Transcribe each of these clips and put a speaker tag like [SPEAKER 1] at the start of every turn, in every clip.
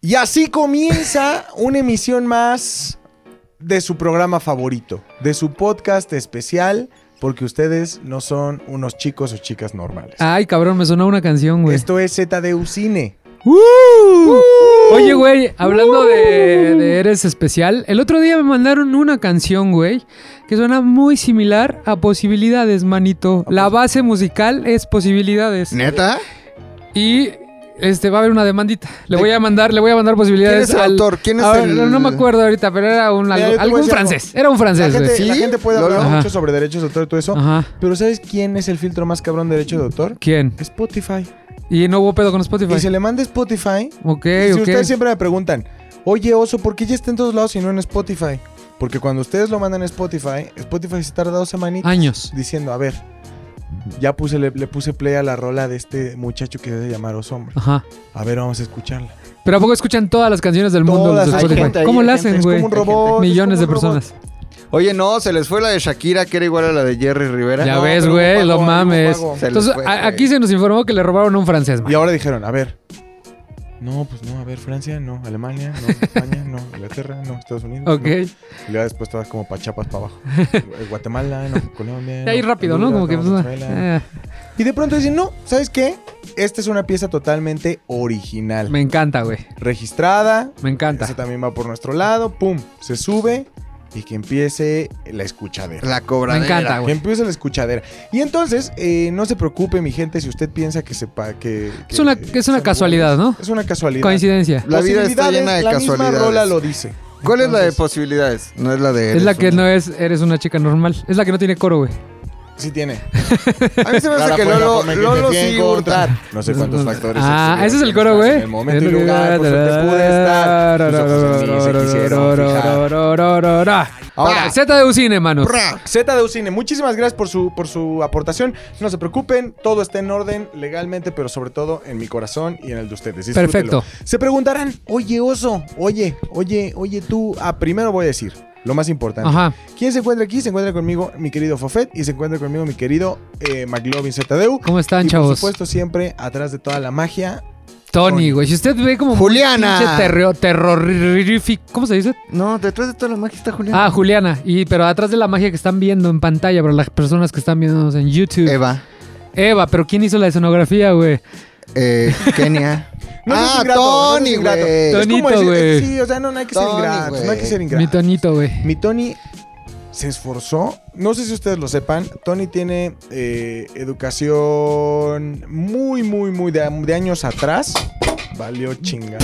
[SPEAKER 1] Y así comienza una emisión más de su programa favorito, de su podcast especial, porque ustedes no son unos chicos o chicas normales.
[SPEAKER 2] Ay, cabrón, me sonó una canción, Ah, güey. Uh,
[SPEAKER 1] Esto es ZDU Cine.
[SPEAKER 2] Oye, güey, hablando de, de Eres Especial, el otro día me mandaron una canción, güey, que suena muy similar a Posibilidades, manito. La base musical es Posibilidades.
[SPEAKER 3] ¿Neta?
[SPEAKER 2] Y este va a haber una demandita. Le voy a mandar, le voy a mandar posibilidades
[SPEAKER 3] ¿Quién es el
[SPEAKER 2] al
[SPEAKER 3] autor? ¿Quién es
[SPEAKER 2] a ver,
[SPEAKER 3] el-
[SPEAKER 2] No me acuerdo ahorita, pero era un
[SPEAKER 1] Mira, yo te voy a
[SPEAKER 2] algún
[SPEAKER 1] decir algo.
[SPEAKER 2] francés. Era un
[SPEAKER 1] La
[SPEAKER 2] francés,
[SPEAKER 1] gente,
[SPEAKER 2] güey.
[SPEAKER 3] ¿sí?
[SPEAKER 1] la gente puede
[SPEAKER 3] Lolo.
[SPEAKER 1] hablar
[SPEAKER 2] Ajá.
[SPEAKER 1] mucho sobre derechos de autor y todo eso,
[SPEAKER 2] Ajá.
[SPEAKER 1] pero ¿sabes quién es el filtro más cabrón de derecho de autor?
[SPEAKER 2] ¿Quién?
[SPEAKER 1] Spotify.
[SPEAKER 2] Y no hubo pedo con Spotify.
[SPEAKER 1] Y se le manda Spotify.
[SPEAKER 2] Ok,
[SPEAKER 1] y si
[SPEAKER 2] ok.
[SPEAKER 1] ustedes siempre me preguntan, oye oso, ¿por qué ya está en todos lados y no en Spotify? Porque cuando ustedes lo mandan a Spotify, Spotify se tarda dos semanitas
[SPEAKER 2] Años.
[SPEAKER 1] diciendo, a ver, ya puse, le, le puse play a la rola de este muchacho que se debe llamar Oso Hombre.
[SPEAKER 2] Ajá.
[SPEAKER 1] A ver, vamos a escucharla.
[SPEAKER 2] Pero ¿a poco escuchan todas las canciones del mundo
[SPEAKER 1] Todas,
[SPEAKER 2] de
[SPEAKER 1] hay
[SPEAKER 2] Spotify?
[SPEAKER 3] gente ahí,
[SPEAKER 2] ¿Cómo
[SPEAKER 3] hay
[SPEAKER 2] la
[SPEAKER 3] gente.
[SPEAKER 2] hacen,
[SPEAKER 1] Es
[SPEAKER 2] güey?
[SPEAKER 1] como un robot. es
[SPEAKER 2] Millones de
[SPEAKER 1] como un robot.
[SPEAKER 2] personas.
[SPEAKER 3] Oye, no, se les fue la de Shakira, que era igual a la de Jerry Rivera.
[SPEAKER 2] Ya
[SPEAKER 1] No,
[SPEAKER 2] ves,
[SPEAKER 1] pero hubo
[SPEAKER 2] güey,
[SPEAKER 1] pago,
[SPEAKER 2] lo
[SPEAKER 1] hubo
[SPEAKER 2] mames.
[SPEAKER 1] pago.
[SPEAKER 3] Se les
[SPEAKER 2] Entonces,
[SPEAKER 3] fue,
[SPEAKER 2] a-
[SPEAKER 3] güey.
[SPEAKER 2] aquí se nos informó que le robaron a un francés, man.
[SPEAKER 1] Y ahora dijeron, a ver. No, pues no, a ver, Francia, no, Alemania, no, España, no, Inglaterra, no, Estados Unidos.
[SPEAKER 2] Ok.
[SPEAKER 1] no. Y luego después todas como para Chiapas para abajo. Eh, Guatemala, no, Colombia.
[SPEAKER 2] Ahí
[SPEAKER 1] no,
[SPEAKER 2] rápido, ¿no?
[SPEAKER 1] Honduras,
[SPEAKER 2] Como que.
[SPEAKER 1] no,
[SPEAKER 2] pues,
[SPEAKER 1] Venezuela.
[SPEAKER 2] eh,
[SPEAKER 1] Y de pronto dicen, no, ¿sabes qué? Esta es una pieza totalmente original.
[SPEAKER 2] me encanta, güey.
[SPEAKER 1] Registrada. Esa
[SPEAKER 2] Me encanta.
[SPEAKER 1] también va por nuestro lado. Pum, se sube y que empiece la escuchadera.
[SPEAKER 3] La cobradera.
[SPEAKER 2] Me encanta,
[SPEAKER 1] Que
[SPEAKER 2] güey.
[SPEAKER 1] empiece la escuchadera. Y entonces, eh, no se preocupe, mi gente, si usted piensa que sepa que.
[SPEAKER 2] Es
[SPEAKER 1] que-
[SPEAKER 2] una- que es una
[SPEAKER 1] son
[SPEAKER 2] casualidad,
[SPEAKER 1] buenos.
[SPEAKER 2] ¿no?
[SPEAKER 1] Es una casualidad.
[SPEAKER 2] Coincidencia.
[SPEAKER 3] La vida está
[SPEAKER 1] Posibilidades,
[SPEAKER 3] llena de
[SPEAKER 1] La
[SPEAKER 3] casualidades.
[SPEAKER 1] misma rola lo dice.
[SPEAKER 3] ¿Cuál es la de
[SPEAKER 1] Entonces,
[SPEAKER 3] posibilidades? No es la de.
[SPEAKER 2] Es
[SPEAKER 3] eres
[SPEAKER 2] la que
[SPEAKER 3] un-
[SPEAKER 2] no es, eres una chica normal. Es la que no tiene coro, güey.
[SPEAKER 1] Sí tiene.
[SPEAKER 3] A mí se me hace
[SPEAKER 1] Clara
[SPEAKER 3] que
[SPEAKER 1] fue la
[SPEAKER 3] Lolo,
[SPEAKER 1] forma en que
[SPEAKER 3] Lolo
[SPEAKER 1] te fui a
[SPEAKER 3] sí
[SPEAKER 1] encontrar.
[SPEAKER 3] hurtar.
[SPEAKER 1] No sé cuántos factores.
[SPEAKER 2] Ah, ese es el
[SPEAKER 1] estuvieron
[SPEAKER 2] coro, güey.
[SPEAKER 1] En el momento y lugar, pues, por donde pude estar. Tus ojos en mí se quisieron fijar. Ah.
[SPEAKER 2] Ahora,
[SPEAKER 3] Ahora-
[SPEAKER 2] Z de Ucine, manos.
[SPEAKER 3] Pra.
[SPEAKER 1] Z de Ucine, muchísimas gracias por su, por su aportación. No se preocupen, todo está en orden legalmente, pero sobre todo en mi corazón y en el de ustedes. Disfrútenlo.
[SPEAKER 2] Perfecto.
[SPEAKER 1] Se preguntarán, oye oso, oye, oye, oye tú. Ah, primero voy a decir lo más importante.
[SPEAKER 2] Ajá.
[SPEAKER 1] ¿Quién se encuentra aquí? Se encuentra conmigo mi querido Fofet y se encuentra conmigo mi querido eh, McLovin ZDU.
[SPEAKER 2] ¿Cómo están,
[SPEAKER 1] y Por
[SPEAKER 2] chavos?
[SPEAKER 1] supuesto, siempre atrás de toda la magia.
[SPEAKER 2] Tony, güey. Si usted ve como.
[SPEAKER 3] Juliana.
[SPEAKER 2] Pinche terro- terrorífico. ¿Cómo se dice?
[SPEAKER 3] No, detrás de toda la magia está Julián.
[SPEAKER 2] Ah, Juliana. Y pero atrás de la magia que están viendo en pantalla, para las personas que están viéndonos en YouTube. Eva,
[SPEAKER 3] Eva.
[SPEAKER 2] pero ¿quién hizo la escenografía, güey?
[SPEAKER 3] Eh, Kenia.
[SPEAKER 1] No seas
[SPEAKER 3] ah,
[SPEAKER 1] ingrato, no seas
[SPEAKER 3] Tony,
[SPEAKER 1] ingrato.
[SPEAKER 3] güey.
[SPEAKER 1] Es como
[SPEAKER 2] Tonito,
[SPEAKER 1] decir-
[SPEAKER 2] güey.
[SPEAKER 1] Sí, o sea, no, no hay que ser
[SPEAKER 3] Tony,
[SPEAKER 1] ingratos, no hay
[SPEAKER 3] güey.
[SPEAKER 1] que ser
[SPEAKER 2] Mi
[SPEAKER 1] ingratos.
[SPEAKER 2] tonito, güey.
[SPEAKER 1] Mi Tony se esforzó. No sé si ustedes lo sepan. Tony tiene eh, educación muy, muy, muy de, de años atrás. Valió chinga.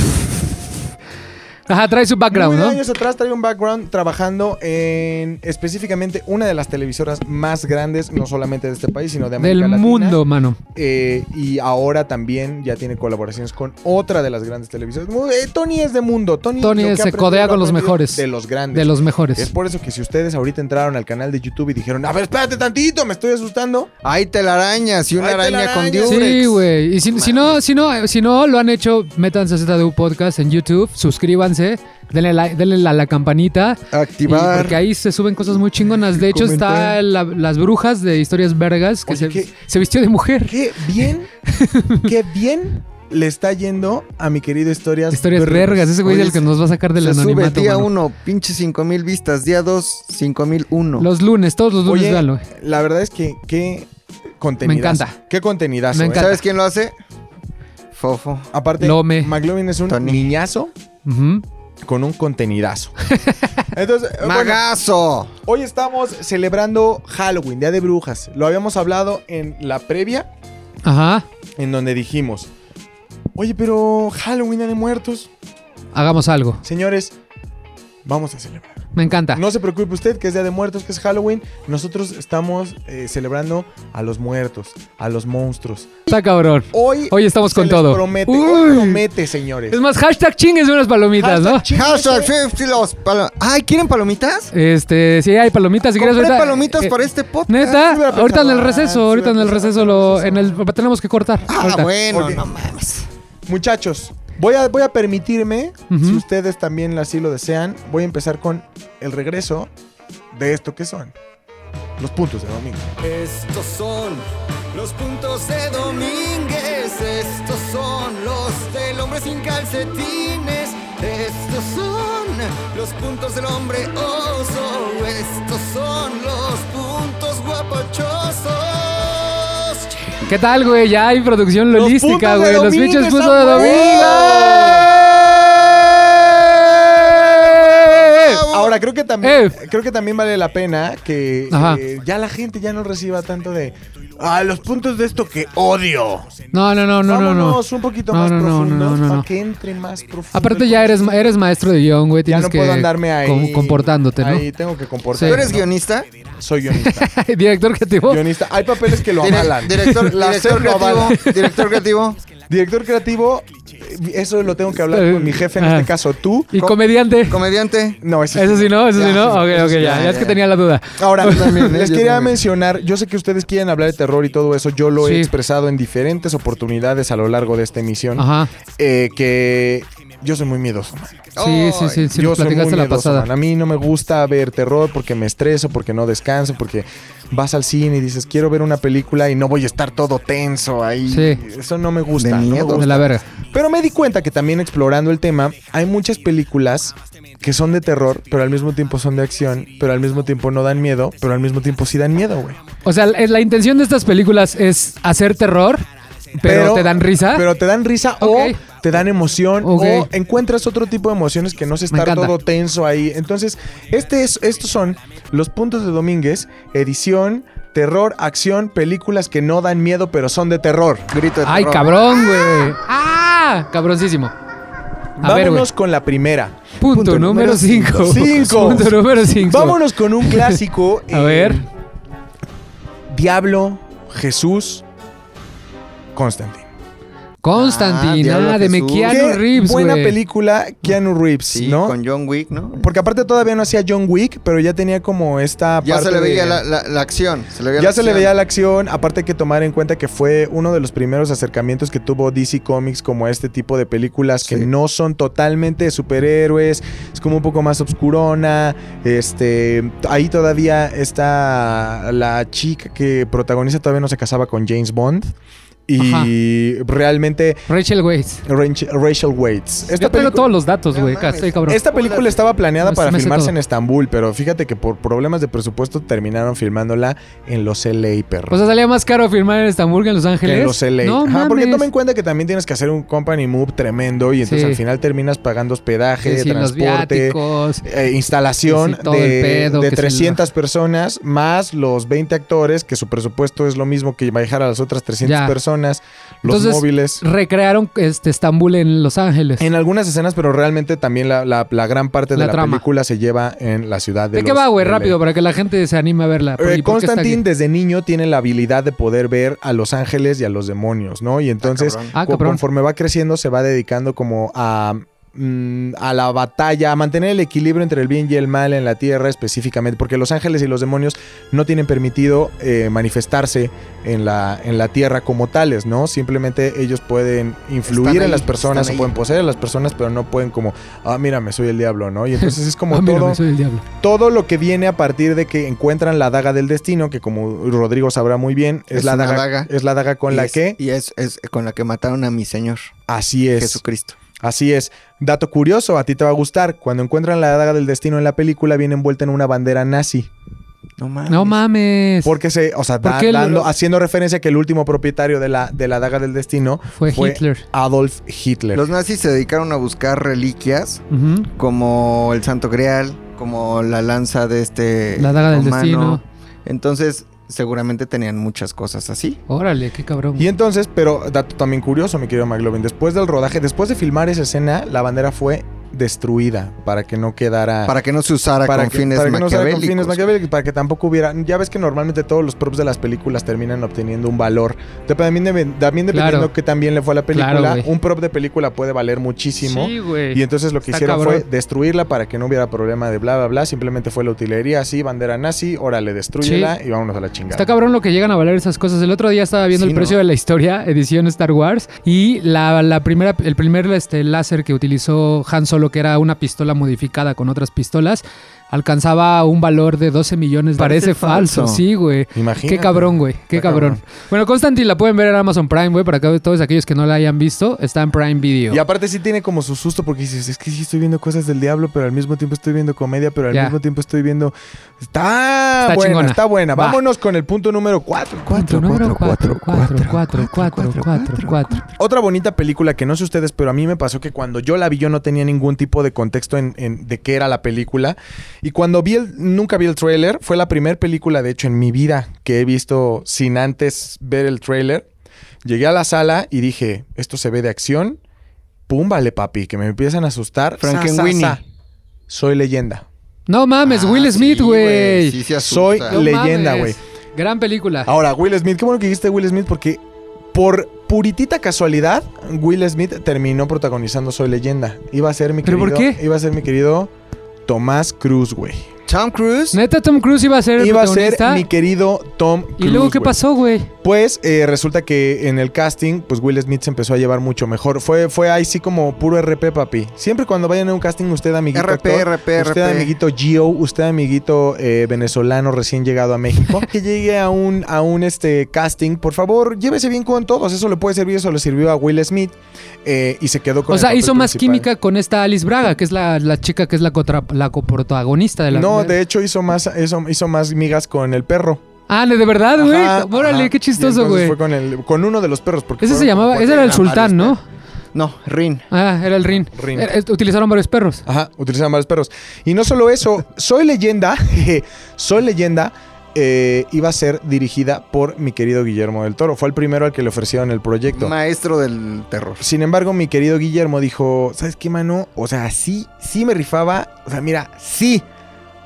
[SPEAKER 2] Ajá, trae su background,
[SPEAKER 1] Muy de
[SPEAKER 2] ¿no?
[SPEAKER 1] años atrás trae un background trabajando en específicamente una de las televisoras más grandes, no solamente de este país, sino de América
[SPEAKER 2] Del
[SPEAKER 1] Latina.
[SPEAKER 2] mundo, mano.
[SPEAKER 1] Eh, y ahora también ya tiene colaboraciones con otra de las grandes televisoras. Mu- eh, Tony es de mundo. Tony,
[SPEAKER 2] Tony
[SPEAKER 1] lo que
[SPEAKER 2] se
[SPEAKER 1] aprendió,
[SPEAKER 2] codea
[SPEAKER 1] lo
[SPEAKER 2] con los
[SPEAKER 1] aprendió
[SPEAKER 2] mejores.
[SPEAKER 1] De los grandes.
[SPEAKER 2] De los
[SPEAKER 1] es
[SPEAKER 2] mejores.
[SPEAKER 1] por eso que si ustedes ahorita entraron al canal de YouTube y dijeron, a ver, espérate tantito, me estoy asustando.
[SPEAKER 3] Hay telarañas y una
[SPEAKER 1] Hay
[SPEAKER 3] araña con
[SPEAKER 1] telarañas.
[SPEAKER 3] Diurex.
[SPEAKER 2] Sí, güey. Y si, si no, si, no, si no lo han hecho, métanse a ZDU Podcast en YouTube, suscríbanse, denle, like- denle la, la campanita. Y
[SPEAKER 3] Activar.
[SPEAKER 2] porque ahí se suben cosas muy chingonas. De hecho, está
[SPEAKER 1] Comentar.
[SPEAKER 2] la- las brujas de historias vergas que
[SPEAKER 1] Oye,
[SPEAKER 2] se,
[SPEAKER 1] ¿qué?
[SPEAKER 2] se vistió de mujer.
[SPEAKER 1] Qué bien, qué bien le está yendo a mi querido Historias
[SPEAKER 2] Historias
[SPEAKER 1] Vergas.
[SPEAKER 2] vergas. Ese güey es
[SPEAKER 3] Oye,
[SPEAKER 2] el que nos va a sacar del
[SPEAKER 3] Se sube
[SPEAKER 2] anonimato.
[SPEAKER 3] día
[SPEAKER 2] mano.
[SPEAKER 3] 1, pinche 5000 vistas. Día 2, 5001.
[SPEAKER 2] Los lunes, todos los lunes,
[SPEAKER 1] Oye,
[SPEAKER 2] véanlo.
[SPEAKER 1] La verdad es que qué contenidazo.
[SPEAKER 2] encanta.
[SPEAKER 1] Qué contenidazo.
[SPEAKER 2] Me
[SPEAKER 1] ¿eh?
[SPEAKER 2] encanta.
[SPEAKER 3] ¿Sabes quién lo hace? Fofo.
[SPEAKER 1] Aparte,
[SPEAKER 2] Lome.
[SPEAKER 1] McLovin es un
[SPEAKER 3] Tony.
[SPEAKER 1] niñazo
[SPEAKER 2] Ujú.
[SPEAKER 1] con un contenidazo. Entonces, eh, bueno,
[SPEAKER 3] ¡Magazo!
[SPEAKER 1] Hoy estamos celebrando Halloween, Día de Brujas. Lo habíamos hablado en la previa,
[SPEAKER 2] Ajá.
[SPEAKER 1] en donde dijimos, oye, pero Halloween, Día de Muertos,
[SPEAKER 2] Hagamos algo.
[SPEAKER 1] señores, vamos a celebrar.
[SPEAKER 2] Me encanta.
[SPEAKER 1] No se preocupe usted que es Día de Muertos, que es Halloween. Nosotros estamos eh, celebrando a los muertos, a los monstruos.
[SPEAKER 2] Está cabrón.
[SPEAKER 1] Hoy,
[SPEAKER 2] Hoy estamos
[SPEAKER 1] se
[SPEAKER 2] con
[SPEAKER 1] les
[SPEAKER 2] todo.
[SPEAKER 1] promete,
[SPEAKER 2] Uy.
[SPEAKER 1] hoy promete, señores.
[SPEAKER 2] Es más, hashtag chingues unas palomitas,
[SPEAKER 1] Hashtag
[SPEAKER 2] ¿no?
[SPEAKER 1] chingue
[SPEAKER 3] Hashtag
[SPEAKER 1] ese-
[SPEAKER 3] 50 los palomitas. ¡Ay, ¿quieren palomitas?
[SPEAKER 2] Este, sí, hay palomitas. Si quieres
[SPEAKER 3] Compré
[SPEAKER 2] ahorita-
[SPEAKER 3] palomitas
[SPEAKER 2] eh,
[SPEAKER 3] para este podcast.
[SPEAKER 1] Ah, Sí hubiera
[SPEAKER 2] Neta, ahorita en
[SPEAKER 1] pensado,
[SPEAKER 2] el
[SPEAKER 1] sí
[SPEAKER 2] receso,
[SPEAKER 1] hubiera
[SPEAKER 2] ahorita en el
[SPEAKER 1] pensado,
[SPEAKER 2] receso lo en el tenemos que cortar.
[SPEAKER 3] Ah,
[SPEAKER 2] ahorita.
[SPEAKER 3] bueno,
[SPEAKER 1] Ok.
[SPEAKER 3] no mames.
[SPEAKER 1] Muchachos, voy a, voy a permitirme,
[SPEAKER 2] Ujú.
[SPEAKER 1] si ustedes también así lo desean, voy a empezar con el regreso de esto que son los puntos de domingo.
[SPEAKER 3] Estos son los puntos de Domínguez. Estos son los del hombre sin calcetines.
[SPEAKER 4] Estos son los puntos del hombre oso. Estos son los puntos guapachosos.
[SPEAKER 2] ¿Qué tal, güey? Ya hay producción
[SPEAKER 1] Los
[SPEAKER 2] lolística,
[SPEAKER 1] puntos de
[SPEAKER 2] güey. eh, Los
[SPEAKER 1] Domínguez
[SPEAKER 2] pinches
[SPEAKER 1] han
[SPEAKER 2] puntos de domingo.
[SPEAKER 1] vuelto. Ahora, creo que también,
[SPEAKER 2] Eh.
[SPEAKER 1] creo que también vale la pena que
[SPEAKER 2] Ajá.
[SPEAKER 1] eh, ya la gente ya no reciba tanto de ah, los puntos de esto que odio.
[SPEAKER 2] No, no, no, no, no, no.
[SPEAKER 1] Vámonos un poquito
[SPEAKER 2] No,
[SPEAKER 1] más
[SPEAKER 2] no, no,
[SPEAKER 1] profundo
[SPEAKER 2] no, no, no.
[SPEAKER 1] para que entre más profundo.
[SPEAKER 2] Aparte
[SPEAKER 1] el
[SPEAKER 2] ya eres, ma- eres maestro de guión, güey.
[SPEAKER 1] Ya
[SPEAKER 2] Tienes
[SPEAKER 1] no
[SPEAKER 2] que
[SPEAKER 1] puedo andarme ahí
[SPEAKER 2] com- comportándote, ¿no?
[SPEAKER 1] Ahí tengo que comportarme.
[SPEAKER 3] ¿Tú eres
[SPEAKER 1] ¿no?
[SPEAKER 3] guionista?
[SPEAKER 1] Soy guionista.
[SPEAKER 2] Director creativo.
[SPEAKER 1] guionista. Hay papeles que lo
[SPEAKER 3] Dire-
[SPEAKER 1] avalan.
[SPEAKER 3] director,
[SPEAKER 1] La
[SPEAKER 3] director
[SPEAKER 1] SEP lo avala.
[SPEAKER 3] creativo, director creativo.
[SPEAKER 1] Director creativo, eh, eso lo tengo que hablar con mi jefe en
[SPEAKER 2] Ajá.
[SPEAKER 1] este caso, tú.
[SPEAKER 2] Ah. Y
[SPEAKER 3] Co-
[SPEAKER 2] comediante.
[SPEAKER 3] Comediante.
[SPEAKER 1] No, ese
[SPEAKER 2] Eso sí, ¿no? Eso sí,
[SPEAKER 1] Ya,
[SPEAKER 2] ¿no?
[SPEAKER 1] sí,
[SPEAKER 2] Ok,
[SPEAKER 1] eso
[SPEAKER 2] ok,
[SPEAKER 1] sí,
[SPEAKER 2] ya.
[SPEAKER 1] ya,
[SPEAKER 2] Ya es
[SPEAKER 3] ya.
[SPEAKER 2] que tenía la duda.
[SPEAKER 1] Ahora,
[SPEAKER 3] también, ¿eh?
[SPEAKER 1] les
[SPEAKER 3] Yo
[SPEAKER 1] quería
[SPEAKER 3] también.
[SPEAKER 1] mencionar, yo sé que ustedes quieren hablar de terror y todo eso, yo lo
[SPEAKER 2] Sí.
[SPEAKER 1] he expresado en diferentes oportunidades a lo largo de esta emisión,
[SPEAKER 2] Ajá.
[SPEAKER 1] eh, que yo soy muy miedoso. man.
[SPEAKER 2] Sí, sí, sí. Sí,
[SPEAKER 1] Oh, yo
[SPEAKER 2] nos platicaste la pasada.
[SPEAKER 1] man. A mí no me gusta ver terror porque me estreso, porque no descanso, porque vas al cine y dices, quiero ver una película y no voy a estar todo tenso ahí.
[SPEAKER 2] Sí.
[SPEAKER 1] Eso no me gusta.
[SPEAKER 3] De
[SPEAKER 1] no me
[SPEAKER 3] miedo.
[SPEAKER 1] gusta.
[SPEAKER 2] De la verga.
[SPEAKER 1] Pero me di cuenta que también explorando el tema, hay muchas películas que son de terror, pero al mismo tiempo son de acción, pero al mismo tiempo no dan miedo, pero al mismo tiempo sí dan miedo, güey.
[SPEAKER 2] O sea, la la intención de estas películas es hacer terror, pero, te dan risa.
[SPEAKER 1] Pero te dan risa
[SPEAKER 2] Ok.
[SPEAKER 1] o te dan emoción
[SPEAKER 2] Ok.
[SPEAKER 1] o encuentras otro tipo de emociones que no se
[SPEAKER 2] Me
[SPEAKER 1] estar
[SPEAKER 2] encanta.
[SPEAKER 1] todo tenso ahí. Entonces, este es, estos son los puntos de Domínguez, edición, terror, acción, películas que no dan miedo, pero son de terror.
[SPEAKER 3] Grito de
[SPEAKER 2] Ay,
[SPEAKER 3] terror.
[SPEAKER 2] cabrón, güey. Ah, cabroncísimo. A ver, güey.
[SPEAKER 1] Vámonos con la primera.
[SPEAKER 2] Punto, número 5.
[SPEAKER 1] Cinco.
[SPEAKER 2] Punto número 5.
[SPEAKER 1] Vámonos con un clásico.
[SPEAKER 2] A
[SPEAKER 1] eh,
[SPEAKER 2] ver.
[SPEAKER 1] Diablo, Jesús, Constantine.
[SPEAKER 2] Constantina
[SPEAKER 3] Ah, Diablo
[SPEAKER 2] de
[SPEAKER 3] Jesús.
[SPEAKER 2] Mequiano
[SPEAKER 1] Qué
[SPEAKER 2] Reeves, güey.
[SPEAKER 1] buena película, Keanu Reeves,
[SPEAKER 3] Sí,
[SPEAKER 1] ¿no?
[SPEAKER 3] con John Wick, ¿no?
[SPEAKER 1] Porque aparte todavía no hacía John Wick, pero ya tenía como esta
[SPEAKER 3] Ya
[SPEAKER 1] parte
[SPEAKER 3] se le
[SPEAKER 1] de-
[SPEAKER 3] veía la, la- la acción. Se le veía
[SPEAKER 1] ya
[SPEAKER 3] la
[SPEAKER 1] se le
[SPEAKER 3] acción.
[SPEAKER 1] veía la acción, aparte hay que tomar en cuenta que fue uno de los primeros acercamientos que tuvo DC Comics como este tipo de películas que
[SPEAKER 3] Sí.
[SPEAKER 1] no son totalmente de superhéroes, es como un poco más obscurona, este, ahí todavía está la chica que protagoniza todavía no se casaba con James Bond y realmente
[SPEAKER 2] Rachel Weisz.
[SPEAKER 1] Rach- Rachel Waits.
[SPEAKER 2] Yo tengo
[SPEAKER 1] pelicu-
[SPEAKER 2] todos los datos, güey.
[SPEAKER 3] No
[SPEAKER 2] Acá
[SPEAKER 3] mames.
[SPEAKER 2] estoy cabrón.
[SPEAKER 1] esta película estaba planeada
[SPEAKER 2] Me-
[SPEAKER 1] para
[SPEAKER 2] me sé
[SPEAKER 1] filmarse
[SPEAKER 2] todo.
[SPEAKER 1] en Estambul, pero fíjate que por problemas de presupuesto terminaron filmándola en los LA, perro.
[SPEAKER 2] O sea, salía más caro firmar en Estambul que en Los Ángeles.
[SPEAKER 1] que en los LA.
[SPEAKER 2] No,
[SPEAKER 1] Ajá,
[SPEAKER 2] mames.
[SPEAKER 1] porque toma en cuenta que también tienes que hacer un company move tremendo y entonces
[SPEAKER 2] Sí.
[SPEAKER 1] al final terminas pagando hospedaje,
[SPEAKER 2] Sí, sí, los
[SPEAKER 1] transporte,
[SPEAKER 2] viáticos.
[SPEAKER 1] eh, instalación
[SPEAKER 2] Sí, sí, todo
[SPEAKER 1] de,
[SPEAKER 2] el pedo,
[SPEAKER 1] de
[SPEAKER 2] que si
[SPEAKER 1] 300 personas más los 20 actores, que su presupuesto es lo mismo que manejar a las otras 300
[SPEAKER 2] Ya.
[SPEAKER 1] personas, los
[SPEAKER 2] Entonces,
[SPEAKER 1] móviles.
[SPEAKER 2] Recrearon este Estambul en Los Ángeles.
[SPEAKER 1] En algunas escenas, pero realmente también la, la- la gran parte de
[SPEAKER 2] La
[SPEAKER 1] la
[SPEAKER 2] trama.
[SPEAKER 1] película se lleva en la ciudad de
[SPEAKER 2] ¿De qué
[SPEAKER 1] los
[SPEAKER 2] va, güey?
[SPEAKER 1] LA.
[SPEAKER 2] Rápido, para que la gente se anime a
[SPEAKER 1] Eh,
[SPEAKER 2] verla. ¿Y por qué está aquí?
[SPEAKER 1] Constantine desde niño tiene la habilidad de poder ver a los ángeles y a los demonios, ¿no? Y entonces,
[SPEAKER 3] cabrón.
[SPEAKER 2] Ah,
[SPEAKER 1] co-
[SPEAKER 2] cabrón.
[SPEAKER 1] conforme va creciendo, se va dedicando como a, mm, a la batalla, a mantener el equilibrio entre el bien y el mal en la tierra específicamente, porque los ángeles y los demonios no tienen permitido eh, manifestarse en la, en la tierra como tales, ¿no? Simplemente ellos pueden influir
[SPEAKER 3] Están
[SPEAKER 1] en
[SPEAKER 3] ahí,
[SPEAKER 1] las personas
[SPEAKER 3] están
[SPEAKER 1] o
[SPEAKER 3] ahí.
[SPEAKER 1] pueden poseer a las personas, pero no pueden como, ah, mírame, soy el diablo, ¿no? Y entonces es como
[SPEAKER 2] Ah, mira,
[SPEAKER 1] todo
[SPEAKER 2] soy el diablo.
[SPEAKER 1] todo lo que viene a partir de que encuentran la daga del destino, que como Rodrigo sabrá muy bien, es,
[SPEAKER 3] Es
[SPEAKER 1] la
[SPEAKER 3] una
[SPEAKER 1] daga,
[SPEAKER 3] daga.
[SPEAKER 1] es la daga con
[SPEAKER 3] Y
[SPEAKER 1] la
[SPEAKER 3] es-
[SPEAKER 1] que
[SPEAKER 3] Y es, es con la que mataron a mi señor,
[SPEAKER 1] así es.
[SPEAKER 3] Jesucristo.
[SPEAKER 1] Así es. Dato curioso, a ti te va a gustar. Cuando encuentran la daga del destino en la película viene envuelta en una bandera nazi,
[SPEAKER 3] No mames.
[SPEAKER 2] No mames.
[SPEAKER 1] porque se, o sea,
[SPEAKER 2] ¿Por
[SPEAKER 1] da-
[SPEAKER 2] qué lo-
[SPEAKER 1] dando- haciendo referencia a que el último propietario de la de la daga del destino
[SPEAKER 2] Fue,
[SPEAKER 1] fue
[SPEAKER 2] Hitler.
[SPEAKER 1] Adolf Hitler.
[SPEAKER 3] Los nazis se dedicaron a buscar reliquias
[SPEAKER 2] Ujú.
[SPEAKER 3] como el Santo Grial, como la lanza de este.
[SPEAKER 2] La daga del
[SPEAKER 3] romano.
[SPEAKER 2] destino.
[SPEAKER 3] Entonces, seguramente tenían muchas cosas así.
[SPEAKER 2] Órale, qué cabrón.
[SPEAKER 1] Y entonces, pero dato también curioso, mi querido McLovin, después del rodaje, después de filmar esa escena, la bandera fue destruida para que no quedara
[SPEAKER 3] Para que no se usara con
[SPEAKER 1] que-
[SPEAKER 3] fines
[SPEAKER 1] Ah. para que no sea con
[SPEAKER 3] maquiavélicos.
[SPEAKER 1] fines maquiavélicos, para que tampoco hubiera. Ya ves que normalmente todos los props de las películas terminan obteniendo un valor. Dep- También, debe- también dependiendo
[SPEAKER 2] Claro.
[SPEAKER 1] que también le fue a la película,
[SPEAKER 2] Claro, güey.
[SPEAKER 1] un prop de película puede valer muchísimo.
[SPEAKER 2] Sí, güey.
[SPEAKER 1] Y entonces lo que
[SPEAKER 2] Está
[SPEAKER 1] hicieron
[SPEAKER 2] cabrón.
[SPEAKER 1] fue destruirla para que no hubiera problema de bla, bla, bla. Simplemente fue la utilería así, bandera nazi, órale, destruyela y vámonos a la chingada.
[SPEAKER 2] Está cabrón lo que llegan a valer esas cosas. El otro día estaba viendo
[SPEAKER 3] Sí,
[SPEAKER 2] el precio
[SPEAKER 3] ¿no?
[SPEAKER 2] de la historia, edición Star Wars, y la, la primera, el primer este, láser que utilizó Han Solo solo que era una pistola modificada con otras pistolas, alcanzaba un valor de 12 millones. Parece,
[SPEAKER 3] Parece
[SPEAKER 2] falso.
[SPEAKER 3] falso.
[SPEAKER 2] Sí, güey.
[SPEAKER 1] Imagínate.
[SPEAKER 2] Qué cabrón, güey. Qué
[SPEAKER 3] Está
[SPEAKER 2] cabrón.
[SPEAKER 3] cabrón.
[SPEAKER 2] Bueno, Constantine la pueden ver en Amazon Prime, güey. Para que todos aquellos que no la hayan visto, está en Prime Video.
[SPEAKER 1] Y aparte sí tiene como su susto porque dices, es que sí estoy viendo cosas del diablo, pero al mismo tiempo estoy viendo comedia, pero al
[SPEAKER 2] Ya.
[SPEAKER 1] mismo tiempo estoy viendo... Está,
[SPEAKER 2] Está
[SPEAKER 1] buena,
[SPEAKER 2] chingona.
[SPEAKER 1] está buena.
[SPEAKER 2] Va.
[SPEAKER 1] Vámonos con el punto número 4.
[SPEAKER 2] Punto número cuatro, cuatro, cuatro, cuatro, cuatro, cuatro.
[SPEAKER 1] Otra bonita película que no sé ustedes, pero a mí me pasó que cuando yo la vi yo no tenía ningún tipo de contexto en, en- de qué era la película. Y cuando vi el, nunca vi el tráiler, fue la primera película de hecho en mi vida que he visto sin antes ver el tráiler. Llegué a la sala y dije, esto se ve de acción. Pum, vale papi, que me empiezan a asustar. Sa,
[SPEAKER 3] Frankenweenie.
[SPEAKER 1] sa, sa. Soy leyenda.
[SPEAKER 2] No mames,
[SPEAKER 3] Ah,
[SPEAKER 2] Will
[SPEAKER 3] sí,
[SPEAKER 2] Smith, güey.
[SPEAKER 3] Sí, se asusta.
[SPEAKER 1] Soy
[SPEAKER 2] No
[SPEAKER 1] Leyenda,
[SPEAKER 2] mames. Gran película.
[SPEAKER 1] Ahora, Will Smith, qué bueno que dijiste Will Smith porque por puritita casualidad, Will Smith terminó protagonizando Soy Leyenda. Iba a ser mi
[SPEAKER 2] ¿Pero
[SPEAKER 1] querido.
[SPEAKER 2] por qué?
[SPEAKER 1] Iba a ser mi querido Tomás Cruz, güey.
[SPEAKER 3] Tom Cruise.
[SPEAKER 2] Neta, Tom Cruise iba a ser el
[SPEAKER 1] Iba a ser
[SPEAKER 2] protagonista.
[SPEAKER 1] mi querido Tom Cruise.
[SPEAKER 2] y luego, ¿qué
[SPEAKER 1] güey.
[SPEAKER 2] pasó, güey?
[SPEAKER 1] Pues eh, resulta que en el casting, pues Will Smith se empezó a llevar mucho mejor. Fue, fue ahí sí como puro RP, papi. Siempre cuando vayan a un casting, usted, amiguito.
[SPEAKER 3] RP,
[SPEAKER 1] actor,
[SPEAKER 3] RP,
[SPEAKER 1] Usted,
[SPEAKER 3] RP.
[SPEAKER 1] amiguito Gio, usted, amiguito eh, venezolano recién llegado a México, que llegue a un, a un este, casting, por favor, llévese bien con todos. Eso le puede servir, eso le sirvió a Will Smith eh, y se quedó con
[SPEAKER 2] O
[SPEAKER 1] el
[SPEAKER 2] sea,
[SPEAKER 1] papel
[SPEAKER 2] hizo más
[SPEAKER 1] principal.
[SPEAKER 2] química con esta Alice Braga, que es la, la chica que es la, contra- la coprotagonista de la
[SPEAKER 1] No, de hecho hizo más, hizo, hizo más migas con el perro.
[SPEAKER 2] Ah, ¿de verdad, güey?
[SPEAKER 1] Ajá,
[SPEAKER 2] Órale,
[SPEAKER 1] ajá.
[SPEAKER 2] qué
[SPEAKER 1] Y
[SPEAKER 2] chistoso,
[SPEAKER 1] entonces
[SPEAKER 2] güey.
[SPEAKER 1] Fue con, el- con uno de los perros. Porque
[SPEAKER 2] Ese se
[SPEAKER 1] fueron
[SPEAKER 2] llamaba,
[SPEAKER 1] como
[SPEAKER 2] ese era el
[SPEAKER 1] cuatro.
[SPEAKER 2] sultán, ¿no?
[SPEAKER 3] No, Rin.
[SPEAKER 2] Ah, era el Rin.
[SPEAKER 1] Rin.
[SPEAKER 2] Era- es- utilizaron varios perros.
[SPEAKER 1] Ajá, utilizan varios perros. Y no solo eso, Soy Leyenda, jeje, Soy Leyenda eh, iba a ser dirigida por mi querido Guillermo del Toro. Fue el primero al que le ofrecieron el proyecto.
[SPEAKER 3] Maestro del terror.
[SPEAKER 1] Sin embargo, mi querido Guillermo dijo, ¿sabes qué, mano? O sea, sí, sí me rifaba. O sea, mira, sí.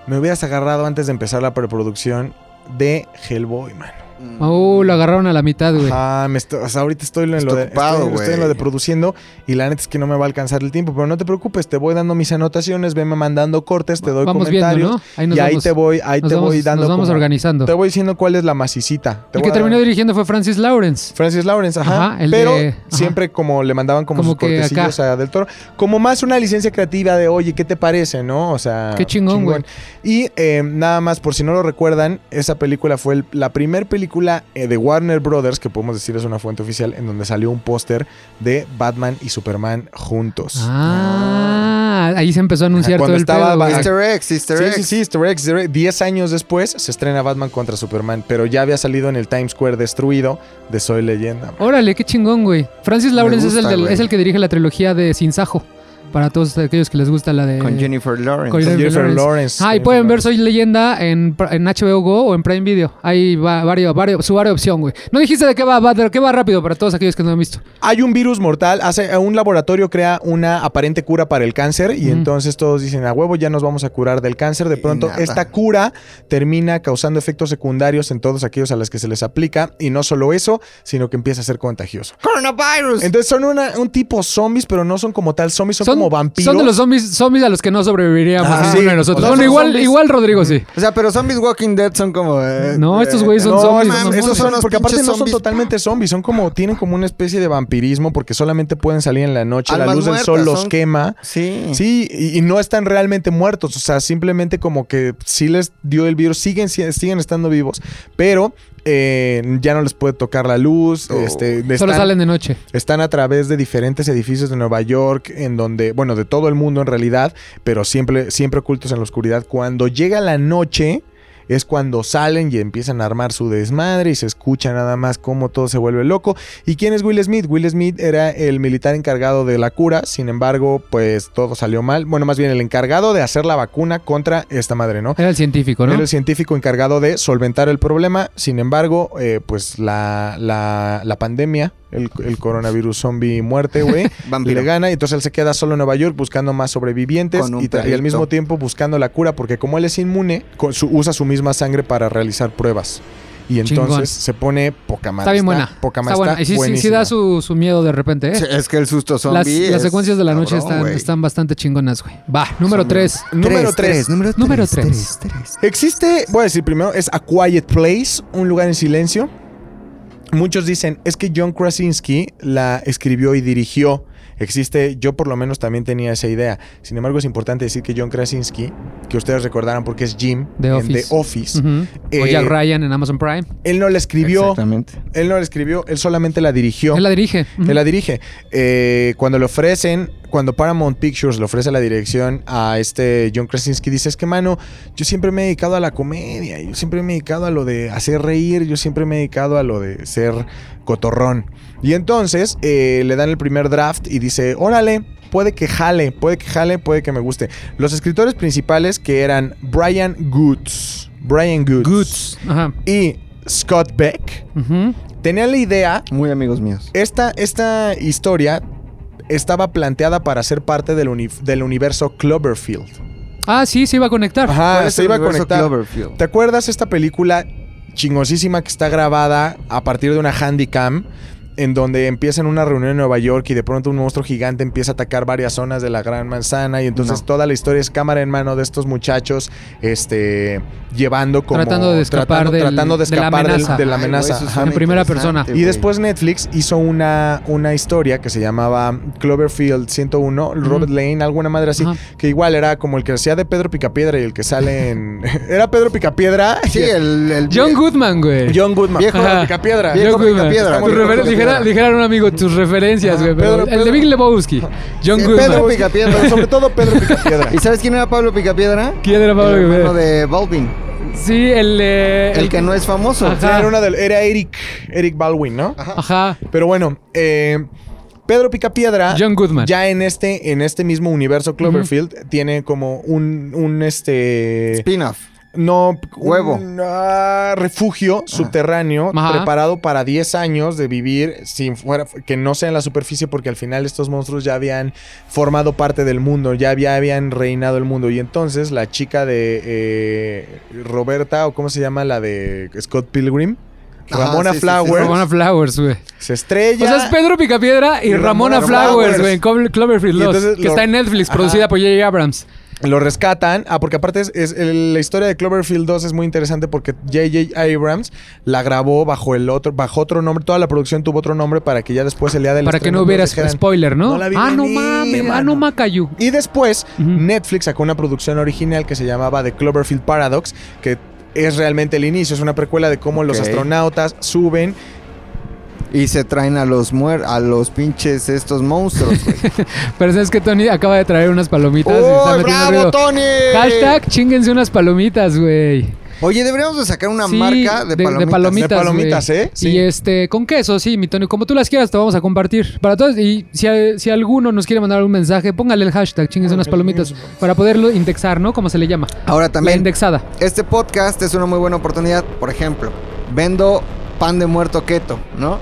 [SPEAKER 1] Me hubieras agarrado antes de empezar la preproducción de Hellboy, mano.
[SPEAKER 2] Oh,
[SPEAKER 3] Mm.
[SPEAKER 2] lo agarraron a la mitad, güey.
[SPEAKER 1] Ajá, me estoy- o sea, ahorita estoy en, lo
[SPEAKER 3] Está
[SPEAKER 1] de,
[SPEAKER 3] ocupado,
[SPEAKER 1] estoy- estoy en lo
[SPEAKER 3] güey.
[SPEAKER 1] de produciendo y la neta es que no me va a alcanzar el tiempo. Pero no te preocupes, te voy dando mis anotaciones, venme mandando cortes, te doy
[SPEAKER 2] Vamos
[SPEAKER 1] comentarios.
[SPEAKER 2] viendo, ¿no? Ahí nos
[SPEAKER 1] y ahí
[SPEAKER 2] vamos,
[SPEAKER 1] te voy, ahí
[SPEAKER 2] nos
[SPEAKER 1] te
[SPEAKER 2] vamos-
[SPEAKER 1] voy dando.
[SPEAKER 2] nos vamos
[SPEAKER 1] como-
[SPEAKER 2] organizando.
[SPEAKER 1] Te voy diciendo cuál es la macicita. Te voy
[SPEAKER 2] el que
[SPEAKER 1] a-
[SPEAKER 2] terminó dirigiendo fue Francis Lawrence.
[SPEAKER 1] Francis Lawrence, ajá.
[SPEAKER 2] Ajá, el
[SPEAKER 1] pero
[SPEAKER 2] de- ajá.
[SPEAKER 1] siempre como le mandaban como,
[SPEAKER 2] Como
[SPEAKER 1] sus
[SPEAKER 2] que
[SPEAKER 1] cortecillos a Del Toro. Como más una licencia creativa de, oye, ¿qué te parece, no? O sea.
[SPEAKER 2] Qué chingón, güey.
[SPEAKER 1] Y eh, nada más, por si no lo recuerdan, esa película fue el- la primer película eh, de Warner Brothers, que podemos decir es una fuente oficial, en donde salió un póster de Batman y Superman juntos.
[SPEAKER 2] Ah, ahí se empezó a anunciar
[SPEAKER 1] Cuando
[SPEAKER 2] todo el
[SPEAKER 1] estaba
[SPEAKER 2] pedo, güey.
[SPEAKER 1] Ajá.
[SPEAKER 3] Easter eggs, Easter
[SPEAKER 1] Sí,
[SPEAKER 3] eggs.
[SPEAKER 1] sí, sí, Easter eggs, Easter eggs. Diez años después se estrena Batman contra Superman, pero ya había salido en el Times Square destruido de Soy Leyenda.
[SPEAKER 2] Órale, qué chingón, güey. Francis Lawrence es,
[SPEAKER 3] gusta,
[SPEAKER 2] el del-
[SPEAKER 3] güey.
[SPEAKER 2] es el que dirige la trilogía de Sin Sajo. Para todos aquellos que les gusta la de.
[SPEAKER 3] Con Jennifer Lawrence.
[SPEAKER 2] Con Jennifer
[SPEAKER 1] Jennifer
[SPEAKER 2] Lawrence.
[SPEAKER 1] Lawrence.
[SPEAKER 2] Ah, y
[SPEAKER 1] Jennifer
[SPEAKER 2] pueden ver
[SPEAKER 1] Lawrence.
[SPEAKER 2] Soy Leyenda en, pr- en HBO Go o en Prime Video. Hay va, varios, varios, su varia opción, güey. No dijiste de qué va, va- de qué va rápido para todos aquellos que no han visto.
[SPEAKER 1] Hay un virus mortal, hace un laboratorio crea una aparente cura para el cáncer y
[SPEAKER 2] Mm.
[SPEAKER 1] entonces todos dicen, a huevo, ya nos vamos a curar del cáncer. De
[SPEAKER 3] Y
[SPEAKER 1] pronto
[SPEAKER 3] nada.
[SPEAKER 1] esta cura termina causando efectos secundarios en todos aquellos a los que se les aplica y no solo eso, sino que empieza a ser contagioso.
[SPEAKER 3] Coronavirus.
[SPEAKER 1] Entonces son una- un tipo zombies, pero no son como tal zombies, son, como vampiros.
[SPEAKER 2] Pues Son de los zombies, zombies a los que no sobreviviríamos
[SPEAKER 1] Ah,
[SPEAKER 2] ninguno
[SPEAKER 1] sí.
[SPEAKER 2] de nosotros.
[SPEAKER 1] O sea,
[SPEAKER 2] bueno,
[SPEAKER 1] son
[SPEAKER 2] igual,
[SPEAKER 1] zombies.
[SPEAKER 2] igual Rodrigo, sí.
[SPEAKER 3] o sea, pero Zombies Walking Dead son como. eh,
[SPEAKER 2] No, estos güeyes son
[SPEAKER 1] no,
[SPEAKER 2] zombies.
[SPEAKER 1] mames,
[SPEAKER 2] son
[SPEAKER 1] esos
[SPEAKER 2] zombies.
[SPEAKER 1] son,
[SPEAKER 3] unos
[SPEAKER 1] porque aparte
[SPEAKER 3] pinches
[SPEAKER 1] no son
[SPEAKER 3] zombies.
[SPEAKER 1] totalmente zombies, son como, tienen como una especie de vampirismo porque solamente pueden salir en la noche, la
[SPEAKER 3] Almas
[SPEAKER 1] luz del
[SPEAKER 3] muertas,
[SPEAKER 1] sol los
[SPEAKER 3] son-
[SPEAKER 1] quema.
[SPEAKER 3] Sí.
[SPEAKER 1] Sí, y, y no están realmente muertos, o sea, simplemente como que sí les dio el virus, siguen, si- siguen estando vivos, pero eh, ya no les puede tocar la luz,
[SPEAKER 3] Oh.
[SPEAKER 1] este,
[SPEAKER 2] Solo
[SPEAKER 1] están,
[SPEAKER 2] salen de noche.
[SPEAKER 1] están a través de diferentes edificios de Nueva York, en donde, bueno, de todo el mundo en realidad, pero siempre, siempre ocultos en la oscuridad. Cuando llega la noche... Es cuando salen y empiezan a armar su desmadre y se escucha nada más cómo todo se vuelve loco. ¿Y quién es Will Smith? Will Smith era el militar encargado de la cura, sin embargo, pues todo salió mal. Bueno, más bien el encargado de hacer la vacuna contra esta madre, ¿no?
[SPEAKER 2] Era el científico, ¿no?
[SPEAKER 1] Era el científico encargado de solventar el problema. Sin embargo, eh, pues la, la- la pandemia, el, el coronavirus zombie muerte, güey,
[SPEAKER 3] Vampiro.
[SPEAKER 1] le gana. Y entonces él se queda solo en Nueva York buscando más sobrevivientes
[SPEAKER 3] Con un
[SPEAKER 1] y, ta- y al
[SPEAKER 3] perrito.
[SPEAKER 1] mismo tiempo buscando la cura, porque como él es inmune, con su- usa su misma sangre para realizar pruebas. Y entonces
[SPEAKER 2] Chingón.
[SPEAKER 1] se pone poca madre.
[SPEAKER 2] Está bien buena.
[SPEAKER 1] Poca
[SPEAKER 2] Está
[SPEAKER 1] madre.
[SPEAKER 2] buena.
[SPEAKER 1] está
[SPEAKER 2] Y sí, sí, sí
[SPEAKER 1] buenísima.
[SPEAKER 2] da su, su miedo de repente, ¿eh?
[SPEAKER 3] Sí, Es que el susto zombie.
[SPEAKER 2] las, las
[SPEAKER 3] es
[SPEAKER 2] secuencias de la noche
[SPEAKER 3] cabrón,
[SPEAKER 2] están,
[SPEAKER 3] güey.
[SPEAKER 2] están bastante chingonas, güey. Va, número
[SPEAKER 3] Son-
[SPEAKER 2] 3.
[SPEAKER 1] Número
[SPEAKER 3] Tres,
[SPEAKER 1] 3.
[SPEAKER 3] tres, Número tres.
[SPEAKER 2] Número tres.
[SPEAKER 3] tres, tres.
[SPEAKER 1] Existe, voy a decir primero, es A Quiet Place, un lugar en silencio. Muchos dicen, es que John Krasinski la escribió y dirigió. Existe, yo por lo menos también tenía esa idea. Sin embargo, es importante decir que John Krasinski, que ustedes recordarán porque es Jim
[SPEAKER 2] The
[SPEAKER 1] en
[SPEAKER 2] Office.
[SPEAKER 1] The Office,
[SPEAKER 2] Ujú. o
[SPEAKER 1] Eh,
[SPEAKER 2] Jack Ryan en Amazon Prime.
[SPEAKER 1] él no la escribió,
[SPEAKER 3] Exactamente.
[SPEAKER 1] él no la escribió, él solamente la dirigió.
[SPEAKER 2] Él la dirige. Ujú.
[SPEAKER 1] Él la dirige. Eh, cuando le ofrecen, cuando Paramount Pictures le ofrece la dirección a este John Krasinski, dice, es que, mano, yo siempre me he dedicado a la comedia, yo siempre me he dedicado a lo de hacer reír, yo siempre me he dedicado a lo de ser cotorrón. Y entonces eh, le dan el primer draft y dice, órale, puede que jale, puede que jale, puede que me guste. Los escritores principales que eran Brian Goods, Brian Goods,
[SPEAKER 2] Goods. Ajá.
[SPEAKER 1] y Scott Beck,
[SPEAKER 2] Ujú.
[SPEAKER 1] tenían la idea
[SPEAKER 3] Muy amigos míos.
[SPEAKER 1] esta, esta historia estaba planteada para ser parte del, uni- del universo Cloverfield.
[SPEAKER 2] Ah, sí, se iba a conectar.
[SPEAKER 1] Ajá,
[SPEAKER 3] ¿Cuál es
[SPEAKER 1] Ah, se
[SPEAKER 3] el
[SPEAKER 1] iba a
[SPEAKER 3] universo
[SPEAKER 1] conectar.
[SPEAKER 3] Cloverfield?
[SPEAKER 1] ¿Te acuerdas esta película chingosísima que está grabada a partir de una handycam? En donde empiezan una reunión en Nueva York y de pronto un monstruo gigante empieza a atacar varias zonas de la Gran Manzana. Y entonces
[SPEAKER 3] No.
[SPEAKER 1] toda la historia es cámara en mano de estos muchachos, este, llevando como.
[SPEAKER 2] Tratando de escapar
[SPEAKER 1] tratando,
[SPEAKER 2] del-
[SPEAKER 1] tratando de
[SPEAKER 2] de la
[SPEAKER 1] escapar del-
[SPEAKER 2] amenaza.
[SPEAKER 1] de la
[SPEAKER 3] Ay, güey,
[SPEAKER 1] amenaza.
[SPEAKER 3] eso
[SPEAKER 1] Ajá.
[SPEAKER 3] suena
[SPEAKER 2] En primera
[SPEAKER 3] interesante,
[SPEAKER 2] persona.
[SPEAKER 1] Y
[SPEAKER 3] güey.
[SPEAKER 1] después Netflix hizo una, una historia que se llamaba Cloverfield 101, Robert Lane, alguna madre así,
[SPEAKER 2] Ajá.
[SPEAKER 1] que igual era como el que hacía de Pedro Picapiedra y el que sale en... era Pedro Picapiedra.
[SPEAKER 3] Sí, el. el
[SPEAKER 2] John Goodman, güey.
[SPEAKER 1] John Goodman.
[SPEAKER 3] Viejo
[SPEAKER 2] Ajá.
[SPEAKER 1] Picapiedra.
[SPEAKER 3] Viejo
[SPEAKER 2] John Goodman.
[SPEAKER 3] Picapiedra,
[SPEAKER 2] Tus
[SPEAKER 3] güey.
[SPEAKER 2] refer-
[SPEAKER 3] Picapiedra.
[SPEAKER 2] dijera, dijera un amigo tus referencias, güey. pero
[SPEAKER 1] Pedro,
[SPEAKER 2] el de
[SPEAKER 1] Pedro.
[SPEAKER 2] Big Lebowski. John
[SPEAKER 3] Sí,
[SPEAKER 2] Goodman.
[SPEAKER 3] Eh, Pedro Picapiedra.
[SPEAKER 1] Sobre todo Pedro Picapiedra.
[SPEAKER 3] ¿Y sabes quién era Pablo Picapiedra?
[SPEAKER 2] ¿Quién era Pablo
[SPEAKER 3] el hermano
[SPEAKER 2] Picapiedra?
[SPEAKER 3] de Baldwin.
[SPEAKER 2] Sí, el. eh,
[SPEAKER 3] El que no es famoso.
[SPEAKER 2] Ajá.
[SPEAKER 1] era, una del- era Eric, Eric Baldwin, ¿no?
[SPEAKER 2] Ajá.
[SPEAKER 1] Pero bueno, eh, Pedro Picapiedra...
[SPEAKER 2] John Goodman.
[SPEAKER 1] Ya en este, en este mismo universo Cloverfield tiene como un, un este
[SPEAKER 3] Spin-off.
[SPEAKER 1] No, un,
[SPEAKER 3] Huevo.
[SPEAKER 1] ah, refugio subterráneo
[SPEAKER 2] Ajá.
[SPEAKER 1] preparado para 10 años de vivir sin fuera, que no sea en la superficie, porque al final estos monstruos ya habían formado parte del mundo, ya, había- habían reinado el mundo. Y entonces la chica de eh, Roberta, o cómo se llama la de Scott Pilgrim,
[SPEAKER 3] Ajá,
[SPEAKER 1] Ramona
[SPEAKER 3] sí, Pues sí, sí,
[SPEAKER 1] Flowers,
[SPEAKER 2] Ramona Flowers, güey.
[SPEAKER 1] se estrella.
[SPEAKER 2] O sea, es Pedro Picapiedra y,
[SPEAKER 1] Y
[SPEAKER 2] Ramona,
[SPEAKER 1] Ramona
[SPEAKER 2] Flowers,
[SPEAKER 1] Flowers.
[SPEAKER 2] güey, en Clo- Cloverfield
[SPEAKER 1] Y
[SPEAKER 2] 2,
[SPEAKER 1] entonces
[SPEAKER 2] que
[SPEAKER 1] lo-
[SPEAKER 2] está en Netflix,
[SPEAKER 1] Ajá.
[SPEAKER 2] producida por J.J. Abrams.
[SPEAKER 1] Lo rescatan. Ah, porque aparte es, es- el- la historia de Cloverfield 2 es muy interesante porque J.J. Abrams la grabó bajo el otro, bajo otro nombre. Toda la producción tuvo otro nombre para que ya después el día del
[SPEAKER 2] Para que
[SPEAKER 1] estreno
[SPEAKER 2] no
[SPEAKER 1] nos
[SPEAKER 2] hubiera
[SPEAKER 1] dijeran-
[SPEAKER 2] spoiler, ¿no?
[SPEAKER 1] No la vi
[SPEAKER 2] ah, no
[SPEAKER 1] venir,
[SPEAKER 2] mames, ah,
[SPEAKER 1] mano.
[SPEAKER 2] no Macayu.
[SPEAKER 1] Y después
[SPEAKER 2] Ujú.
[SPEAKER 1] Netflix sacó una producción original que se llamaba The Cloverfield Paradox, que es realmente el inicio, es una precuela de cómo los
[SPEAKER 3] Ok.
[SPEAKER 1] astronautas suben.
[SPEAKER 3] Y se traen a los muer a los pinches estos monstruos, güey.
[SPEAKER 2] Pero sabes que Tony acaba de traer unas palomitas y
[SPEAKER 1] ¡Oh,
[SPEAKER 2] está
[SPEAKER 3] ¡Uy,
[SPEAKER 2] metiendo
[SPEAKER 3] bravo,
[SPEAKER 2] ruido.
[SPEAKER 3] Tony!
[SPEAKER 2] Hashtag chinguense unas palomitas, güey.
[SPEAKER 3] Oye, deberíamos de sacar una
[SPEAKER 2] Sí,
[SPEAKER 3] marca de,
[SPEAKER 2] de- de
[SPEAKER 3] palomitas.
[SPEAKER 2] palomitas.
[SPEAKER 1] De palomitas,
[SPEAKER 2] güey.
[SPEAKER 1] ¿eh? Sí.
[SPEAKER 2] Y este, con queso, sí, mi Tony. Como tú las quieras, te vamos a compartir. Para todos, y si, si alguno nos quiere mandar algún mensaje, póngale el hashtag chinguense unas palomitas para poderlo indexar, ¿no? Como se le llama.
[SPEAKER 3] Ahora
[SPEAKER 2] La
[SPEAKER 3] también,
[SPEAKER 2] indexada.
[SPEAKER 3] este podcast es una muy buena oportunidad. Por ejemplo, vendo pan de muerto keto, ¿no?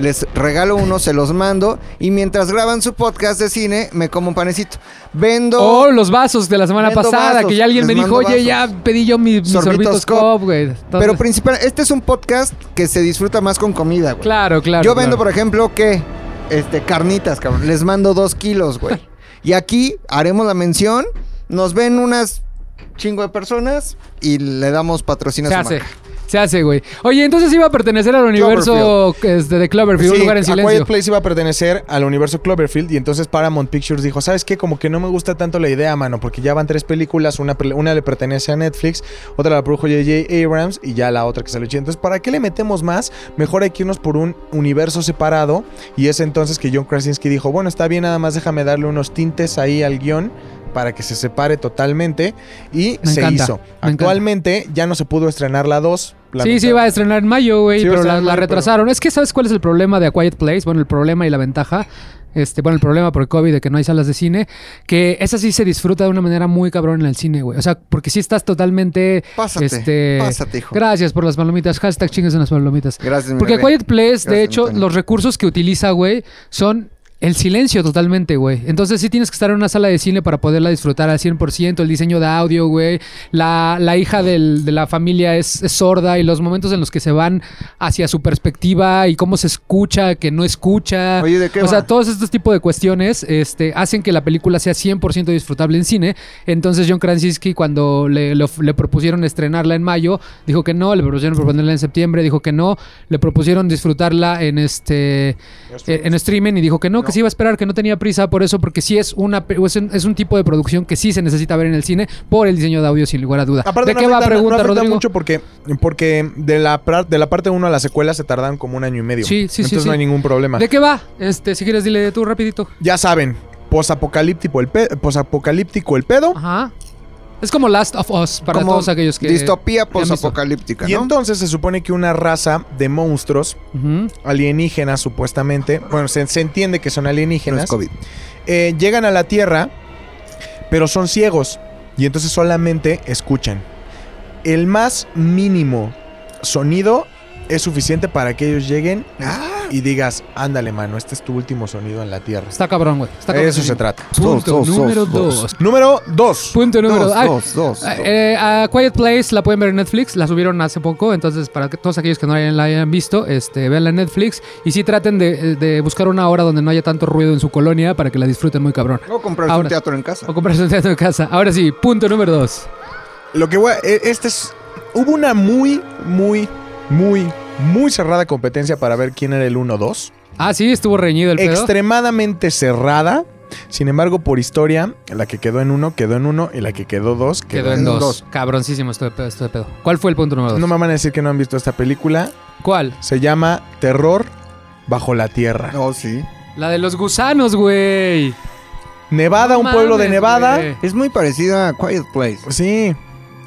[SPEAKER 3] Les regalo uno, se los mando. Y mientras graban su podcast de cine, me como un panecito. Vendo.
[SPEAKER 2] Oh, los vasos de la semana
[SPEAKER 3] Vendo
[SPEAKER 2] pasada,
[SPEAKER 3] vasos,
[SPEAKER 2] que ya alguien me
[SPEAKER 3] les
[SPEAKER 2] dijo,
[SPEAKER 3] mando
[SPEAKER 2] oye,
[SPEAKER 3] vasos".
[SPEAKER 2] ya pedí yo mi- mis
[SPEAKER 3] Sorbitos
[SPEAKER 2] sorbitos
[SPEAKER 3] Cop.
[SPEAKER 2] cop, güey. Entonces-
[SPEAKER 3] pero principal, este es un podcast que se disfruta más con comida, güey.
[SPEAKER 2] Claro, claro.
[SPEAKER 3] Yo vendo,
[SPEAKER 2] claro.
[SPEAKER 3] por ejemplo, ¿qué? Este, carnitas, cabrón. Les mando dos kilos, güey. Y aquí haremos la mención. Nos ven unas chingo de personas y le damos patrocinio
[SPEAKER 2] Se
[SPEAKER 3] a su
[SPEAKER 2] hace.
[SPEAKER 3] marca.
[SPEAKER 2] Se hace, güey. Oye, entonces iba a pertenecer al universo este, de Cloverfield, un
[SPEAKER 1] Sí,
[SPEAKER 2] lugar en
[SPEAKER 1] a Quiet
[SPEAKER 2] silencio.
[SPEAKER 1] Place iba a pertenecer al universo Cloverfield y entonces Paramount Pictures dijo, ¿sabes qué? Como que no me gusta tanto la idea, mano, porque ya van tres películas, una, pre- una le pertenece a Netflix, otra la produjo J.J. Abrams y ya la otra que salió chida. Entonces, ¿para qué le metemos más? Mejor hay que irnos por un universo separado y es entonces que John Krasinski dijo, bueno, está bien, nada más déjame darle unos tintes ahí al guión para que se separe totalmente y
[SPEAKER 2] Me
[SPEAKER 1] se
[SPEAKER 2] encanta,
[SPEAKER 1] hizo.
[SPEAKER 2] me encanta.
[SPEAKER 1] Actualmente ya no se pudo estrenar la 2.
[SPEAKER 2] Sí, sí, va a estrenar en mayo, güey,
[SPEAKER 1] Sí, va a
[SPEAKER 2] pero la,
[SPEAKER 1] estrenar en
[SPEAKER 2] la
[SPEAKER 1] mayo,
[SPEAKER 2] retrasaron. Es que, ¿sabes cuál es el problema de A Quiet Place? Bueno, el problema y la ventaja. Este, bueno, el problema por COVID de que no hay salas de cine, que esa sí se disfruta de una manera muy cabrón en el cine, güey. O sea, porque sí estás totalmente.
[SPEAKER 3] Pásate,
[SPEAKER 2] este,
[SPEAKER 3] pásate, hijo.
[SPEAKER 2] Gracias por las palomitas. Hashtag chingues en las palomitas.
[SPEAKER 3] Gracias, mi
[SPEAKER 2] Porque
[SPEAKER 3] bebé.
[SPEAKER 2] Quiet Place, de
[SPEAKER 3] Gracias,
[SPEAKER 2] hecho,
[SPEAKER 3] Antonio.
[SPEAKER 2] los recursos que utiliza, güey, son el silencio totalmente, güey. Entonces sí tienes que estar en una sala de cine para poderla disfrutar al 100%, el diseño de audio, güey. La, la hija del- de la familia es, es sorda y los momentos en los que se van hacia su perspectiva y cómo se escucha, que no escucha.
[SPEAKER 3] Oye, ¿de qué
[SPEAKER 2] o sea,
[SPEAKER 3] va?
[SPEAKER 2] todos estos tipos de cuestiones este, hacen que la película sea 100% disfrutable en cine. Entonces John Krasinski cuando le, le of- le propusieron estrenarla en mayo, dijo que no, le propusieron proponerla en septiembre, dijo que no, le propusieron disfrutarla en este eh, en streaming y dijo que no, que se iba a esperar, que no tenía prisa por eso, porque sí es una pe- es un, es un tipo de producción que sí se necesita ver en el cine por el diseño de audio, sin lugar a duda.
[SPEAKER 1] Aparte,
[SPEAKER 2] ¿De
[SPEAKER 1] no
[SPEAKER 2] qué va
[SPEAKER 1] afecta-
[SPEAKER 2] a
[SPEAKER 1] no
[SPEAKER 2] preguntar,
[SPEAKER 1] afecta
[SPEAKER 2] Rodrigo?
[SPEAKER 1] mucho porque, porque de, la, pra- de la parte 1 a la secuela se tardan como un año y medio.
[SPEAKER 2] Sí, sí, sí,
[SPEAKER 1] Entonces
[SPEAKER 2] sí.
[SPEAKER 1] no hay ningún problema.
[SPEAKER 2] ¿De qué va? Este, si quieres, dile tú rapidito.
[SPEAKER 1] Ya saben, posapocalíptico el, pe- posapocalíptico el pedo.
[SPEAKER 2] Ajá. Es como Last of Us para
[SPEAKER 3] Como
[SPEAKER 2] todos aquellos que.
[SPEAKER 3] Distopía
[SPEAKER 2] que han visto. Ah,
[SPEAKER 3] posapocalíptica,
[SPEAKER 1] Y
[SPEAKER 3] ¿no?
[SPEAKER 1] entonces se supone que una raza de monstruos
[SPEAKER 2] Ujú.
[SPEAKER 1] alienígenas, supuestamente, bueno, se, se entiende que son
[SPEAKER 3] No
[SPEAKER 1] alienígenas,
[SPEAKER 3] es COVID.
[SPEAKER 1] eh, llegan a la Tierra, pero son ciegos y entonces solamente escuchan. El más mínimo sonido es suficiente para que ellos lleguen
[SPEAKER 3] Ah,
[SPEAKER 1] y digas, ándale, mano, este es tu último sonido en la Tierra.
[SPEAKER 2] Está cabrón, güey. Está
[SPEAKER 1] De
[SPEAKER 2] cabrón.
[SPEAKER 1] eso se trata.
[SPEAKER 2] Punto
[SPEAKER 3] Dos, dos,
[SPEAKER 2] número
[SPEAKER 3] dos,
[SPEAKER 2] dos.
[SPEAKER 3] dos.
[SPEAKER 1] Número 2.
[SPEAKER 2] Punto número
[SPEAKER 3] dos,
[SPEAKER 2] dos. Ay,
[SPEAKER 3] dos, dos,
[SPEAKER 2] Ah,
[SPEAKER 3] dos.
[SPEAKER 2] eh, a Quiet Place la pueden ver en Netflix, la subieron hace poco, entonces para que todos aquellos que no hayan- la hayan visto, este, véanla en Netflix y sí traten de, de buscar una hora donde no haya tanto ruido en su colonia para que la disfruten muy cabrón.
[SPEAKER 3] O comprar
[SPEAKER 2] Ahora.
[SPEAKER 3] un teatro en casa.
[SPEAKER 2] O comprarse un teatro de casa. Ahora sí, punto número dos.
[SPEAKER 1] Lo que voy a, e- este es hubo una muy muy muy muy cerrada competencia para ver quién era el 1-2.
[SPEAKER 2] Ah, sí, estuvo reñido el pedo.
[SPEAKER 1] Extremadamente cerrada. Sin embargo, por historia, la que quedó en 1 quedó en 1 y la que quedó 2
[SPEAKER 2] Quedó en dos. Cabroncísimo esto de pedo, esto de pedo. ¿Cuál fue el punto número dos?
[SPEAKER 1] No me van a decir que no han visto esta película.
[SPEAKER 2] ¿Cuál?
[SPEAKER 1] Se llama Terror bajo la tierra.
[SPEAKER 3] No, sí.
[SPEAKER 2] La de los gusanos, güey.
[SPEAKER 1] Nevada,
[SPEAKER 2] No
[SPEAKER 1] un pueblo de
[SPEAKER 2] mames,
[SPEAKER 1] Nevada.
[SPEAKER 2] güey.
[SPEAKER 3] Es muy parecida a Quiet Place.
[SPEAKER 1] Sí,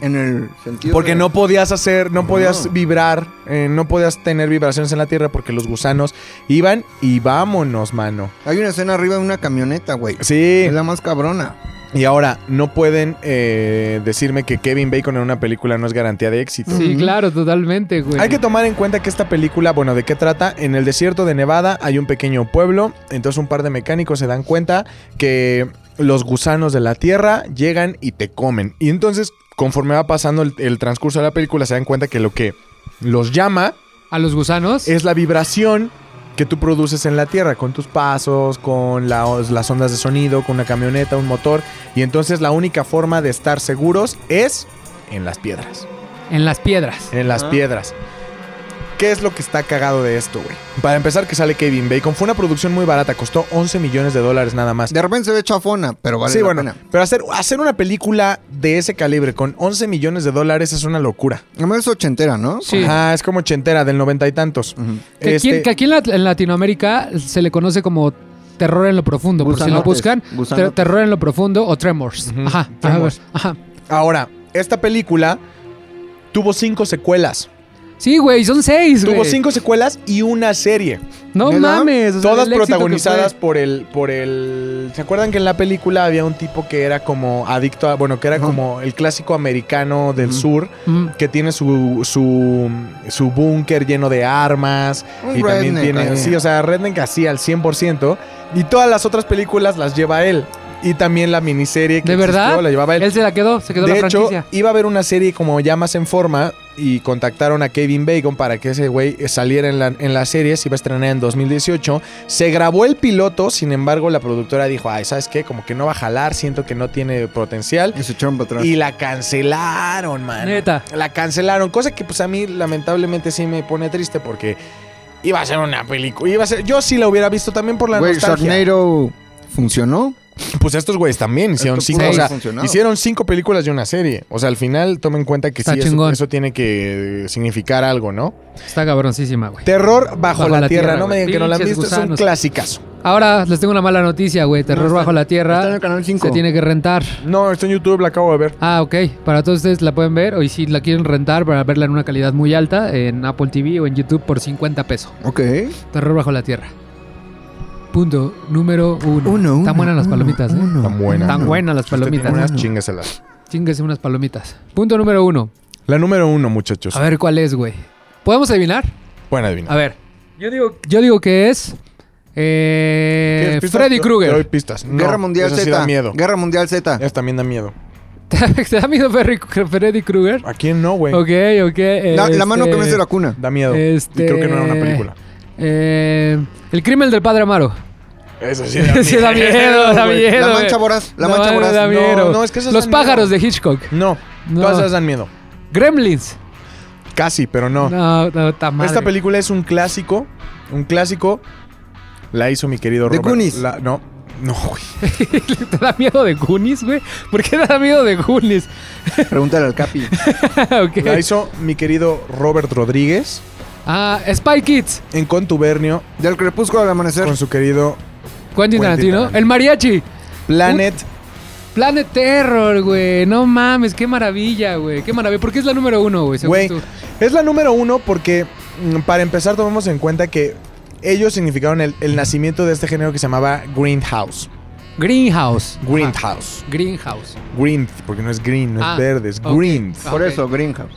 [SPEAKER 3] En el sentido.
[SPEAKER 1] porque
[SPEAKER 3] de-
[SPEAKER 1] no podías hacer, no podías
[SPEAKER 3] No.
[SPEAKER 1] vibrar, eh, no podías tener vibraciones en la tierra porque los gusanos iban y vámonos, mano.
[SPEAKER 3] Hay una escena arriba de una camioneta, güey.
[SPEAKER 1] Sí.
[SPEAKER 3] Es la más cabrona.
[SPEAKER 1] Y ahora, no pueden eh, decirme que Kevin Bacon en una película no es garantía de éxito.
[SPEAKER 2] Sí,
[SPEAKER 3] Ujú.
[SPEAKER 2] claro, totalmente, güey.
[SPEAKER 1] Hay que tomar en cuenta que esta película, bueno, ¿de qué trata? En el desierto de Nevada hay un pequeño pueblo, entonces un par de mecánicos se dan cuenta que los gusanos de la tierra llegan y te comen. Y entonces, conforme va pasando el, el transcurso de la película, se dan cuenta que lo que los llama
[SPEAKER 2] A los gusanos.
[SPEAKER 1] es la vibración que tú produces en la tierra con tus pasos, con la os- las ondas de sonido, con una camioneta, un motor. Y entonces la única forma de estar seguros es en las piedras.
[SPEAKER 2] En las piedras.
[SPEAKER 1] En las
[SPEAKER 3] Ah.
[SPEAKER 1] piedras. ¿Qué es lo que está cagado de esto, güey? Para empezar, que sale Kevin Bacon. Fue una producción muy barata, costó 11 millones de dólares nada más.
[SPEAKER 3] De repente se ve chafona, pero vale
[SPEAKER 1] sí,
[SPEAKER 3] la
[SPEAKER 1] bueno,
[SPEAKER 3] pena.
[SPEAKER 1] pero hacer, hacer una película de ese calibre con 11 millones de dólares es una locura.
[SPEAKER 3] Además es ochentera, ¿no?
[SPEAKER 2] Sí.
[SPEAKER 1] Ajá, es como ochentera, del noventa y tantos.
[SPEAKER 3] Ujú.
[SPEAKER 2] Que, aquí,
[SPEAKER 1] Este-
[SPEAKER 2] que aquí en, la- en Latinoamérica se le conoce como terror en lo profundo, por si lo
[SPEAKER 3] Gusanotes,
[SPEAKER 2] buscan.
[SPEAKER 3] gusanotes.
[SPEAKER 2] ter- terror en lo profundo o tremors.
[SPEAKER 1] Ujú,
[SPEAKER 2] Ajá,
[SPEAKER 1] tremors.
[SPEAKER 2] ajá.
[SPEAKER 1] Ahora, esta película tuvo cinco secuelas.
[SPEAKER 2] Sí, güey, son seis, güey.
[SPEAKER 1] Tuvo cinco secuelas y una serie.
[SPEAKER 2] No
[SPEAKER 3] ¿Neta?
[SPEAKER 2] mames. o sea,
[SPEAKER 1] Todas
[SPEAKER 2] el éxito que
[SPEAKER 1] protagonizadas
[SPEAKER 2] fue.
[SPEAKER 1] por el, por el. ¿Se acuerdan que en la película había un tipo que era como adicto a. Bueno, que era
[SPEAKER 3] Ajá.
[SPEAKER 1] como el clásico americano del
[SPEAKER 3] Ujú.
[SPEAKER 1] sur,
[SPEAKER 2] Mm,
[SPEAKER 1] que tiene su. su. su búnker lleno de armas.
[SPEAKER 3] Un
[SPEAKER 1] y también
[SPEAKER 3] redneck,
[SPEAKER 1] tiene.
[SPEAKER 3] ahí.
[SPEAKER 1] Sí, o sea, Redneck así al 100%. Y todas las otras películas las lleva él. Y también la miniserie que
[SPEAKER 2] ¿De
[SPEAKER 1] existió
[SPEAKER 2] verdad?
[SPEAKER 1] la llevaba él.
[SPEAKER 2] Él se la quedó, se quedó
[SPEAKER 1] de
[SPEAKER 2] la
[SPEAKER 1] hecho,
[SPEAKER 2] franquicia.
[SPEAKER 1] iba a haber una serie como ya más en forma y contactaron a Kevin Bacon para que ese güey eh, saliera en la, en la serie, se iba a estrenar en 2018. Se grabó el piloto, sin embargo la productora dijo, ay, ¿sabes qué? Como que no va a jalar, siento que no tiene potencial.
[SPEAKER 3] Y se echaron para atrás.
[SPEAKER 1] Y la cancelaron, man.
[SPEAKER 2] Neta.
[SPEAKER 1] La cancelaron, cosa que pues a mí lamentablemente sí me pone triste porque iba a ser una película, iba a ser, yo sí la hubiera visto también por la
[SPEAKER 3] Güey,
[SPEAKER 1] nostalgia.
[SPEAKER 3] Sharknado funcionó.
[SPEAKER 1] Pues estos güeyes también hicieron
[SPEAKER 3] Esto
[SPEAKER 1] cinco,
[SPEAKER 3] pudo
[SPEAKER 1] o sea,
[SPEAKER 3] haber funcionado.
[SPEAKER 1] Hicieron cinco películas de una serie. O sea, al final tomen en cuenta que
[SPEAKER 2] Está
[SPEAKER 1] sí, eso,
[SPEAKER 2] chingón.
[SPEAKER 1] eso tiene que eh, significar algo, ¿no?
[SPEAKER 2] Está cabroncísima, güey.
[SPEAKER 1] Terror bajo, la, tierra. No me
[SPEAKER 2] güey.
[SPEAKER 1] digan que no la han
[SPEAKER 2] Pinches
[SPEAKER 1] visto. Es un
[SPEAKER 2] gusanos.
[SPEAKER 1] clasicazo.
[SPEAKER 2] Ahora les tengo una mala noticia, güey. Terror
[SPEAKER 3] No, está-
[SPEAKER 2] bajo la
[SPEAKER 3] Está en
[SPEAKER 2] tierra
[SPEAKER 3] el canal 5.
[SPEAKER 2] se tiene que rentar.
[SPEAKER 1] No, está en YouTube, la acabo de ver.
[SPEAKER 2] Ah, ok. Para todos ustedes la pueden ver. O y si la quieren rentar para verla en una calidad muy alta, en Apple TV o en YouTube por 50 pesos.
[SPEAKER 3] Ok.
[SPEAKER 2] Terror bajo la tierra. Punto número uno.
[SPEAKER 3] Uno, uno.
[SPEAKER 2] Tan buenas las
[SPEAKER 3] uno,
[SPEAKER 2] palomitas, ¿eh?
[SPEAKER 3] uno,
[SPEAKER 1] Tan buena.
[SPEAKER 2] Tan
[SPEAKER 3] uno.
[SPEAKER 2] buenas las
[SPEAKER 1] Si usted tiene
[SPEAKER 2] palomitas.
[SPEAKER 1] unas
[SPEAKER 2] Unas
[SPEAKER 1] chingaselas.
[SPEAKER 2] Chíngase unas palomitas. Punto número uno.
[SPEAKER 1] La número uno, muchachos.
[SPEAKER 3] Pues
[SPEAKER 2] A ver cuál es, güey. ¿Podemos adivinar?
[SPEAKER 1] Buena adivinanza.
[SPEAKER 2] A ver. Yo digo, yo digo que es. eh,
[SPEAKER 1] ¿Quieres pistas?
[SPEAKER 2] Freddy
[SPEAKER 1] Te- Te doy
[SPEAKER 2] Krueger.
[SPEAKER 1] pistas. No,
[SPEAKER 3] Guerra Mundial
[SPEAKER 1] esa
[SPEAKER 3] Z.
[SPEAKER 1] sí da miedo. Este-
[SPEAKER 3] Guerra Mundial Z.
[SPEAKER 1] Esa también da miedo.
[SPEAKER 2] ¿Te da miedo Ferry- Freddy Krueger?
[SPEAKER 1] ¿A quién no, güey?
[SPEAKER 2] Ok, ok.
[SPEAKER 3] La, la mano que
[SPEAKER 2] este,
[SPEAKER 3] me hace la cuna.
[SPEAKER 1] Da miedo.
[SPEAKER 2] Este-
[SPEAKER 1] Y creo que no era una película.
[SPEAKER 2] eh, el crimen del padre Amaro.
[SPEAKER 1] Eso sí da
[SPEAKER 2] Sí, da
[SPEAKER 1] miedo.
[SPEAKER 2] miedo, da
[SPEAKER 1] güey.
[SPEAKER 2] miedo.
[SPEAKER 3] La
[SPEAKER 2] güey.
[SPEAKER 3] mancha voraz. La
[SPEAKER 2] No,
[SPEAKER 3] mancha voraz.
[SPEAKER 2] da
[SPEAKER 1] no,
[SPEAKER 2] miedo.
[SPEAKER 1] no, es que esas
[SPEAKER 2] Los
[SPEAKER 1] dan miedo.
[SPEAKER 2] pájaros de Hitchcock.
[SPEAKER 1] No,
[SPEAKER 2] No.
[SPEAKER 1] todas esas dan miedo.
[SPEAKER 2] Gremlins.
[SPEAKER 1] Casi, pero no.
[SPEAKER 2] No, no, está mal.
[SPEAKER 1] Esta película es un clásico, un clásico La hizo mi querido
[SPEAKER 3] The
[SPEAKER 1] Robert.
[SPEAKER 3] Goonies.
[SPEAKER 1] La- no, no, güey.
[SPEAKER 2] ¿Te da miedo de Goonies, güey? ¿Por qué te da miedo de Goonies?
[SPEAKER 3] Pregúntale al Capi.
[SPEAKER 2] Ok.
[SPEAKER 1] La hizo mi querido Robert Rodríguez
[SPEAKER 2] Ah, Spy Kids,
[SPEAKER 1] en contubernio
[SPEAKER 3] Del crepúsculo al amanecer.
[SPEAKER 1] con su querido
[SPEAKER 2] Quentin
[SPEAKER 1] Quentin
[SPEAKER 2] Tarantino.
[SPEAKER 1] Tarantino.
[SPEAKER 2] El mariachi.
[SPEAKER 1] Planet.
[SPEAKER 2] Planet Terror, güey. No mames, qué maravilla, güey. Qué maravilla. ¿Por qué es la número uno, güey? según
[SPEAKER 1] Güey,
[SPEAKER 2] tú?
[SPEAKER 1] es la número uno porque, mm, para empezar, tomemos en cuenta que ellos significaron el, el nacimiento de este género que se llamaba Greenhouse.
[SPEAKER 2] Greenhouse.
[SPEAKER 1] Greenhouse.
[SPEAKER 2] Ah, Greenhouse.
[SPEAKER 1] Green, porque no es green, no
[SPEAKER 2] Ah,
[SPEAKER 1] es verde, es
[SPEAKER 2] ok.
[SPEAKER 1] green.
[SPEAKER 2] Ah,
[SPEAKER 3] Por
[SPEAKER 2] ok.
[SPEAKER 3] eso, Greenhouse.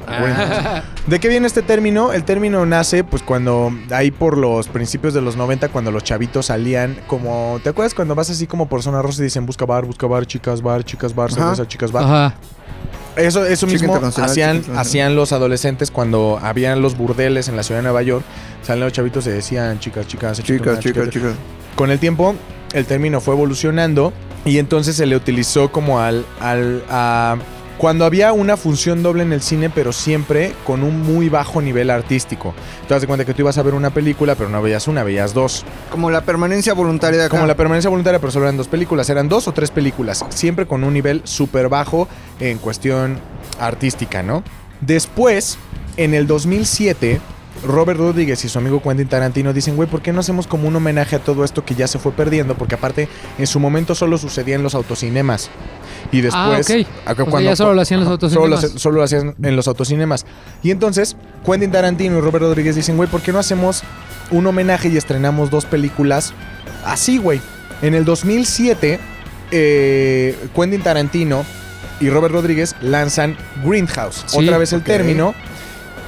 [SPEAKER 1] ¿De qué viene este término? El término nace pues cuando ahí por los principios de los 90 cuando los chavitos salían como ¿te acuerdas cuando vas así como por zona rosa y dicen busca bar, busca bar, chicas bar, chicas bar,
[SPEAKER 3] Ajá.
[SPEAKER 1] cerveza, chicas bar?
[SPEAKER 2] Ajá.
[SPEAKER 1] Eso eso
[SPEAKER 3] Chica
[SPEAKER 1] mismo
[SPEAKER 3] internacional, chica
[SPEAKER 1] hacían
[SPEAKER 3] internacional.
[SPEAKER 1] hacían los adolescentes cuando habían los burdeles en la ciudad de Nueva York, salían los chavitos y decían chicas, chicas,
[SPEAKER 3] Chicas, chicas, chicas.
[SPEAKER 1] Con el tiempo el término fue evolucionando y entonces se le utilizó como al al a- cuando había una función doble en el cine, pero siempre con un muy bajo nivel artístico. Te das de cuenta que tú ibas a ver una película, pero no veías una, veías dos.
[SPEAKER 3] Como la permanencia voluntaria de acá.
[SPEAKER 1] Como la permanencia voluntaria, pero solo eran dos películas. Eran dos o tres películas, siempre con un nivel súper bajo en cuestión artística, ¿no? Después, en el 2007, Robert Rodríguez y su amigo Quentin Tarantino dicen, güey, ¿por qué no hacemos como un homenaje a todo esto que ya se fue perdiendo? Porque aparte, en su momento solo sucedía en los autocinemas. Y después...
[SPEAKER 2] Ah, ok.
[SPEAKER 1] acá
[SPEAKER 2] O sea, ya solo lo hacían los
[SPEAKER 1] Ajá,
[SPEAKER 2] autocinemas.
[SPEAKER 1] Solo, lo- solo lo hacían en los autocinemas. Y entonces, Quentin Tarantino y Robert Rodríguez dicen, güey, ¿por qué no hacemos un homenaje y estrenamos dos películas así, güey? En el 2007, eh, Quentin Tarantino y Robert Rodríguez lanzan Greenhouse.
[SPEAKER 2] Sí,
[SPEAKER 1] Otra vez el
[SPEAKER 3] ok.
[SPEAKER 1] término.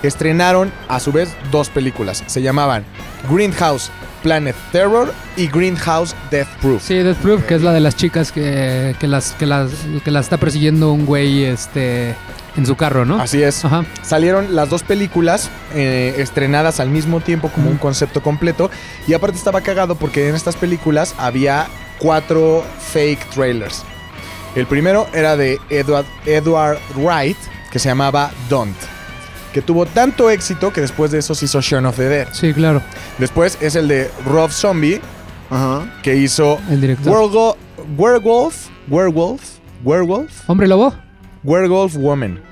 [SPEAKER 1] Estrenaron, a su vez, dos películas. Se llamaban Greenhouse Planet Terror y Greenhouse Death Proof.
[SPEAKER 2] Sí, Death Proof, que es la de las chicas que, que las, que las que las está persiguiendo un güey este, en su carro, ¿no?
[SPEAKER 1] Así es.
[SPEAKER 2] Ajá.
[SPEAKER 1] Salieron las dos películas eh, estrenadas al mismo tiempo como un concepto completo. Y aparte estaba cagado porque en estas películas había cuatro fake trailers. El primero era de Edward, Edward Wright, que se llamaba Don't. Que tuvo tanto éxito que después de eso se hizo Shaun of the Dead.
[SPEAKER 2] Sí, claro.
[SPEAKER 1] Después es el de Rob Zombie,
[SPEAKER 3] Ajá.
[SPEAKER 1] que hizo
[SPEAKER 2] El director.
[SPEAKER 1] Werego- Werewolf, Werewolf, Werewolf,
[SPEAKER 2] Hombre lobo,
[SPEAKER 1] Werewolf Woman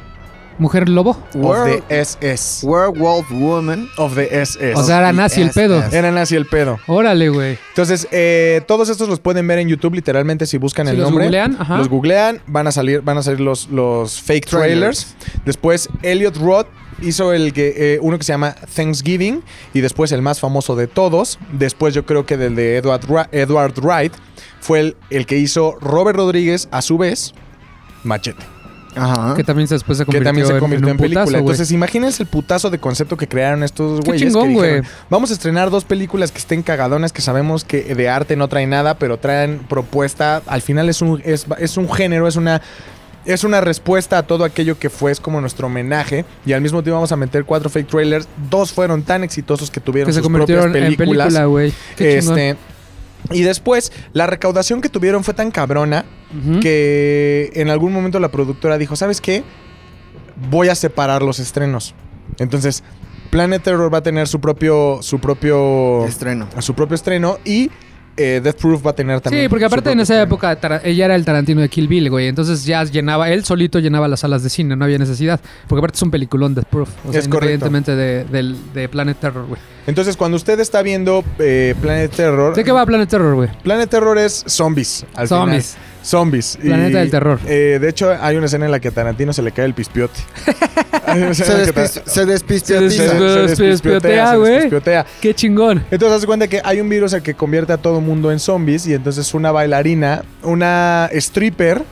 [SPEAKER 2] mujer lobo.
[SPEAKER 1] of
[SPEAKER 3] Were-
[SPEAKER 1] the SS.
[SPEAKER 3] Werewolf Woman.
[SPEAKER 1] of the SS.
[SPEAKER 2] O sea, era nazi el pedo.
[SPEAKER 1] Eran así el pedo.
[SPEAKER 2] Órale, güey.
[SPEAKER 1] Entonces, eh, todos estos los pueden ver en YouTube, literalmente, si buscan
[SPEAKER 2] Si
[SPEAKER 1] el
[SPEAKER 2] los
[SPEAKER 1] nombre.
[SPEAKER 2] googlean, ajá.
[SPEAKER 1] Los googlean, van a salir, van a salir los, los fake trailers. Después, Elliot Roth hizo el que, eh, uno que se llama Thanksgiving. Y después el más famoso de todos. Después, yo creo que del de Edward, Ra- Edward Wright. Fue el, el que hizo Robert Rodríguez, a su vez, Machete.
[SPEAKER 3] Ajá.
[SPEAKER 2] Que también se- después se
[SPEAKER 1] Que
[SPEAKER 2] convirtió,
[SPEAKER 1] también se convirtió en,
[SPEAKER 2] un
[SPEAKER 1] película.
[SPEAKER 2] putazo, güey.
[SPEAKER 1] Entonces, imagínense el putazo de concepto que crearon estos
[SPEAKER 2] Qué
[SPEAKER 1] güeyes.
[SPEAKER 2] chingón,
[SPEAKER 1] que dijeron,
[SPEAKER 2] güey.
[SPEAKER 1] Vamos a estrenar dos películas que estén cagadonas, que sabemos que de arte no traen nada, pero traen propuesta. Al final es un, es, es un género, es una. Es una respuesta a todo aquello que fue, es como nuestro homenaje. Y al mismo tiempo vamos a meter cuatro fake trailers. Dos fueron tan exitosos que tuvieron
[SPEAKER 2] que se
[SPEAKER 1] sus propias
[SPEAKER 2] convirtieron en
[SPEAKER 1] películas.
[SPEAKER 2] película, güey. Qué chingón.
[SPEAKER 1] este, y después, la recaudación que tuvieron fue tan cabrona
[SPEAKER 2] Ujú.
[SPEAKER 1] que en algún momento la productora dijo, ¿sabes qué? Voy a separar los estrenos. Entonces, Planet Terror va a tener su propio, su propio,
[SPEAKER 3] Estreno.
[SPEAKER 1] su propio estreno y eh, Death Proof va a tener también.
[SPEAKER 2] Sí, porque
[SPEAKER 1] su
[SPEAKER 2] aparte en
[SPEAKER 1] propio
[SPEAKER 2] esa
[SPEAKER 1] estreno.
[SPEAKER 2] época Tara- ella era el Tarantino de Kill Bill, güey. Entonces ya llenaba, él solito llenaba las salas de cine, no había necesidad. Porque aparte es un peliculón de Proof. O sea,
[SPEAKER 1] Es correcto.
[SPEAKER 2] independientemente de, del- de Planet Terror, güey.
[SPEAKER 1] Entonces, cuando usted está viendo eh, Planet Terror,
[SPEAKER 2] ¿De qué va Planet Terror, güey?
[SPEAKER 1] Planet Terror es zombies. al final.
[SPEAKER 2] Zombies.
[SPEAKER 1] Zombies.
[SPEAKER 2] Planeta del terror.
[SPEAKER 1] eh, de hecho, hay una escena en la que a Tarantino se le cae el pispiote. Hay una
[SPEAKER 3] Se,
[SPEAKER 1] escena en la que
[SPEAKER 3] despis-
[SPEAKER 1] Tar-
[SPEAKER 3] se
[SPEAKER 1] se-
[SPEAKER 3] despistiatiza.
[SPEAKER 1] se
[SPEAKER 2] Despiotea,
[SPEAKER 1] despiotea, se
[SPEAKER 2] güey.
[SPEAKER 1] despiotea.
[SPEAKER 2] ¡Qué chingón!
[SPEAKER 1] Entonces, haz cuenta que hay un virus al que convierte a todo mundo en zombies. Y entonces, una bailarina, una stripper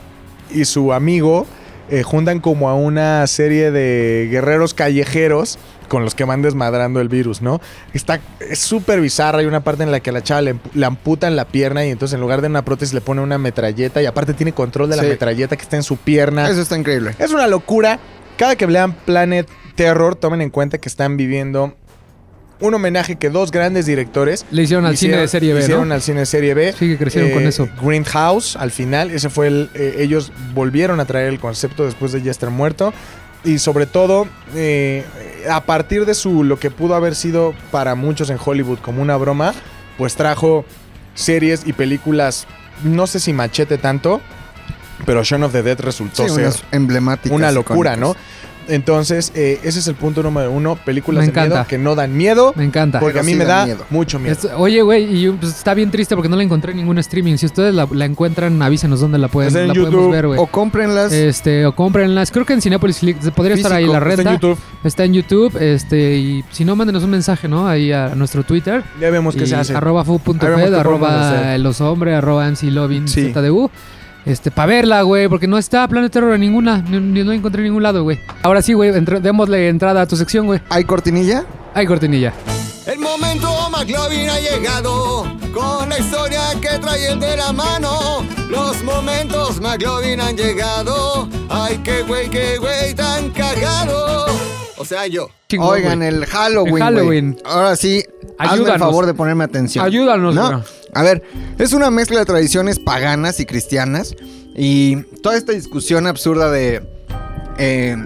[SPEAKER 1] y su amigo eh, juntan como a una serie de guerreros callejeros con los que van desmadrando el virus, ¿no? Está es súper bizarra. Hay una parte en la que a la chava le, ampu- le amputan la pierna y entonces, en lugar de una prótesis, le pone una metralleta. Y aparte, tiene control de la
[SPEAKER 3] Sí.
[SPEAKER 1] metralleta que está en su pierna.
[SPEAKER 3] Eso está increíble.
[SPEAKER 1] Es una locura. Cada que vean Planet Terror, tomen en cuenta que están viviendo un homenaje que dos grandes directores
[SPEAKER 2] Le hicieron al cine de serie B, ¿no?
[SPEAKER 1] hicieron Eh, al cine de serie B.
[SPEAKER 2] Sí, que crecieron con eso.
[SPEAKER 1] Greenhouse, al final, ese fue el. eh, ellos volvieron a traer el concepto después de ya estar muerto. Y sobre todo, eh, a partir de su lo que pudo haber sido para muchos en Hollywood como una broma, pues trajo series y películas, no sé si machete tanto, pero Shaun of the Dead resultó
[SPEAKER 3] Sí,
[SPEAKER 1] ser
[SPEAKER 3] unas emblemáticas.
[SPEAKER 1] una locura,
[SPEAKER 3] icónicas.
[SPEAKER 1] ¿no? Entonces, eh, ese es el punto número uno, películas
[SPEAKER 2] Me
[SPEAKER 1] de miedo
[SPEAKER 2] encanta.
[SPEAKER 1] que no dan miedo,
[SPEAKER 2] Me encanta.
[SPEAKER 1] porque a
[SPEAKER 3] Pero
[SPEAKER 1] mí
[SPEAKER 3] sí
[SPEAKER 1] me
[SPEAKER 3] dan
[SPEAKER 1] da
[SPEAKER 3] miedo.
[SPEAKER 1] mucho miedo.
[SPEAKER 2] Esto- oye, güey, y pues, está bien triste porque no la encontré en ningún streaming. Si ustedes la, la encuentran, avísenos dónde la pueden
[SPEAKER 1] Está en
[SPEAKER 2] la
[SPEAKER 1] YouTube
[SPEAKER 2] podemos ver, güey.
[SPEAKER 3] O cómprenlas.
[SPEAKER 2] Este, o cómprenlas. Creo que en Cinepolis podría estar ahí la
[SPEAKER 3] Físico,
[SPEAKER 1] Está
[SPEAKER 2] renta.
[SPEAKER 1] en YouTube,
[SPEAKER 2] Está en YouTube, este, y si no, mándenos un mensaje, ¿no? Ahí a, a nuestro Twitter.
[SPEAKER 1] ya vemos qué
[SPEAKER 2] y
[SPEAKER 1] se hace.
[SPEAKER 2] Arroba
[SPEAKER 1] Ahí vemos
[SPEAKER 2] fu.fed,
[SPEAKER 1] qué podemos
[SPEAKER 2] arroba
[SPEAKER 1] hacer.
[SPEAKER 2] los hombres, arroba MC Lovin
[SPEAKER 1] Sí.
[SPEAKER 2] ZDU. Este, para verla, güey, porque no está Planet Terror en ninguna, ni- ni- no encontré en ningún lado, güey. Ahora sí, güey, entre- démosle entrada a tu sección, güey.
[SPEAKER 3] ¿Hay cortinilla?
[SPEAKER 2] Ay, cortinilla.
[SPEAKER 4] El momento McLovin ha llegado con la historia que trae el de la mano. Los momentos McLovin han llegado. Ay, qué güey, qué güey tan cagado. O sea, yo.
[SPEAKER 2] Chingón,
[SPEAKER 3] Oigan,
[SPEAKER 2] güey.
[SPEAKER 3] el Halloween.
[SPEAKER 2] El
[SPEAKER 3] güey.
[SPEAKER 2] Halloween.
[SPEAKER 3] Ahora sí, hazme
[SPEAKER 2] Ayúdanos.
[SPEAKER 3] el favor de ponerme atención.
[SPEAKER 2] Ayúdanos,
[SPEAKER 3] ¿No?
[SPEAKER 2] bro.
[SPEAKER 3] A ver, es una mezcla de tradiciones paganas y cristianas. Y toda esta discusión absurda de eh,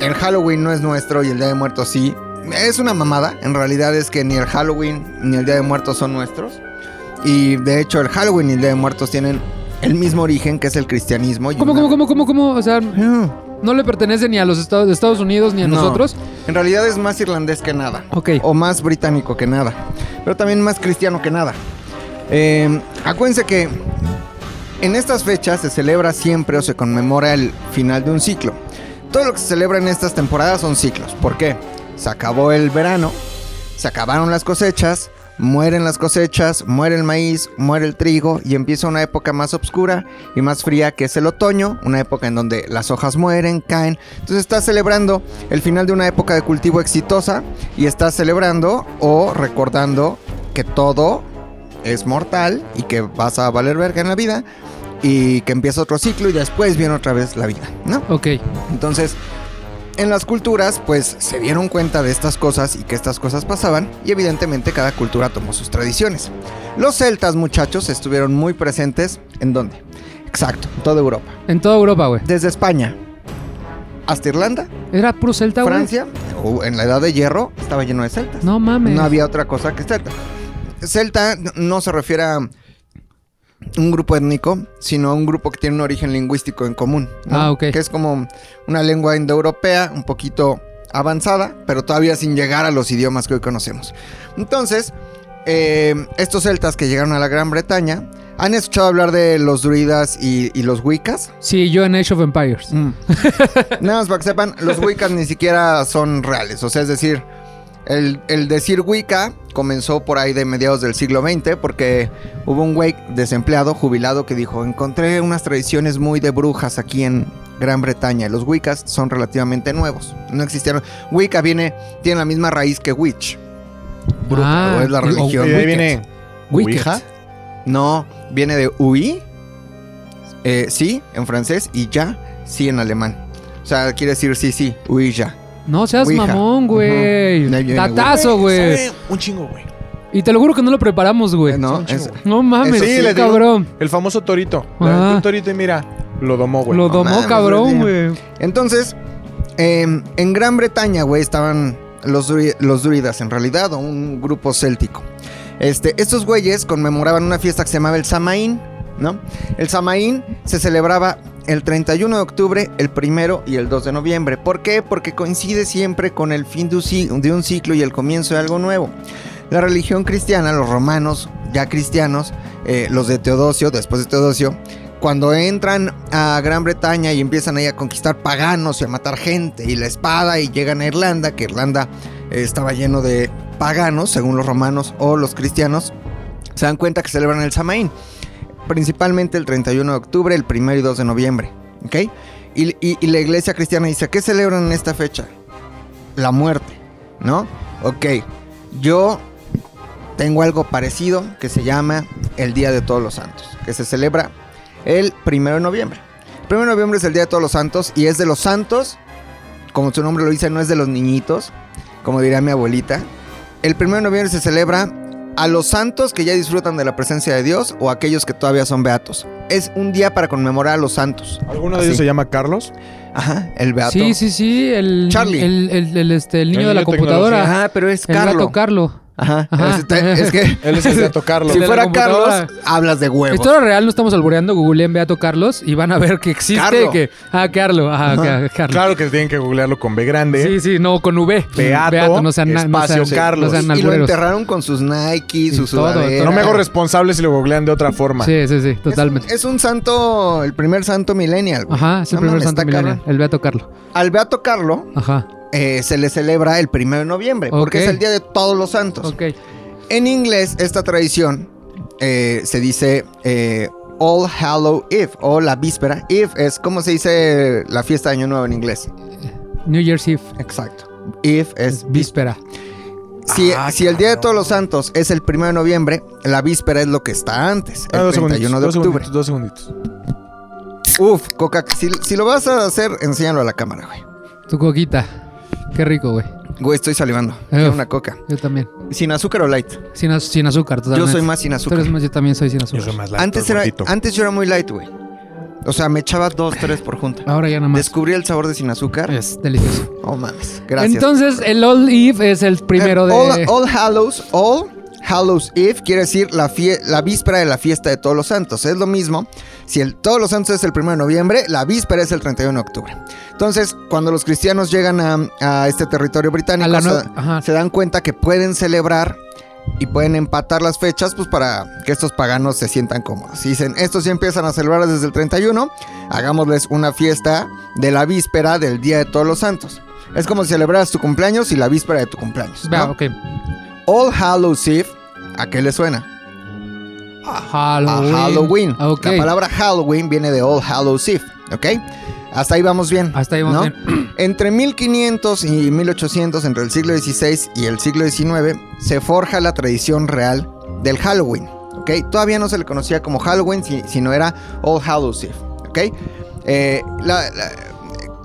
[SPEAKER 3] el Halloween no es nuestro y el Día de Muertos sí. Es una mamada. En realidad es que ni el Halloween ni el Día de Muertos son nuestros. Y de hecho, el Halloween y el Día de Muertos tienen el mismo origen que es el cristianismo. y
[SPEAKER 2] ¿Cómo,
[SPEAKER 3] una-
[SPEAKER 2] cómo, cómo, cómo, cómo? O sea,
[SPEAKER 3] No.
[SPEAKER 2] no le pertenece ni a los Estados, Estados Unidos ni a
[SPEAKER 3] No.
[SPEAKER 2] nosotros.
[SPEAKER 3] En realidad es más irlandés que nada.
[SPEAKER 2] Ok.
[SPEAKER 3] o más británico que nada, pero también más cristiano que nada. Eh, acuérdense que en estas fechas se celebra siempre o se conmemora el final de un ciclo. Todo lo que se celebra en estas temporadas son ciclos. ¿Por qué? Se acabó el verano, se acabaron las cosechas, mueren las cosechas, muere el maíz, muere el trigo y empieza una época más oscura y más fría que es el otoño, una época en donde las hojas mueren, caen. Entonces está celebrando el final de una época de cultivo exitosa y está celebrando o recordando que todo es mortal y que vas a valer verga en la vida y que empieza otro ciclo y después viene otra vez la vida, ¿no?
[SPEAKER 2] Ok.
[SPEAKER 3] Entonces, en las culturas, pues se dieron cuenta de estas cosas y que estas cosas pasaban, y evidentemente cada cultura tomó sus tradiciones. Los celtas, muchachos, estuvieron muy presentes. ¿En dónde? Exacto, en toda Europa.
[SPEAKER 2] En toda Europa, güey.
[SPEAKER 3] Desde España hasta Irlanda,
[SPEAKER 2] Era puro celta, güey.
[SPEAKER 3] Francia, o en la Edad de Hierro, estaba lleno de celtas.
[SPEAKER 2] No mames.
[SPEAKER 3] No había otra cosa que celta. Celta n- no se refiere a un grupo étnico, sino a un grupo que tiene un origen lingüístico en común. ¿no?
[SPEAKER 2] Ah, ok.
[SPEAKER 3] Que es como una lengua indoeuropea, un poquito avanzada, pero todavía sin llegar a los idiomas que hoy conocemos. Entonces, eh, estos celtas que llegaron a la Gran Bretaña, ¿han escuchado hablar de los druidas y, y los wiccas?
[SPEAKER 2] Sí, yo en Age of Empires.
[SPEAKER 3] Nada más para que sepan, los Wiccas ni siquiera son reales. O sea, es decir, el, el decir Wicca comenzó por ahí de mediados del siglo XX porque hubo un güey desempleado, jubilado, que dijo, encontré unas tradiciones muy de brujas aquí en Gran Bretaña. Los Wiccas son relativamente nuevos. No existieron. Wicca viene, tiene la misma raíz que witch.
[SPEAKER 2] Ah,
[SPEAKER 3] o es la
[SPEAKER 2] y- oh, o-
[SPEAKER 1] Y
[SPEAKER 3] religión.
[SPEAKER 1] de ahí
[SPEAKER 3] Wiccas.
[SPEAKER 1] viene
[SPEAKER 2] Wicked.
[SPEAKER 1] Ouija.
[SPEAKER 3] No, viene de UI, eh, sí, en francés, y ya, sí, en alemán. O sea, quiere decir sí, sí, UI, ya.
[SPEAKER 2] No seas
[SPEAKER 3] Ouija.
[SPEAKER 2] mamón, güey.
[SPEAKER 3] Ujú. Ahí viene, güey.
[SPEAKER 2] Datazo, güey.
[SPEAKER 1] Eh, Sabe Un chingo, güey.
[SPEAKER 2] Y te lo juro que no lo preparamos, güey.
[SPEAKER 3] Eh,
[SPEAKER 2] No,
[SPEAKER 3] No,
[SPEAKER 1] son chivo.
[SPEAKER 3] es-
[SPEAKER 2] mames,
[SPEAKER 3] Eso eh, sí,
[SPEAKER 2] qué
[SPEAKER 1] le digo.
[SPEAKER 2] cabrón.
[SPEAKER 1] El famoso torito.
[SPEAKER 2] Ah.
[SPEAKER 1] Un torito y mira, lo domó, güey.
[SPEAKER 2] lo
[SPEAKER 3] no
[SPEAKER 2] domó,
[SPEAKER 3] mames,
[SPEAKER 2] cabrón,
[SPEAKER 3] güey.
[SPEAKER 2] güey.
[SPEAKER 3] Entonces, em, en Gran Bretaña, güey, estaban los, drui- los druidas, en realidad, o un grupo céltico. Este, estos güeyes conmemoraban una fiesta que se llamaba el Samaín, ¿no? El Samaín se celebraba el 31 de octubre, el 1 y el 2 de noviembre. ¿Por qué? Porque coincide siempre con el fin de un ci- de un ciclo y el comienzo de algo nuevo. La religión cristiana, los romanos, ya cristianos, eh, los de Teodosio, después de Teodosio, cuando entran a Gran Bretaña y empiezan ahí a conquistar paganos y a matar gente y la espada y llegan a Irlanda, que Irlanda eh, estaba lleno de paganos, según los romanos o los cristianos, se dan cuenta que celebran el Samaín, principalmente el 31 de octubre, el 1 y 2 de noviembre, ¿ok? Y, y- y la iglesia cristiana dice, ¿qué celebran en esta fecha? La muerte, ¿no? Ok, yo tengo algo parecido que se llama el Día de Todos los Santos, que se celebra el primero de noviembre. El primero de noviembre es el Día de Todos los Santos y es de los santos, como su nombre lo dice, no es de los niñitos, como diría mi abuelita. El primero de noviembre se celebra a los santos que ya disfrutan de la presencia de Dios o a aquellos que todavía son beatos. Es un día para conmemorar a los santos.
[SPEAKER 1] ¿Alguno de ellos
[SPEAKER 3] Así.
[SPEAKER 1] se llama Carlos?
[SPEAKER 3] Ajá, el beato.
[SPEAKER 2] Sí, sí, sí. El,
[SPEAKER 3] Charlie.
[SPEAKER 2] El, el- el, este, el niño
[SPEAKER 1] El
[SPEAKER 2] de la
[SPEAKER 1] niño de
[SPEAKER 2] computadora.
[SPEAKER 3] Ajá, pero es
[SPEAKER 2] El
[SPEAKER 3] Carlo.
[SPEAKER 2] gato Carlo.
[SPEAKER 3] Ajá.
[SPEAKER 2] Ajá.
[SPEAKER 3] Es, te- es que
[SPEAKER 1] Él es el de a tocarlo.
[SPEAKER 3] si
[SPEAKER 2] de la
[SPEAKER 3] fuera
[SPEAKER 2] computadora.
[SPEAKER 3] Carlos, hablas de huevos.
[SPEAKER 2] Historia real, no estamos alboreando. Googleen Beato Carlos y van a ver que existe.
[SPEAKER 3] Carlo.
[SPEAKER 2] Que, ah, Carlos. Ajá, ca- Carlo.
[SPEAKER 1] Claro que tienen que googlearlo con B
[SPEAKER 3] ¿eh?
[SPEAKER 1] grande. ¿eh?
[SPEAKER 2] Sí, sí, no, con V.
[SPEAKER 1] Beato,
[SPEAKER 2] no sean, na- no
[SPEAKER 1] espacio
[SPEAKER 2] sean-
[SPEAKER 1] Carlos.
[SPEAKER 2] No sean
[SPEAKER 3] Y lo
[SPEAKER 2] albureros.
[SPEAKER 3] enterraron con sus Nike, sus
[SPEAKER 2] todo, todo.
[SPEAKER 3] sudaderas.
[SPEAKER 1] No me hago responsable si lo googlean de otra forma.
[SPEAKER 2] Sí, sí, sí,
[SPEAKER 3] Es-
[SPEAKER 2] totalmente.
[SPEAKER 3] Es, un santo, el primer santo millennial, güey.
[SPEAKER 2] Ajá, es el
[SPEAKER 3] No
[SPEAKER 2] primer
[SPEAKER 3] mames,
[SPEAKER 2] santo
[SPEAKER 3] está
[SPEAKER 2] millennial,
[SPEAKER 3] cabrón.
[SPEAKER 2] el Beato Carlo.
[SPEAKER 3] Al Beato Carlo
[SPEAKER 2] Ajá,
[SPEAKER 3] eh, se le celebra el primero de noviembre, porque
[SPEAKER 2] Ok.
[SPEAKER 3] es el día de todos los santos.
[SPEAKER 2] ok.
[SPEAKER 3] En inglés, esta tradición eh, se dice eh, All Hallow Eve o la víspera. Eve es como se dice la fiesta de Año Nuevo en inglés.
[SPEAKER 2] New Year's Eve,
[SPEAKER 3] Exacto. Eve es
[SPEAKER 2] es víspera.
[SPEAKER 3] Si,
[SPEAKER 1] Ah,
[SPEAKER 3] si el Día de
[SPEAKER 1] cabrón.
[SPEAKER 3] Todos los Santos es el 1 de noviembre, la víspera es lo que está antes,
[SPEAKER 1] Ah,
[SPEAKER 3] el
[SPEAKER 1] dos segunditos,
[SPEAKER 3] 31 de
[SPEAKER 1] dos
[SPEAKER 3] octubre.
[SPEAKER 1] segunditos, dos segunditos.
[SPEAKER 3] Uf, Coca, si, si lo vas a hacer, enséñalo a la cámara, güey.
[SPEAKER 2] Tu coquita. Qué rico, güey.
[SPEAKER 3] Güey, estoy salivando. Quiero
[SPEAKER 2] Uf.
[SPEAKER 3] una coca.
[SPEAKER 2] Yo también.
[SPEAKER 3] ¿Sin azúcar o light?
[SPEAKER 2] Sin, az- sin azúcar, totalmente.
[SPEAKER 3] Yo soy más sin
[SPEAKER 2] Tú
[SPEAKER 3] azúcar.
[SPEAKER 2] eres más, yo también soy sin azúcar.
[SPEAKER 3] Antes, era, antes yo era muy light, güey. O sea, me echaba dos, tres por junta.
[SPEAKER 1] Ah,
[SPEAKER 2] Ahora ya nada más.
[SPEAKER 3] Descubrí el sabor de sin azúcar.
[SPEAKER 1] Este.
[SPEAKER 2] Es delicioso.
[SPEAKER 3] Oh, mames. Gracias.
[SPEAKER 2] Entonces, el Old Eve es el primero
[SPEAKER 3] Eh,
[SPEAKER 2] de.
[SPEAKER 3] All, All Hallows, All Hallows Eve quiere decir la, fie- la víspera de la fiesta de Todos los Santos. Es lo mismo. Si el Todos los Santos es el 1 de noviembre, la víspera es el 31 de octubre. Entonces, cuando los cristianos llegan a, a este territorio británico,
[SPEAKER 2] A la
[SPEAKER 3] se,
[SPEAKER 2] nue- ajá.
[SPEAKER 3] se dan cuenta que pueden celebrar y pueden empatar las fechas pues para que estos paganos se sientan cómodos. Y dicen, estos sí empiezan a celebrar desde el 31, hagámosles una fiesta de la víspera del Día de Todos los Santos. Es como si celebraras tu cumpleaños y la víspera de tu cumpleaños. ¿no? Ah,
[SPEAKER 2] Va, pues, ok.
[SPEAKER 3] All Hallows Eve, ¿a qué le suena? A
[SPEAKER 2] Halloween.
[SPEAKER 3] ah, Halloween.
[SPEAKER 2] Ah, ok.
[SPEAKER 3] La palabra Halloween viene de All Hallows Eve, ¿ok? Hasta ahí vamos bien.
[SPEAKER 2] Hasta ahí vamos bien.
[SPEAKER 3] Entre 1500 y 1800, entre el siglo XVI y el siglo XIX, se forja la tradición real del Halloween, ¿ok? Todavía no se le conocía como Halloween, si- sino era All Hallows Eve, ¿ok? Eh, la- la-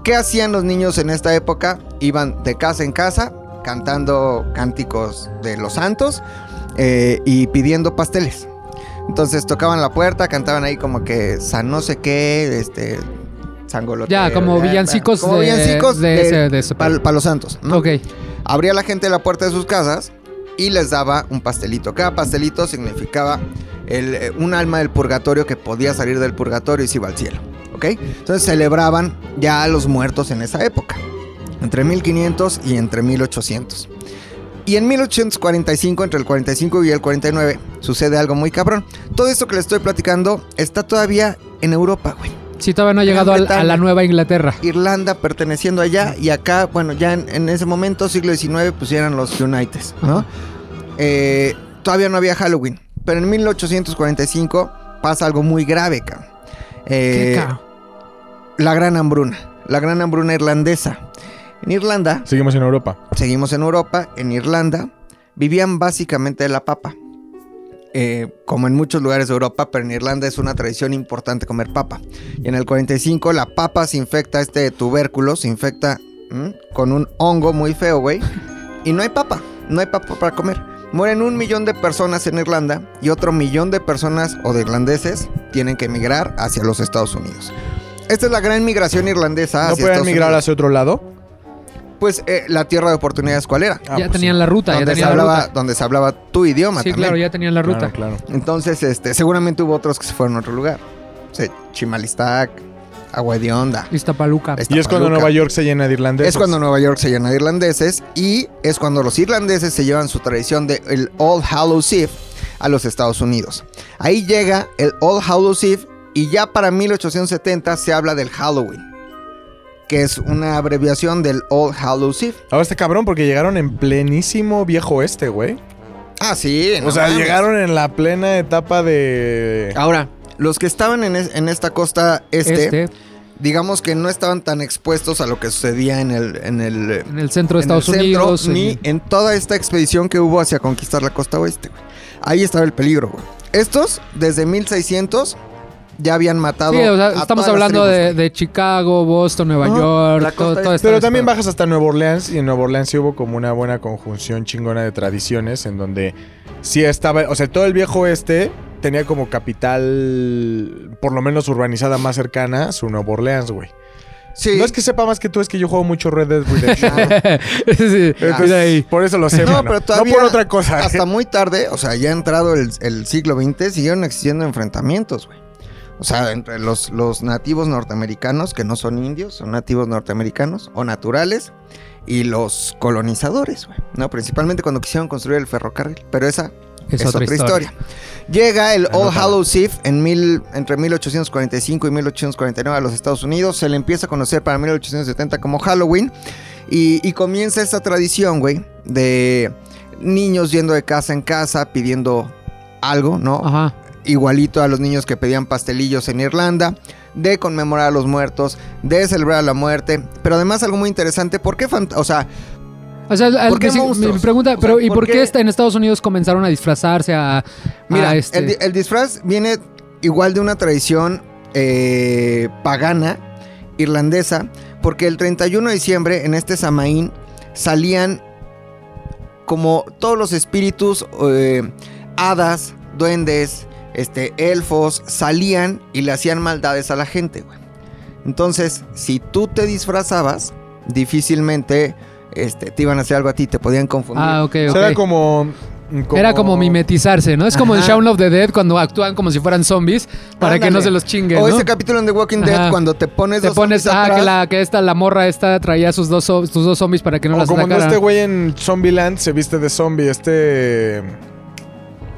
[SPEAKER 3] ¿Qué hacían los niños en esta época? Iban de casa en casa cantando cánticos de los santos eh, y pidiendo pasteles. Entonces tocaban la puerta, cantaban ahí como que San no sé qué, este, San Goloteo,
[SPEAKER 2] Ya, como villancicos
[SPEAKER 3] Eh, como
[SPEAKER 2] de-
[SPEAKER 3] villancicos
[SPEAKER 2] de ese- de ese-
[SPEAKER 3] para los santos. ¿no?
[SPEAKER 2] Ok.
[SPEAKER 3] Abría la gente la puerta de sus casas y les daba un pastelito. Cada pastelito significaba el, eh, un alma del purgatorio que podía salir del purgatorio y se iba al cielo. ¿ok? Entonces celebraban ya a los muertos en esa época, entre 1500 y entre 1800. Y en 1845, entre el 45 y el 49, sucede algo muy cabrón. Todo esto que le estoy platicando está todavía en Europa, güey.
[SPEAKER 2] Si todavía no ha llegado al- a, la
[SPEAKER 3] Bretaña.
[SPEAKER 2] Nueva Inglaterra.
[SPEAKER 3] Irlanda perteneciendo allá y acá, bueno, ya en, en ese momento, siglo XIX, pues eran los Uniteds, ¿no? Eh, todavía no había Halloween, pero en 1845 pasa algo muy grave, cabrón. Eh,
[SPEAKER 2] Qué ca-
[SPEAKER 3] la gran hambruna, la gran hambruna irlandesa. En Irlanda,
[SPEAKER 1] Seguimos en Europa.
[SPEAKER 3] seguimos en Europa, en Irlanda, vivían básicamente de la papa. Eh, como en muchos lugares de Europa, pero en Irlanda es una tradición importante comer papa. Y en el 45 la papa se infecta, este tubérculo se infecta ¿m? con un hongo muy feo, güey. Y no hay papa, no hay papa para comer. Mueren un millón de personas en Irlanda y otro millón de personas o de irlandeses tienen que emigrar hacia los Estados Unidos. Esta es la gran migración irlandesa
[SPEAKER 1] ¿No
[SPEAKER 3] hacia
[SPEAKER 1] pueden
[SPEAKER 3] Ah, Estados
[SPEAKER 1] migrar
[SPEAKER 3] Unidos.
[SPEAKER 1] hacia otro lado?
[SPEAKER 3] Pues eh, la tierra de oportunidades, ¿cuál era?
[SPEAKER 1] Ah,
[SPEAKER 2] ya
[SPEAKER 1] pues
[SPEAKER 2] tenían
[SPEAKER 1] sí.
[SPEAKER 2] la ruta, ya
[SPEAKER 3] donde se
[SPEAKER 2] tenían la
[SPEAKER 3] hablaba,
[SPEAKER 2] ruta.
[SPEAKER 3] donde se hablaba tu idioma
[SPEAKER 2] Sí,
[SPEAKER 3] también.
[SPEAKER 2] claro, ya tenían la
[SPEAKER 1] Claro,
[SPEAKER 2] ruta.
[SPEAKER 1] Claro,
[SPEAKER 3] Entonces, este, seguramente hubo otros que se fueron a otro lugar. O sea, Chimalistac, Agua de Onda.
[SPEAKER 2] Iztapaluca.
[SPEAKER 3] Es-
[SPEAKER 1] Y es cuando
[SPEAKER 3] Tapaluca.
[SPEAKER 1] Nueva York se llena de irlandeses.
[SPEAKER 3] Es cuando Nueva York se llena de irlandeses y es cuando los irlandeses se llevan su tradición de el All Hallows Eve a los Estados Unidos. Ahí llega el All Hallows Eve y ya para 1870 se habla del Halloween, que es una abreviación del All Hallows Eve.
[SPEAKER 1] Ahora está cabrón porque llegaron en plenísimo viejo este, güey.
[SPEAKER 3] Ah, sí. no
[SPEAKER 1] o sea,
[SPEAKER 3] mames. Ah,
[SPEAKER 1] llegaron en la plena etapa de...
[SPEAKER 3] Ahora, los que estaban en, es- en esta costa este,
[SPEAKER 2] este,
[SPEAKER 3] digamos que no estaban tan expuestos a lo que sucedía en el, en el, eh,
[SPEAKER 2] en el centro de
[SPEAKER 3] en el
[SPEAKER 2] Estados
[SPEAKER 3] centro,
[SPEAKER 2] Unidos. en-
[SPEAKER 3] ni en toda esta expedición que hubo hacia conquistar la costa oeste. güey. Ahí estaba el peligro, güey. Estos, desde 1600, ya habían matado.
[SPEAKER 2] Sí, o sea,
[SPEAKER 3] a
[SPEAKER 2] estamos
[SPEAKER 3] todas las
[SPEAKER 2] hablando
[SPEAKER 3] tribus,
[SPEAKER 2] de,
[SPEAKER 3] güey.
[SPEAKER 2] de Chicago, Boston, Nueva
[SPEAKER 3] Ajá, la
[SPEAKER 2] York,
[SPEAKER 3] costa
[SPEAKER 2] todo,
[SPEAKER 3] este.
[SPEAKER 2] todo esto.
[SPEAKER 1] Pero también bajas hasta Nueva Orleans y en Nueva Orleans sí hubo como una buena conjunción chingona de tradiciones en donde sí estaba, o sea, todo el viejo oeste tenía como capital, por lo menos urbanizada más cercana, su Nueva Orleans, güey.
[SPEAKER 3] Sí.
[SPEAKER 1] No es que sepa más que tú, es que yo juego mucho Red Dead Redemption.
[SPEAKER 3] Ah,
[SPEAKER 2] Sí,
[SPEAKER 1] Entonces,
[SPEAKER 2] mira ahí.
[SPEAKER 1] por eso lo sé,
[SPEAKER 3] No,
[SPEAKER 1] mano.
[SPEAKER 3] pero todavía.
[SPEAKER 1] No por otra cosa. ¿eh?
[SPEAKER 3] Hasta muy tarde, o sea, ya entrado el, el siglo XX, siguieron existiendo enfrentamientos, güey. O sea, entre los, los nativos norteamericanos, que no son indios, son nativos norteamericanos o naturales, y los colonizadores, güey. No, principalmente cuando quisieron construir el ferrocarril, pero esa
[SPEAKER 2] Es, otra, historia.
[SPEAKER 3] Llega el All
[SPEAKER 1] Anótala.
[SPEAKER 3] Hallows Eve en mil, entre 1845 y 1849 a los Estados Unidos. Se le empieza a conocer para 1870 como Halloween. Y, y comienza esta tradición, güey, de niños yendo de casa en casa pidiendo algo, ¿no?
[SPEAKER 2] Ajá.
[SPEAKER 3] Igualito a los niños que pedían pastelillos en Irlanda. De conmemorar a los muertos, de celebrar la muerte. Pero además algo muy interesante, ¿por qué? fant- O sea,
[SPEAKER 2] O sea, al-
[SPEAKER 3] ¿Por qué
[SPEAKER 2] sí,
[SPEAKER 3] monstruos?
[SPEAKER 2] mi pregunta,
[SPEAKER 3] O sea,
[SPEAKER 2] pero ¿y
[SPEAKER 3] ¿por
[SPEAKER 2] por
[SPEAKER 3] qué?
[SPEAKER 2] qué está- en Estados Unidos comenzaron a disfrazarse a, a
[SPEAKER 3] Mira,
[SPEAKER 2] este-
[SPEAKER 3] el, di- el disfraz viene igual de una tradición eh, pagana, irlandesa, porque el 31 de diciembre en este Samaín salían como todos los espíritus, eh, hadas, duendes, este, elfos, salían y le hacían maldades a la gente, güey. Entonces, si tú te disfrazabas, difícilmente este, te iban a hacer algo a ti, te podían confundir.
[SPEAKER 2] Ah, ok,
[SPEAKER 1] O
[SPEAKER 2] ok.
[SPEAKER 1] sea, Era como, mm, como-
[SPEAKER 2] Era como mimetizarse, ¿no? Es como en
[SPEAKER 3] Ajá.
[SPEAKER 2] Shaun of the Dead cuando actúan como si fueran zombies para que no
[SPEAKER 3] Ándale.
[SPEAKER 2] se los chinguen,
[SPEAKER 3] o
[SPEAKER 2] ¿no?
[SPEAKER 3] ese capítulo en The Walking Dead
[SPEAKER 2] Ajá.
[SPEAKER 3] cuando te pones
[SPEAKER 2] Te
[SPEAKER 3] los
[SPEAKER 2] pones,
[SPEAKER 3] zombies
[SPEAKER 2] ah,
[SPEAKER 3] atrás.
[SPEAKER 2] que, la, que esta, la morra esta traía sus dos, so- sus dos zombies para que no
[SPEAKER 1] O
[SPEAKER 2] las
[SPEAKER 1] como cuando
[SPEAKER 2] atacaran.
[SPEAKER 1] este güey en Zombieland se viste de zombie, este...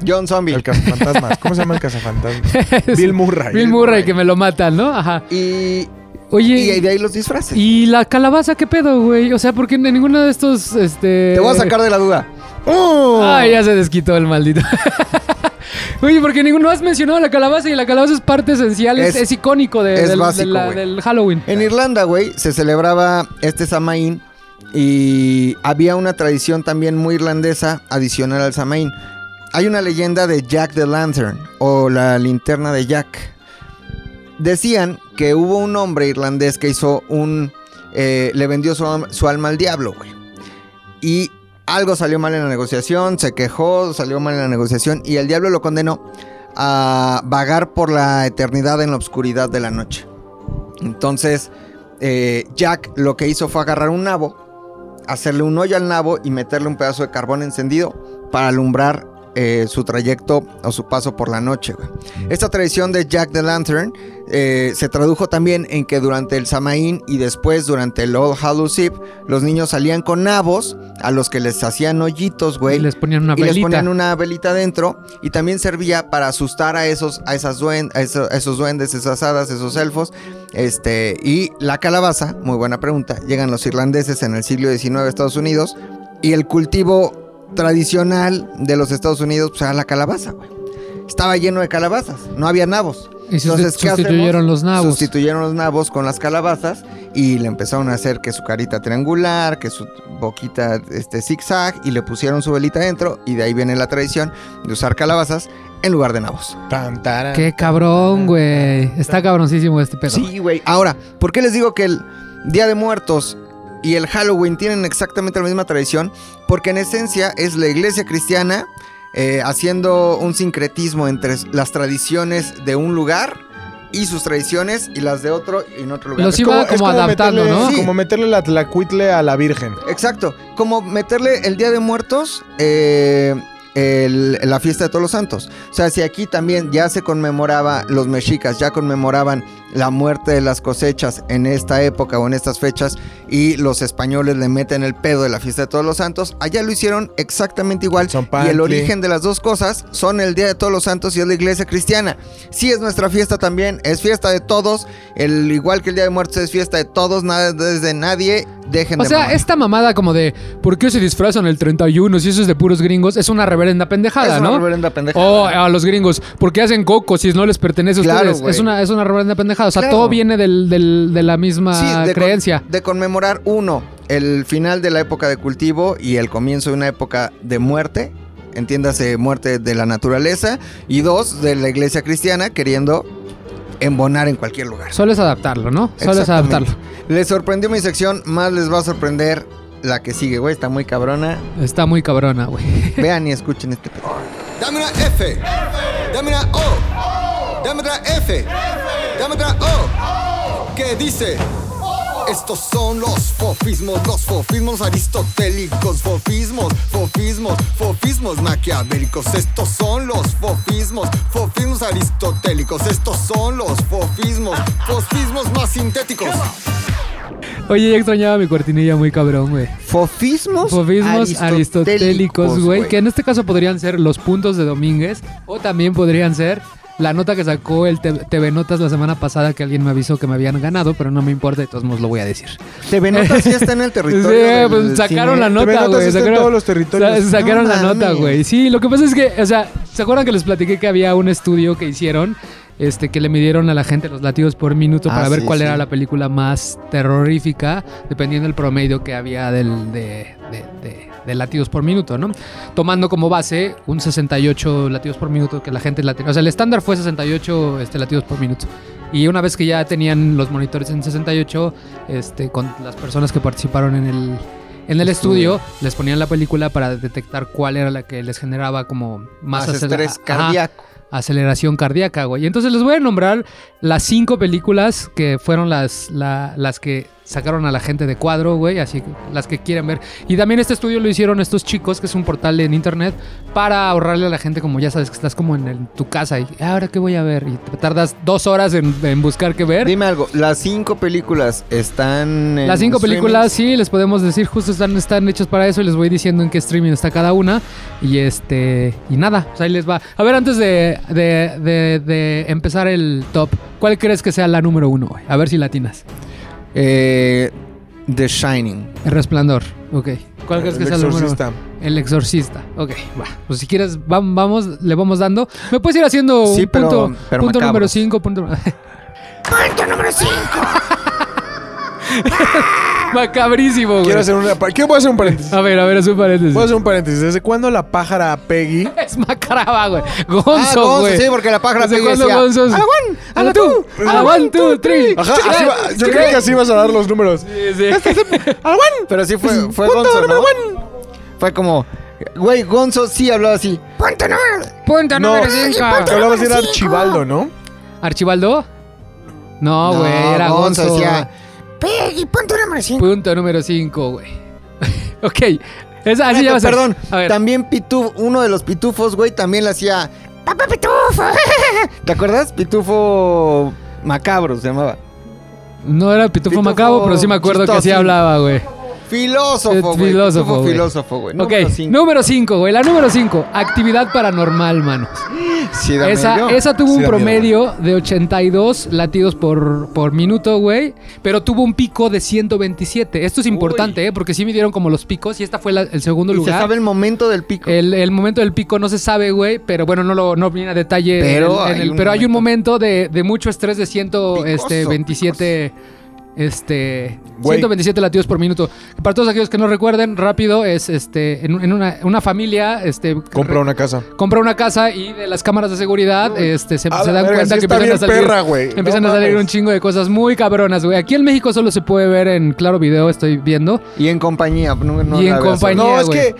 [SPEAKER 3] John Zombie.
[SPEAKER 1] El cazafantasmas. ¿Cómo se llama el cazafantasmas? Bill Murray.
[SPEAKER 2] Bill Murray, que me lo matan, ¿no? Ajá.
[SPEAKER 3] Y,
[SPEAKER 2] Oye,
[SPEAKER 3] y de ahí los disfraces.
[SPEAKER 2] ¿y la calabaza qué pedo, güey? O sea, porque en ninguno de estos, este...
[SPEAKER 3] Te voy a sacar de la duda.
[SPEAKER 2] Ay, ya se desquitó el maldito. Oye, porque ninguno no has mencionado la calabaza y la calabaza es parte esencial, es,
[SPEAKER 3] Es-
[SPEAKER 2] es icónico de-
[SPEAKER 3] es
[SPEAKER 2] del, de
[SPEAKER 3] básico,
[SPEAKER 2] la-
[SPEAKER 3] güey.
[SPEAKER 2] del Halloween.
[SPEAKER 3] En Irlanda, güey, se celebraba este Samaín y había una tradición también muy irlandesa adicional al Samaín. Hay una leyenda de Jack the Lantern o la linterna de Jack. Decían que hubo un hombre irlandés que hizo un... eh, le vendió su, am- su alma al diablo, güey. Y algo salió mal en la negociación, se quejó, salió mal en la negociación y el diablo lo condenó a vagar por la eternidad en la oscuridad de la noche. Entonces, eh, Jack lo que hizo fue agarrar un nabo, hacerle un hoyo al nabo y meterle un pedazo de carbón encendido para alumbrar eh, su trayecto o su paso por la noche. güey. Esta tradición de Jack the Lantern eh, se tradujo también en que durante el Samaín y después durante el All Hallows Eve, los niños salían con nabos a los que les hacían hoyitos, güey
[SPEAKER 2] Y les ponían una
[SPEAKER 3] y les
[SPEAKER 2] velita.
[SPEAKER 3] ponían una velita dentro y también servía para asustar a esos a esas duen- a eso- a esos, duendes, esas hadas, esos elfos. Este, y la calabaza, muy buena pregunta. Llegan los irlandeses en el siglo XIX a Estados Unidos y el cultivo tradicional de los Estados Unidos pues, era la calabaza, güey. Estaba lleno de calabazas, no había nabos.
[SPEAKER 2] Y susti-
[SPEAKER 3] Entonces, ¿qué
[SPEAKER 2] sustituyeron
[SPEAKER 3] hacemos?
[SPEAKER 2] los nabos.
[SPEAKER 3] Sustituyeron los nabos con las calabazas y le empezaron a hacer que su carita triangular, que su boquita este zigzag y le pusieron su velita dentro y de ahí viene la tradición de usar calabazas en lugar de nabos.
[SPEAKER 1] Tan, taran.
[SPEAKER 2] Qué cabrón, güey. Está cabroncísimo este pedo.
[SPEAKER 3] güey. Ahora, ¿por qué les digo que el Día de Muertos y el Halloween tienen exactamente la misma tradición? Porque en esencia es la iglesia cristiana eh, haciendo un sincretismo entre las tradiciones de un lugar y sus tradiciones y las de otro y en otro lugar.
[SPEAKER 2] Los
[SPEAKER 1] Es
[SPEAKER 2] iba
[SPEAKER 1] es
[SPEAKER 2] como adaptando,
[SPEAKER 1] meterle-
[SPEAKER 2] ¿no?
[SPEAKER 1] sí, Como meterle la tlacuitle a la virgen.
[SPEAKER 3] Exacto, como meterle el Día de Muertos eh, el- la fiesta de todos los santos. O sea, si aquí también ya se conmemoraba, los mexicas ya conmemoraban la muerte de las cosechas en esta época o en estas fechas y los españoles le meten el pedo de la fiesta de todos los santos, allá lo hicieron exactamente igual.
[SPEAKER 1] Tzompantli.
[SPEAKER 3] Y el origen de las dos cosas son el Día de Todos los Santos y es la iglesia cristiana. Sí es nuestra fiesta también, es fiesta de todos, el igual que el Día de Muertos es fiesta de todos, nada desde nadie, dejen
[SPEAKER 2] O
[SPEAKER 3] de
[SPEAKER 2] sea,
[SPEAKER 3] mamar.
[SPEAKER 2] esta mamada como de ¿por qué se disfrazan el 31 si eso es de puros gringos? Es una reverenda pendejada,
[SPEAKER 3] es una
[SPEAKER 2] ¿no?
[SPEAKER 3] reverenda pendeja.
[SPEAKER 2] O a los gringos, ¿por qué hacen coco si no les pertenece a
[SPEAKER 3] Claro,
[SPEAKER 2] ustedes?
[SPEAKER 3] güey.
[SPEAKER 2] Es una, es una reverenda pendejada. O sea,
[SPEAKER 3] Claro.
[SPEAKER 2] todo viene del, del- de la misma
[SPEAKER 3] Sí, de con-
[SPEAKER 2] creencia.
[SPEAKER 3] de conmemorar uno, el final de la época de cultivo y el comienzo de una época de muerte, entiéndase muerte de la naturaleza, y dos, de la iglesia cristiana queriendo embonar en cualquier lugar.
[SPEAKER 2] Solo es adaptarlo, ¿no? Solo es
[SPEAKER 3] Exactamente.
[SPEAKER 2] adaptarlo.
[SPEAKER 3] Les sorprendió mi sección, más les va a sorprender la que sigue, güey, está muy cabrona.
[SPEAKER 2] Está muy cabrona, güey.
[SPEAKER 3] Vean y escuchen este pedo.
[SPEAKER 4] Dame una F. Dame una O. Dame otra F. Dame otra O. ¿Qué dice? Estos son los fofismos, los fofismos aristotélicos, fofismos, fofismos, fofismos maquiavélicos. Estos son los fofismos, fofismos aristotélicos. Estos son los fofismos, fofismos más sintéticos.
[SPEAKER 2] Oye, ya extrañaba mi cortinilla muy cabrón, güey.
[SPEAKER 3] Fofismos,
[SPEAKER 2] Fofismos aristotélicos, güey. Que en este caso podrían ser los puntos de Domínguez. O también podrían ser la nota que sacó el Te- TV Notas la semana pasada que alguien me avisó que me habían ganado, pero no me importa, de todos modos lo voy a decir.
[SPEAKER 3] TV Notas ya está en el territorio.
[SPEAKER 2] Sí,
[SPEAKER 3] del
[SPEAKER 2] pues, sacaron
[SPEAKER 3] cine.
[SPEAKER 2] la nota,
[SPEAKER 1] TV Notas
[SPEAKER 2] güey,
[SPEAKER 1] está en
[SPEAKER 2] sacaron-
[SPEAKER 1] todos los territorios.
[SPEAKER 2] Sa- sacaron
[SPEAKER 3] No
[SPEAKER 2] la nota,
[SPEAKER 3] mames.
[SPEAKER 2] güey. Sí, lo que pasa es que, o sea, ¿se acuerdan que les platiqué que había un estudio que hicieron? Este, que le midieron a la gente los latidos por minuto
[SPEAKER 3] Ah,
[SPEAKER 2] para ver
[SPEAKER 3] sí,
[SPEAKER 2] cuál
[SPEAKER 3] sí.
[SPEAKER 2] era la película más terrorífica, dependiendo del promedio que había del, de, de- de- de latidos por minuto, ¿no? Tomando como base un 68 latidos por minuto que la gente la tenía. O sea, el estándar fue 68 este, latidos por minuto. Y una vez que ya tenían los monitores en 68, este, con las personas que participaron en el, en el estudio, les ponían la película para detectar cuál era la que les generaba como más
[SPEAKER 3] Más
[SPEAKER 2] aceler-
[SPEAKER 3] estrés
[SPEAKER 2] ajá,
[SPEAKER 3] cardíaco.
[SPEAKER 2] aceleración cardíaca, güey. Y entonces les voy a nombrar las cinco películas que fueron las, la- las que sacaron a la gente de cuadro, güey, así que las que quieren ver. Y también este estudio lo hicieron estos chicos, que es un portal en internet, para ahorrarle a la gente, como ya sabes que estás como en, en tu casa y ahora qué voy a ver. Y te tardas dos horas en, en buscar qué ver.
[SPEAKER 3] Dime algo, las cinco películas están en
[SPEAKER 2] Las cinco
[SPEAKER 3] streaming?
[SPEAKER 2] películas, sí, les podemos decir, justo están, están hechas para eso y les voy diciendo en qué streaming está cada una. Y este. Y nada, pues ahí les va. A ver, antes de, de- de- de empezar el top, ¿cuál crees que sea la número uno? güey? A ver si latinas.
[SPEAKER 3] Eh, The Shining.
[SPEAKER 2] El resplandor, ok. ¿Cuál crees que
[SPEAKER 1] El
[SPEAKER 2] sea la número uno?
[SPEAKER 1] exorcista.
[SPEAKER 2] El exorcista, ok, va. Pues si quieres, vam- vamos, le vamos dando. Me puedes ir haciendo
[SPEAKER 3] Sí,
[SPEAKER 2] un
[SPEAKER 3] pero-
[SPEAKER 2] punto,
[SPEAKER 3] pero
[SPEAKER 2] punto número
[SPEAKER 3] macabros.
[SPEAKER 2] 5, punto. punto número 5. Macabrísimo, güey.
[SPEAKER 1] Quiero hacer una. pa- ¿Qué puedo hacer un paréntesis?
[SPEAKER 2] A ver, a ver, es un paréntesis.
[SPEAKER 1] Puedo hacer un paréntesis. ¿Desde cuándo la pájara Peggy?
[SPEAKER 2] Es macaraba, güey.
[SPEAKER 3] Ah,
[SPEAKER 2] Gonzo,
[SPEAKER 3] Gonzo,
[SPEAKER 2] güey.
[SPEAKER 3] sí, porque la pájara
[SPEAKER 2] ¿Desde
[SPEAKER 3] Peggy
[SPEAKER 2] cuándo
[SPEAKER 3] decía,
[SPEAKER 2] Gonzo?
[SPEAKER 3] "A la one,
[SPEAKER 2] Ah,
[SPEAKER 3] a la two,
[SPEAKER 2] a la one, two, three.
[SPEAKER 1] Ajá, así va- yo creo que así vas a dar los números.
[SPEAKER 2] Sí, sí.
[SPEAKER 3] Pero sí fue, fue Gonzo, ¿no? Fue como, güey, Gonzo sí hablaba así. Punto número.
[SPEAKER 2] Punto
[SPEAKER 1] No,
[SPEAKER 2] número
[SPEAKER 1] te
[SPEAKER 2] 5.
[SPEAKER 1] hablabas de Archibaldo, ¿no?
[SPEAKER 2] ¿Archibaldo? No, güey, era Gonzo.
[SPEAKER 3] decía,
[SPEAKER 5] Peggy, punto número 5.
[SPEAKER 2] Punto número 5, güey. ok. Esa, así Ah, ya va a ser.
[SPEAKER 3] Perdón,
[SPEAKER 2] A ver.
[SPEAKER 3] también Pitufo, uno de los pitufos, güey, también le hacía.
[SPEAKER 5] Papá Pitufo.
[SPEAKER 3] ¿Te acuerdas? Pitufo macabro se llamaba.
[SPEAKER 2] No era Pitufo,
[SPEAKER 3] Pitufo
[SPEAKER 2] Macabo, pero sí me acuerdo que así
[SPEAKER 3] chistosín.
[SPEAKER 2] hablaba, güey. Eh,
[SPEAKER 3] Filósofo, güey.
[SPEAKER 2] filósofo,
[SPEAKER 3] Pitufo
[SPEAKER 2] güey.
[SPEAKER 3] filósofo, güey.
[SPEAKER 2] Ok,
[SPEAKER 3] Número cinco.
[SPEAKER 2] número 5, güey. La número 5, actividad paranormal, manos.
[SPEAKER 3] Sí, dame yo.
[SPEAKER 2] Esa, esa tuvo
[SPEAKER 1] Sí
[SPEAKER 2] un
[SPEAKER 1] da
[SPEAKER 2] promedio de 82 latidos por, por minuto, güey. Pero tuvo un pico de 127. Esto es importante, ¿eh? Porque sí midieron como los picos y esta fue la- el segundo
[SPEAKER 3] Y se
[SPEAKER 2] lugar. Eh,
[SPEAKER 3] sabe el momento del pico.
[SPEAKER 2] El, el momento del pico no se sabe, güey, pero bueno, no lo no viene a detalle. en
[SPEAKER 3] Pero
[SPEAKER 2] el- en
[SPEAKER 3] hay
[SPEAKER 2] el-
[SPEAKER 3] un
[SPEAKER 2] pero hay un momento de, de mucho estrés de 127
[SPEAKER 3] Picoso,
[SPEAKER 2] este, 27, este,
[SPEAKER 1] Güey.
[SPEAKER 2] 127 latidos por minuto. Para todos aquellos que no recuerden, rápido, es este en, en una, una familia este,
[SPEAKER 1] Compra una casa.
[SPEAKER 2] compra una casa y de las cámaras de seguridad este, se,
[SPEAKER 1] A
[SPEAKER 2] se
[SPEAKER 1] la
[SPEAKER 2] dan
[SPEAKER 1] verga,
[SPEAKER 2] cuenta
[SPEAKER 1] sí
[SPEAKER 2] que
[SPEAKER 1] está
[SPEAKER 2] empiezan a
[SPEAKER 1] bien
[SPEAKER 2] salir,
[SPEAKER 1] perra, güey.
[SPEAKER 2] empiezan
[SPEAKER 1] No
[SPEAKER 2] a salir
[SPEAKER 1] mames.
[SPEAKER 2] un chingo de cosas muy cabronas, güey. Aquí en México solo se puede ver en Claro Video, estoy viendo.
[SPEAKER 3] Y en compañía. No, no
[SPEAKER 2] Y en
[SPEAKER 3] la veas,
[SPEAKER 2] compañía.
[SPEAKER 1] No, es
[SPEAKER 2] güey.
[SPEAKER 1] que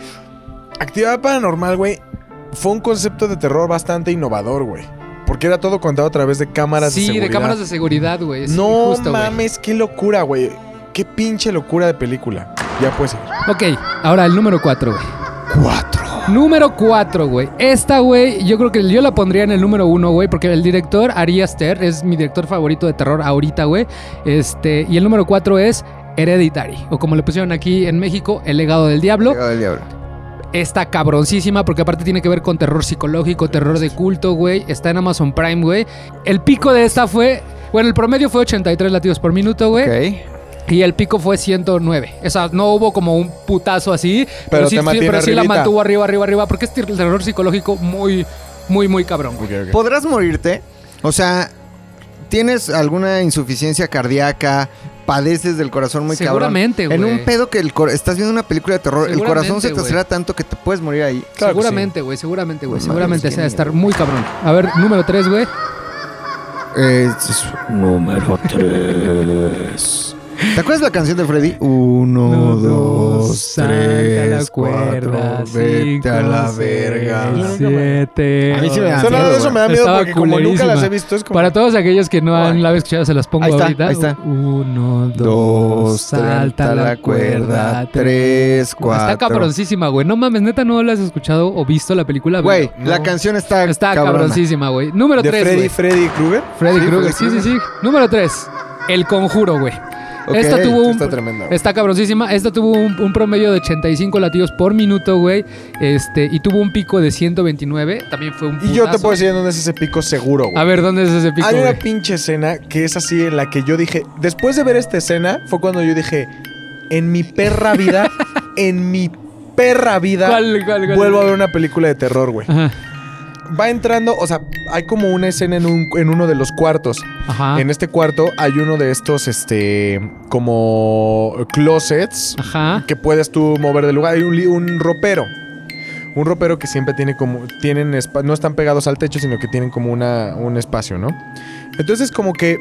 [SPEAKER 1] actividad paranormal, güey, fue un concepto de terror bastante innovador, güey. Porque era todo contado a través de cámaras de
[SPEAKER 2] sí,
[SPEAKER 1] seguridad.
[SPEAKER 2] de cámaras de seguridad, güey. sí,
[SPEAKER 1] No
[SPEAKER 2] justo, güey.
[SPEAKER 1] mames, qué locura, güey. Qué pinche locura de película. Ya pues.
[SPEAKER 2] Ok, ahora el número 4, güey.
[SPEAKER 1] Cuatro.
[SPEAKER 2] Número 4, güey. Esta, güey, yo creo que yo la pondría en el número 1, güey, porque el director Ari Aster es mi director favorito de terror ahorita, güey. Este, y el número 4 es Hereditary, o como le pusieron aquí en México, El legado del diablo.
[SPEAKER 3] Pegado del diablo.
[SPEAKER 2] Está cabroncísima porque aparte tiene que ver con terror psicológico, terror de culto, güey. Está en Amazon Prime, güey. El pico de esta fue... Bueno, el promedio fue 83 latidos por minuto, güey.
[SPEAKER 3] Ok.
[SPEAKER 2] Y el pico fue 109. O sea, no hubo como un putazo así. Pero,
[SPEAKER 1] Pero
[SPEAKER 2] sí,
[SPEAKER 1] te
[SPEAKER 2] sí,
[SPEAKER 1] mantiene
[SPEAKER 2] pero sí la
[SPEAKER 1] arribita.
[SPEAKER 2] mantuvo arriba, arriba, arriba. Porque es terror psicológico muy, muy, muy cabrón. güey.
[SPEAKER 3] ¿Podrás morirte? O sea, ¿tienes alguna insuficiencia cardíaca? ¿Padeces del corazón muy cabrón?
[SPEAKER 2] Seguramente, güey.
[SPEAKER 3] En un pedo que el cor- estás viendo una película de terror, el
[SPEAKER 2] Seguramente,
[SPEAKER 3] corazón se te
[SPEAKER 2] güey.
[SPEAKER 3] acelera tanto que te puedes morir ahí.
[SPEAKER 1] Claro que
[SPEAKER 2] seguramente, güey, seguramente, güey.
[SPEAKER 3] No
[SPEAKER 2] seguramente
[SPEAKER 3] mames,
[SPEAKER 2] sea
[SPEAKER 3] qué
[SPEAKER 2] estar muy cabrón. A ver, número 3, güey.
[SPEAKER 3] Eh, Este es-
[SPEAKER 6] Número 3.
[SPEAKER 3] ¿Te acuerdas la canción de Freddy? Uno,
[SPEAKER 2] Uno,
[SPEAKER 3] dos,
[SPEAKER 2] dos, saca la
[SPEAKER 3] tres,
[SPEAKER 2] cuerda,
[SPEAKER 3] cuatro, vete a la
[SPEAKER 2] cinco,
[SPEAKER 3] verga.
[SPEAKER 2] seis, siete.
[SPEAKER 3] A mí sí me da
[SPEAKER 1] O sea, nada de
[SPEAKER 3] miedo,
[SPEAKER 1] eso
[SPEAKER 3] güey.
[SPEAKER 1] me da miedo
[SPEAKER 2] Estaba
[SPEAKER 1] porque como nunca
[SPEAKER 2] culerísima.
[SPEAKER 1] las he visto es como...
[SPEAKER 2] Para todos aquellos que no han la escuchado, se las pongo
[SPEAKER 3] Ahí está,
[SPEAKER 2] ahorita.
[SPEAKER 3] ahí está.
[SPEAKER 2] Uno, dos,
[SPEAKER 3] Dos,
[SPEAKER 2] salta la cuerda.
[SPEAKER 3] Tres, cuatro.
[SPEAKER 2] Está cabroncísima, güey. No mames, neta, no la has escuchado o visto la película.
[SPEAKER 3] Güey,
[SPEAKER 1] No.
[SPEAKER 3] la canción está,
[SPEAKER 2] Está
[SPEAKER 3] cabrona.
[SPEAKER 2] cabroncísima, güey. Número
[SPEAKER 1] de
[SPEAKER 2] 3,
[SPEAKER 1] Freddy, Freddy Krueger.
[SPEAKER 2] Freddy
[SPEAKER 3] Sí,
[SPEAKER 2] Krueger. Sí,
[SPEAKER 3] Freddy
[SPEAKER 2] sí, sí. Número 3. El conjuro, güey.
[SPEAKER 3] Ok,
[SPEAKER 2] esta tuvo un.
[SPEAKER 1] Está tremendo.
[SPEAKER 2] Está cabroncísima. Esta tuvo un, un promedio de 85 latidos por minuto, güey. Este, y tuvo un pico de 129. También fue un.
[SPEAKER 1] Y yo te
[SPEAKER 2] putazo.
[SPEAKER 1] puedo decir dónde es ese pico seguro, güey.
[SPEAKER 2] A ver, ¿dónde es ese pico?
[SPEAKER 1] Hay una
[SPEAKER 2] güey?
[SPEAKER 1] pinche escena que es así en la que yo dije, después de ver esta escena, fue cuando yo dije, en mi perra vida, en mi perra vida,
[SPEAKER 2] ¿Cuál, cuál, cuál?
[SPEAKER 1] vuelvo a ver una película de terror, güey.
[SPEAKER 2] Ajá.
[SPEAKER 1] Va entrando, o sea, hay como una escena en, un- en uno de los cuartos.
[SPEAKER 2] Ajá.
[SPEAKER 1] En este cuarto hay uno de estos, este, como closets
[SPEAKER 2] Ajá.
[SPEAKER 1] que puedes tú mover de lugar. Hay un, li- un ropero. Un ropero que siempre tiene como. Tienen espa- no están pegados al techo, sino que tienen como una, un espacio, ¿no? Entonces, como que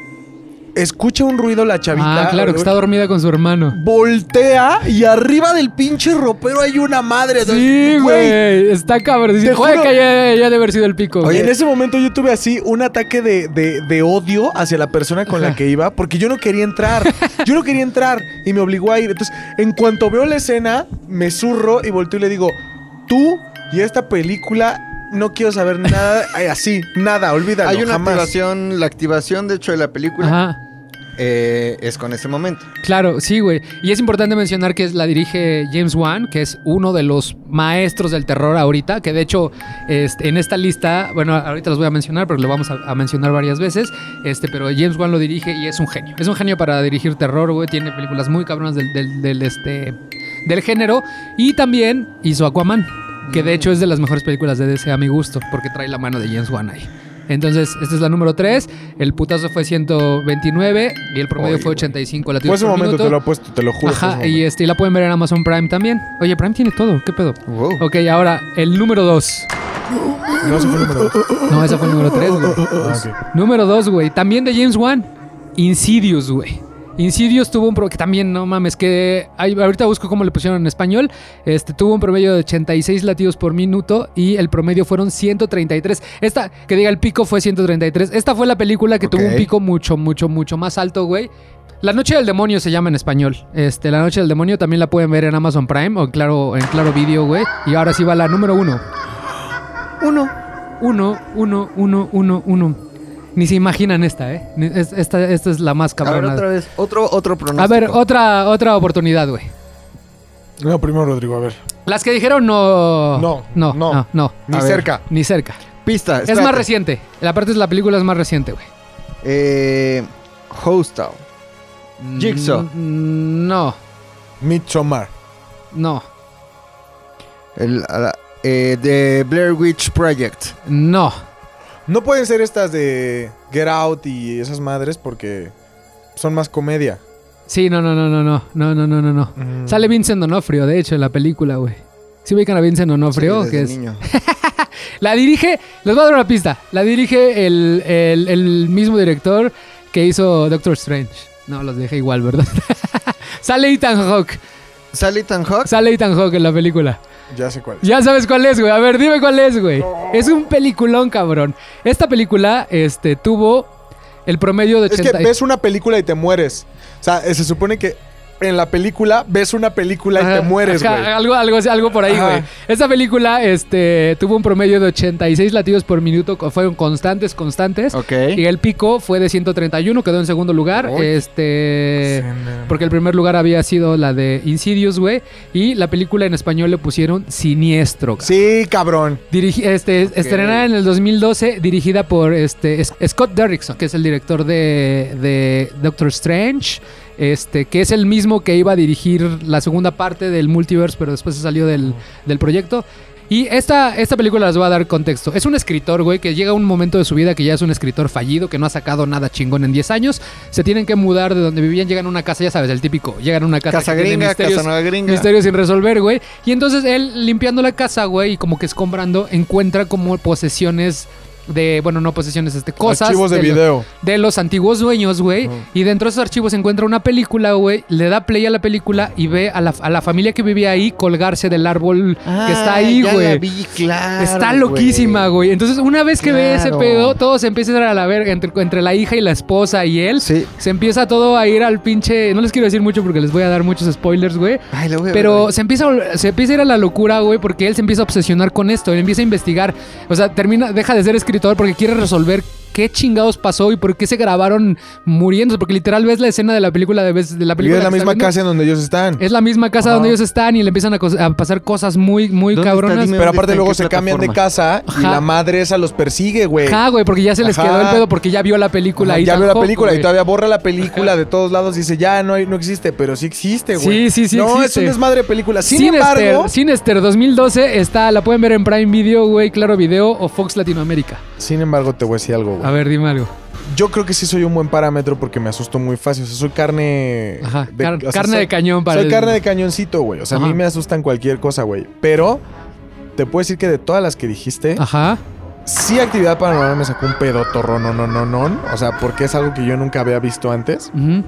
[SPEAKER 1] escucha un ruido la chavita.
[SPEAKER 2] Ah, claro, que está dormida con su hermano.
[SPEAKER 1] Voltea y arriba del pinche ropero hay una madre. o sea,
[SPEAKER 2] Sí, güey. Está cabrón. Dice,
[SPEAKER 1] Te
[SPEAKER 2] joder,
[SPEAKER 1] juro-
[SPEAKER 2] que ya, ya debe haber sido el pico.
[SPEAKER 1] Oye,
[SPEAKER 2] güey".
[SPEAKER 1] en ese momento yo tuve así un ataque de, de- de odio hacia la persona con la
[SPEAKER 2] Ajá.
[SPEAKER 1] que iba porque yo no quería entrar. Yo no quería entrar y me obligó a ir. Entonces, en cuanto veo la escena, me zurro y volteo y le digo, tú y esta película no quiero saber nada Ay, así, nada, olvídalo,
[SPEAKER 3] Hay una
[SPEAKER 1] jamás.
[SPEAKER 3] activación, la activación de hecho de la película
[SPEAKER 2] Ajá.
[SPEAKER 3] eh, es con ese momento.
[SPEAKER 2] Claro, sí, güey. Y es importante mencionar que es- la dirige James Wan, que es uno de los maestros del terror ahorita, que de hecho este, en esta lista, bueno, ahorita los voy a mencionar, pero lo vamos a, a mencionar varias veces, este, pero James Wan lo dirige y es un genio. Es un genio para dirigir terror, güey. Tiene películas muy cabronas del, del- del, este, del género. Y también hizo Aquaman, que de hecho es de las mejores películas de DC a mi gusto, porque trae la mano de James Wan ahí. Entonces, esta es la número 3. El putazo fue 129 y el promedio
[SPEAKER 3] Oy,
[SPEAKER 2] fue
[SPEAKER 3] güey.
[SPEAKER 2] 85 latidos
[SPEAKER 1] Fue ese
[SPEAKER 2] por
[SPEAKER 1] momento,
[SPEAKER 2] minuto.
[SPEAKER 1] te lo apuesto, te lo juro. fue ese
[SPEAKER 2] Ajá, y,
[SPEAKER 1] momento.
[SPEAKER 2] este, y la pueden ver en Amazon Prime también. Oye, Prime tiene todo, ¿qué pedo?
[SPEAKER 3] Wow.
[SPEAKER 2] Ok, ahora el número 2.
[SPEAKER 1] No, ese fue el número dos.
[SPEAKER 2] No, ese fue el número 3, güey.
[SPEAKER 1] Ah, sí.
[SPEAKER 2] Número 2, güey. También de James Wan. Insidious, güey. Insidious tuvo un promedio que también, no mames, que ay, ahorita busco cómo le pusieron en español. Este tuvo un promedio de 86 latidos por minuto y el promedio fueron 133. Esta, que diga el pico fue 133. Esta fue la película que tuvo un
[SPEAKER 3] Ok.
[SPEAKER 2] pico mucho, mucho, mucho más alto, güey. La Noche del Demonio se llama en español. Este, La Noche del Demonio también la pueden ver en Amazon Prime o en Claro, en claro Video, güey. Y ahora sí va la número uno. Uno, uno, uno, uno, uno, uno. Ni se imaginan esta, ¿eh? Ni- es- Esta, esta es la más
[SPEAKER 3] A ver, otra
[SPEAKER 2] cabrona.
[SPEAKER 3] vez. Otro, otro pronóstico.
[SPEAKER 2] A ver, otra, otra oportunidad, güey.
[SPEAKER 1] No, primero Rodrigo, a ver.
[SPEAKER 2] Las que dijeron no.
[SPEAKER 1] No,
[SPEAKER 2] no,
[SPEAKER 1] no.
[SPEAKER 2] no, no,
[SPEAKER 1] Ni
[SPEAKER 3] A ver.
[SPEAKER 1] cerca.
[SPEAKER 2] ni cerca.
[SPEAKER 3] Pista.
[SPEAKER 2] Es más
[SPEAKER 3] espérate.
[SPEAKER 2] reciente. La parte de la película es más reciente, güey.
[SPEAKER 3] Eh, Hostel. Jigsaw.
[SPEAKER 2] Mm, No,
[SPEAKER 1] Midsommar.
[SPEAKER 2] no,
[SPEAKER 3] El, a la- eh, The Blair Witch Project.
[SPEAKER 2] no.
[SPEAKER 1] No pueden ser estas de Get Out y esas madres porque son más comedia.
[SPEAKER 2] Sí, no, no, no, no, no, no, no, no, no, no.
[SPEAKER 1] Mm.
[SPEAKER 2] Sale Vincent Donofrio, de hecho, en la película, güey. ¿Sí ubican a Vincent Donofrio?
[SPEAKER 3] Sí, desde
[SPEAKER 2] que es...
[SPEAKER 3] niño.
[SPEAKER 2] La dirige, les voy a dar una pista. La dirige el, el- el mismo director que hizo Doctor Strange. No, los dejé igual, ¿verdad? Sale Ethan Hawke.
[SPEAKER 3] Sally Tan Hawk.
[SPEAKER 2] Sale Ethan Hawke en la película.
[SPEAKER 1] Ya sé cuál.
[SPEAKER 2] Ya sabes cuál es, güey. A ver, dime cuál es, güey. Es un peliculón, cabrón. Esta película este, tuvo el promedio de
[SPEAKER 1] Es
[SPEAKER 2] 80.
[SPEAKER 1] que ves una película y te mueres. O sea, eh, se supone que en la película ves una película y
[SPEAKER 2] Ajá,
[SPEAKER 1] te mueres,
[SPEAKER 2] ajá,
[SPEAKER 1] güey.
[SPEAKER 2] Algo, algo, algo por ahí,
[SPEAKER 1] Ajá.
[SPEAKER 2] güey. Esta película este, tuvo un promedio de 86 latidos por minuto. co- Fueron constantes, constantes.
[SPEAKER 3] Ok.
[SPEAKER 2] Y el pico fue de 131, quedó en segundo lugar.
[SPEAKER 1] Uy.
[SPEAKER 2] Este.
[SPEAKER 1] Sí, no.
[SPEAKER 2] Porque el primer lugar había sido la de Insidious, güey. Y la película en español le pusieron Siniestro. cabrón.
[SPEAKER 1] Sí, cabrón.
[SPEAKER 2] Dirigi- este, Estrenada en el 2012, dirigida por este, S- Scott Derrickson, que es el director de, de Doctor Strange, este, que es el mismo que iba a dirigir la segunda parte del multiverse, pero después se salió del, del proyecto. Y esta, esta película les va a dar contexto. Es un escritor, güey, que llega a un momento de su vida que ya es un escritor fallido, que no ha sacado nada chingón en 10 años. Se tienen que mudar de donde vivían, llegan a una casa, ya sabes, el típico. Llegan a una casa,
[SPEAKER 3] Casa
[SPEAKER 2] que tiene
[SPEAKER 3] gringa,
[SPEAKER 2] misterios-
[SPEAKER 3] casa nueva gringa.
[SPEAKER 2] Misterio sin resolver, güey. Y entonces él limpiando la casa, güey, y como que escombrando, encuentra como posesiones de, bueno, no posesiones, este, cosas.
[SPEAKER 1] Archivos de
[SPEAKER 2] lo-
[SPEAKER 1] video.
[SPEAKER 2] de los antiguos dueños, güey. Y dentro de esos archivos se encuentra una película, güey. Le da play a la película y ve a la, a la familia que vivía ahí colgarse del árbol que está ahí,
[SPEAKER 3] Ah, ya la
[SPEAKER 2] güey.
[SPEAKER 3] vi, claro,
[SPEAKER 2] Está loquísima, güey. Entonces, una vez que ve ese
[SPEAKER 3] Claro.
[SPEAKER 2] pedo, todo se empieza a ir a la verga entre, entre la hija y la esposa y él.
[SPEAKER 3] Sí.
[SPEAKER 2] Se empieza todo a ir al pinche. No les quiero decir mucho porque les voy a dar muchos spoilers, güey.
[SPEAKER 3] Ay, la voy a ver,
[SPEAKER 2] Pero
[SPEAKER 3] güey.
[SPEAKER 2] se empieza, a vol- se empieza a ir a la locura, güey, porque él se empieza a obsesionar con esto. Él empieza a investigar. O sea, termina, deja de ser escritor porque quiere resolver qué chingados pasó y por qué se grabaron muriéndose. Porque literal ves la escena de la película de, ves- de la
[SPEAKER 1] Y
[SPEAKER 2] película.
[SPEAKER 1] es la
[SPEAKER 2] que estás
[SPEAKER 1] misma
[SPEAKER 2] viendo.
[SPEAKER 1] casa en donde ellos están.
[SPEAKER 2] Es la misma casa donde ellos están y le empiezan a, cos- a pasar cosas muy, muy
[SPEAKER 3] ¿Dónde está?
[SPEAKER 2] cabronas.
[SPEAKER 3] Dime.
[SPEAKER 1] Pero aparte
[SPEAKER 3] ¿En
[SPEAKER 1] luego
[SPEAKER 3] qué
[SPEAKER 1] se cambian de
[SPEAKER 3] plataforma?
[SPEAKER 1] casa y
[SPEAKER 2] Ajá.
[SPEAKER 1] la madre esa los persigue, güey.
[SPEAKER 2] Ajá, güey, porque ya se les
[SPEAKER 1] Ajá.
[SPEAKER 2] quedó el pedo porque ya vio la película.
[SPEAKER 1] Ajá,
[SPEAKER 2] y
[SPEAKER 1] ya vio la
[SPEAKER 2] tampoco,
[SPEAKER 1] película y
[SPEAKER 2] güey.
[SPEAKER 1] todavía borra la película de todos lados. Dice, ya no, hay- no existe, pero sí existe, güey.
[SPEAKER 2] Sí, sí, sí
[SPEAKER 1] No, es
[SPEAKER 2] existe.
[SPEAKER 1] un desmadre de película. Sin
[SPEAKER 2] Sinister,
[SPEAKER 1] embargo,
[SPEAKER 2] Sinister 2012 está, la pueden ver en Prime Video, güey, Claro Video o Fox Latinoamérica.
[SPEAKER 1] sin embargo, te voy a decir algo,
[SPEAKER 2] A
[SPEAKER 1] güey.
[SPEAKER 2] ver, dime algo.
[SPEAKER 1] Yo creo que sí soy un buen parámetro porque me asusto muy fácil. O sea, soy carne.
[SPEAKER 2] Ajá,
[SPEAKER 1] de-
[SPEAKER 2] car-
[SPEAKER 1] o sea,
[SPEAKER 2] carne
[SPEAKER 1] soy-
[SPEAKER 2] de cañón para
[SPEAKER 1] Soy
[SPEAKER 2] el-
[SPEAKER 1] carne de cañoncito, güey. O sea, a mí
[SPEAKER 2] Ajá.
[SPEAKER 1] me asustan cualquier cosa, güey. Pero te puedo decir que de todas las que dijiste,
[SPEAKER 2] Ajá.
[SPEAKER 1] sí Actividad Paranormal me sacó un pedo torro, no, no, no, no. O sea, porque es algo que yo nunca había visto antes.
[SPEAKER 2] Ujú.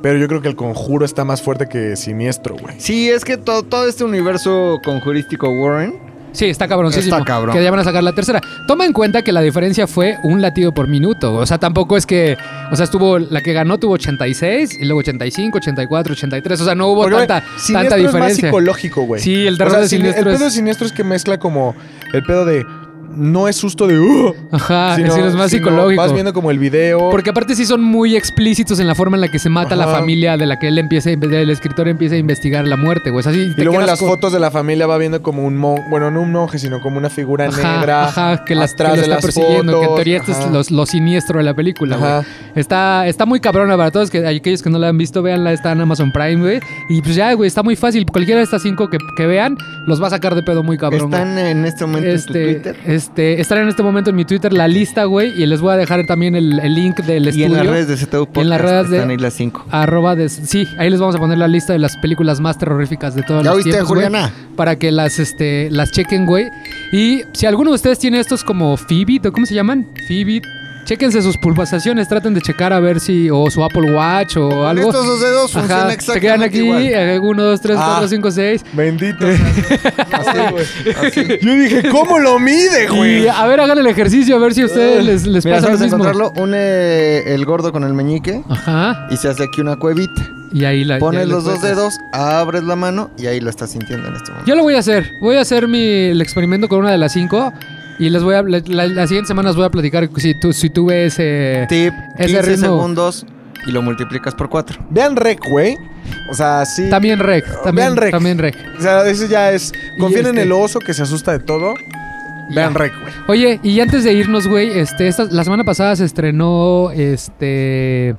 [SPEAKER 1] Pero yo creo que el conjuro está más fuerte que siniestro, güey.
[SPEAKER 3] Sí, es que todo, todo este universo conjurístico Warren.
[SPEAKER 2] Sí, está cabroncísimo.
[SPEAKER 3] Está cabrón.
[SPEAKER 2] Que ya van a sacar la tercera. Toma en cuenta que la diferencia fue un latido por minuto. O sea, tampoco es que. O sea, estuvo. La que ganó tuvo 86, y luego 85, 84, 83. O sea, no hubo
[SPEAKER 1] Porque,
[SPEAKER 2] tanta,
[SPEAKER 1] güey,
[SPEAKER 2] tanta
[SPEAKER 1] siniestro es más
[SPEAKER 2] diferencia.
[SPEAKER 1] psicológico, güey.
[SPEAKER 2] Sí, el terror
[SPEAKER 1] O sea,
[SPEAKER 2] de
[SPEAKER 1] sin-
[SPEAKER 2] siniestro
[SPEAKER 1] El
[SPEAKER 2] es-
[SPEAKER 1] pedo de siniestro es que mezcla como el pedo de. No es susto de. "Uh",
[SPEAKER 2] Ajá,
[SPEAKER 1] sino-
[SPEAKER 2] es decir, Ah, es más
[SPEAKER 1] sino
[SPEAKER 2] psicológico.
[SPEAKER 1] Vas viendo como el video.
[SPEAKER 2] Porque aparte sí son muy explícitos en la forma en la que se mata la
[SPEAKER 1] Ajá.
[SPEAKER 2] familia de la que él empieza, el escritor empieza a investigar la muerte, güey. O sea, sí
[SPEAKER 1] Y
[SPEAKER 2] te
[SPEAKER 1] luego en
[SPEAKER 2] quedas
[SPEAKER 1] las
[SPEAKER 2] con-
[SPEAKER 1] fotos de la familia va viendo como un monje, bueno, no un monje, sino como una figura
[SPEAKER 2] Ajá,
[SPEAKER 1] negra
[SPEAKER 2] ajá, que las, que
[SPEAKER 1] atrás
[SPEAKER 2] lo
[SPEAKER 1] de
[SPEAKER 2] está
[SPEAKER 1] las
[SPEAKER 2] persiguiendo, que en
[SPEAKER 1] fotos,
[SPEAKER 2] teoría esto es
[SPEAKER 1] ajá.
[SPEAKER 2] los- lo, siniestro de la película,
[SPEAKER 1] Ajá.
[SPEAKER 2] güey. Está, está muy cabrona para todos, que aquellos que no la han visto, véanla, está en Amazon Prime, güey. Y pues ya, güey, está muy fácil. Cualquiera de estas cinco que, que vean, los va a sacar de pedo muy cabrón. güey.
[SPEAKER 3] Están en este momento
[SPEAKER 2] este,
[SPEAKER 3] en tu Twitter.
[SPEAKER 2] este, estar en este momento en mi Twitter la lista, güey, y les voy a dejar también el, el link del
[SPEAKER 3] Y
[SPEAKER 2] estudio.
[SPEAKER 3] en las redes de ZTU Podcast.
[SPEAKER 2] en las redes de-
[SPEAKER 3] Están ahí las cinco.
[SPEAKER 2] Arroba de, sí, ahí les vamos a poner la lista de las películas más terroríficas de todos
[SPEAKER 3] ¿Ya
[SPEAKER 2] los
[SPEAKER 3] oíste,
[SPEAKER 2] tiempos, güey,
[SPEAKER 3] Juliana?
[SPEAKER 2] para que las este las chequen, güey. Y si alguno de ustedes tiene estos como Fitbit o cómo se llaman? Fitbit. Chéquense sus pulsaciones, traten de checar a ver si o su Apple Watch o
[SPEAKER 3] Con
[SPEAKER 2] algo.
[SPEAKER 3] estos dos dedos
[SPEAKER 2] Ajá,
[SPEAKER 3] funciona
[SPEAKER 2] se quedan
[SPEAKER 3] exactamente
[SPEAKER 2] aquí, eh,
[SPEAKER 3] igual.
[SPEAKER 2] 1 2 3
[SPEAKER 1] Ah.
[SPEAKER 2] 4 5 6.
[SPEAKER 1] Bendito. Así, güey.
[SPEAKER 3] Ah,
[SPEAKER 1] Yo dije, ¿cómo lo mide, güey?
[SPEAKER 2] Y a ver, hagan el ejercicio a ver si a ustedes les, les
[SPEAKER 3] Mira,
[SPEAKER 2] pasa lo
[SPEAKER 3] ¿sabes
[SPEAKER 2] mismo.
[SPEAKER 3] encontrarlo? Une el gordo con el meñique
[SPEAKER 2] Ajá.
[SPEAKER 3] y se hace aquí una cuevita.
[SPEAKER 2] Y ahí la ya
[SPEAKER 3] Pones
[SPEAKER 2] le
[SPEAKER 3] los dos
[SPEAKER 2] cuelgas.
[SPEAKER 3] dedos, abres la mano y ahí lo estás sintiendo en este momento.
[SPEAKER 2] Yo lo voy a hacer. Voy a hacer mi, el experimento con una de las cinco. Y les voy a. La, la- la siguiente semana os voy a platicar si, tu, si eh, tuve ese.
[SPEAKER 3] Tip,
[SPEAKER 2] Ese
[SPEAKER 3] 15
[SPEAKER 2] ritmo.
[SPEAKER 3] segundos y lo multiplicas por 4.
[SPEAKER 1] Vean Rec, güey. O sea, sí.
[SPEAKER 2] También rec. También
[SPEAKER 1] Vean rec.
[SPEAKER 2] También rec.
[SPEAKER 1] O sea, eso ya es. Confíen
[SPEAKER 2] este-
[SPEAKER 1] en el oso que se asusta de todo. Vean
[SPEAKER 2] Ya.
[SPEAKER 1] Rec, güey.
[SPEAKER 2] Oye, y antes de irnos, güey, este, esta- la semana pasada se estrenó este.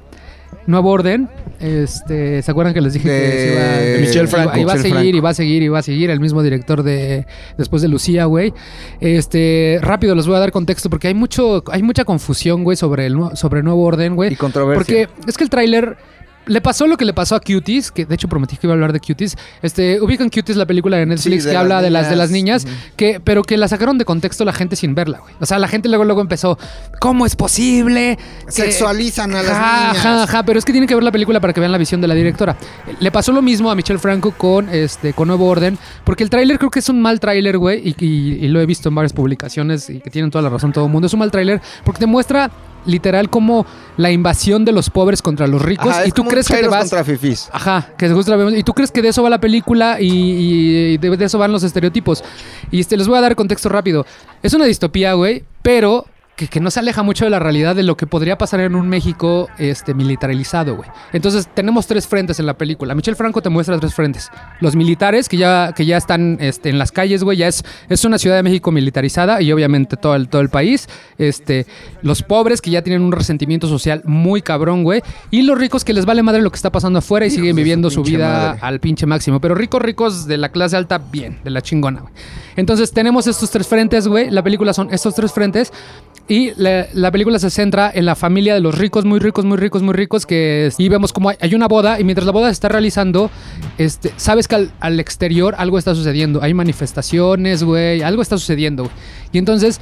[SPEAKER 2] Nuevo Orden. Este, ¿se acuerdan que les dije
[SPEAKER 3] De-
[SPEAKER 2] que se iba,
[SPEAKER 3] de
[SPEAKER 1] Michel Franco.
[SPEAKER 2] iba a
[SPEAKER 3] Michel
[SPEAKER 2] seguir,
[SPEAKER 3] Franco.
[SPEAKER 2] iba a seguir, iba a seguir, el mismo director de después de Lucía, güey. Este, rápido les voy a dar contexto porque hay mucho hay mucha confusión, güey, sobre el nu- sobre Nuevo Orden, güey.
[SPEAKER 3] Y controversia.
[SPEAKER 2] Porque es que el tráiler le pasó lo que le pasó a Cuties, que de hecho prometí que iba a hablar de Cuties. Este, ubican Cuties la película de Netflix
[SPEAKER 3] Sí,
[SPEAKER 2] que
[SPEAKER 3] de las
[SPEAKER 2] habla de las de las
[SPEAKER 3] niñas.
[SPEAKER 2] niñas, que pero que la sacaron de contexto la gente sin verla, güey. O sea, la gente luego luego empezó, ¿cómo es posible? que-
[SPEAKER 3] Sexualizan a las
[SPEAKER 2] Ajá,
[SPEAKER 3] niñas.
[SPEAKER 2] ajá, ajá, pero es que tienen que ver la película para que vean la visión de la directora. Le pasó lo mismo a Michelle Franco con este con Nuevo Orden, porque el tráiler creo que es un mal tráiler, güey, y, y- y lo he visto en varias publicaciones y que tienen toda la razón todo el mundo. Es un mal tráiler porque te muestra literal como la invasión de los pobres contra los ricos
[SPEAKER 3] Ajá,
[SPEAKER 2] y
[SPEAKER 3] es
[SPEAKER 2] tú
[SPEAKER 3] como
[SPEAKER 2] crees que te
[SPEAKER 3] chairos
[SPEAKER 2] vas
[SPEAKER 3] contra fifís.
[SPEAKER 2] Ajá, que justo la vemos. Y tú crees que de eso va la película y, y de, de eso van los estereotipos. Y este, les voy a dar contexto rápido. Es una distopía, güey, pero que, que no se aleja mucho de la realidad de lo que podría pasar en un México este, militarizado, güey. Entonces, tenemos tres frentes en la película. Michel Franco te muestra tres frentes. Los militares, que ya, que ya están este, en las calles, güey, ya es, es una Ciudad de México militarizada y obviamente todo el, todo el país. Este, los pobres, que ya tienen un resentimiento social muy cabrón, güey. Y los ricos, que les vale madre lo que está pasando afuera y siguen
[SPEAKER 3] de su
[SPEAKER 2] viviendo su
[SPEAKER 3] pinche
[SPEAKER 2] vida
[SPEAKER 3] madre.
[SPEAKER 2] al pinche máximo. Pero ricos, ricos de la clase alta, bien, de la chingona, güey. Entonces tenemos estos tres frentes, güey. La película son estos tres frentes. Y la, la película se centra en la familia de los ricos, muy ricos, muy ricos, muy ricos, que es- y vemos como hay, hay una boda y mientras la boda se está realizando, este, sabes que al, al exterior algo está sucediendo, hay manifestaciones, güey, algo está sucediendo, güey. Y entonces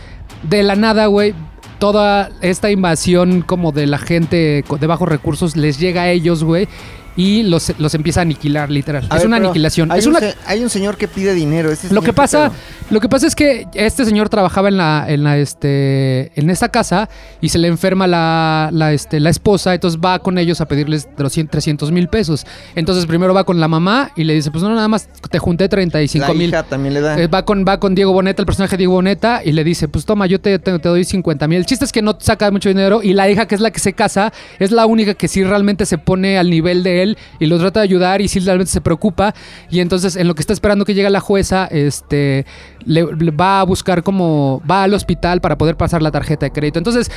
[SPEAKER 2] de la nada, güey, toda esta invasión como de la gente co- de bajos recursos les llega a ellos, güey, y los, los empieza a aniquilar, literal.
[SPEAKER 3] A
[SPEAKER 2] es
[SPEAKER 3] ver,
[SPEAKER 2] una
[SPEAKER 3] pero
[SPEAKER 2] aniquilación.
[SPEAKER 3] Hay,
[SPEAKER 2] Es
[SPEAKER 3] un
[SPEAKER 2] una
[SPEAKER 3] se- hay un señor que pide dinero. este ese
[SPEAKER 2] lo
[SPEAKER 3] señor,
[SPEAKER 2] que
[SPEAKER 3] ¿qué
[SPEAKER 2] pasa,
[SPEAKER 3] pedo?
[SPEAKER 2] lo que pasa es que este señor trabajaba en la, en la, este, en esta casa y se le enferma la, la, este, la esposa, entonces va con ellos a pedirles 200, 300 mil pesos. Entonces primero va con la mamá y le dice, pues no, nada más te junté 35
[SPEAKER 3] La
[SPEAKER 2] mil.
[SPEAKER 3] hija también le da.
[SPEAKER 2] Eh, va, con, va con Diego Boneta, el personaje de Diego Boneta, y le dice, pues toma, yo te, te- te doy 50 mil. El chiste es que no saca mucho dinero y la hija, que es la que se casa, es la única que sí realmente se pone al nivel de él y lo trata de ayudar y sí realmente se preocupa. Y entonces en lo que está esperando que llegue la jueza, este, le, le va a buscar como, va al hospital para poder pasar la tarjeta de crédito. Entonces,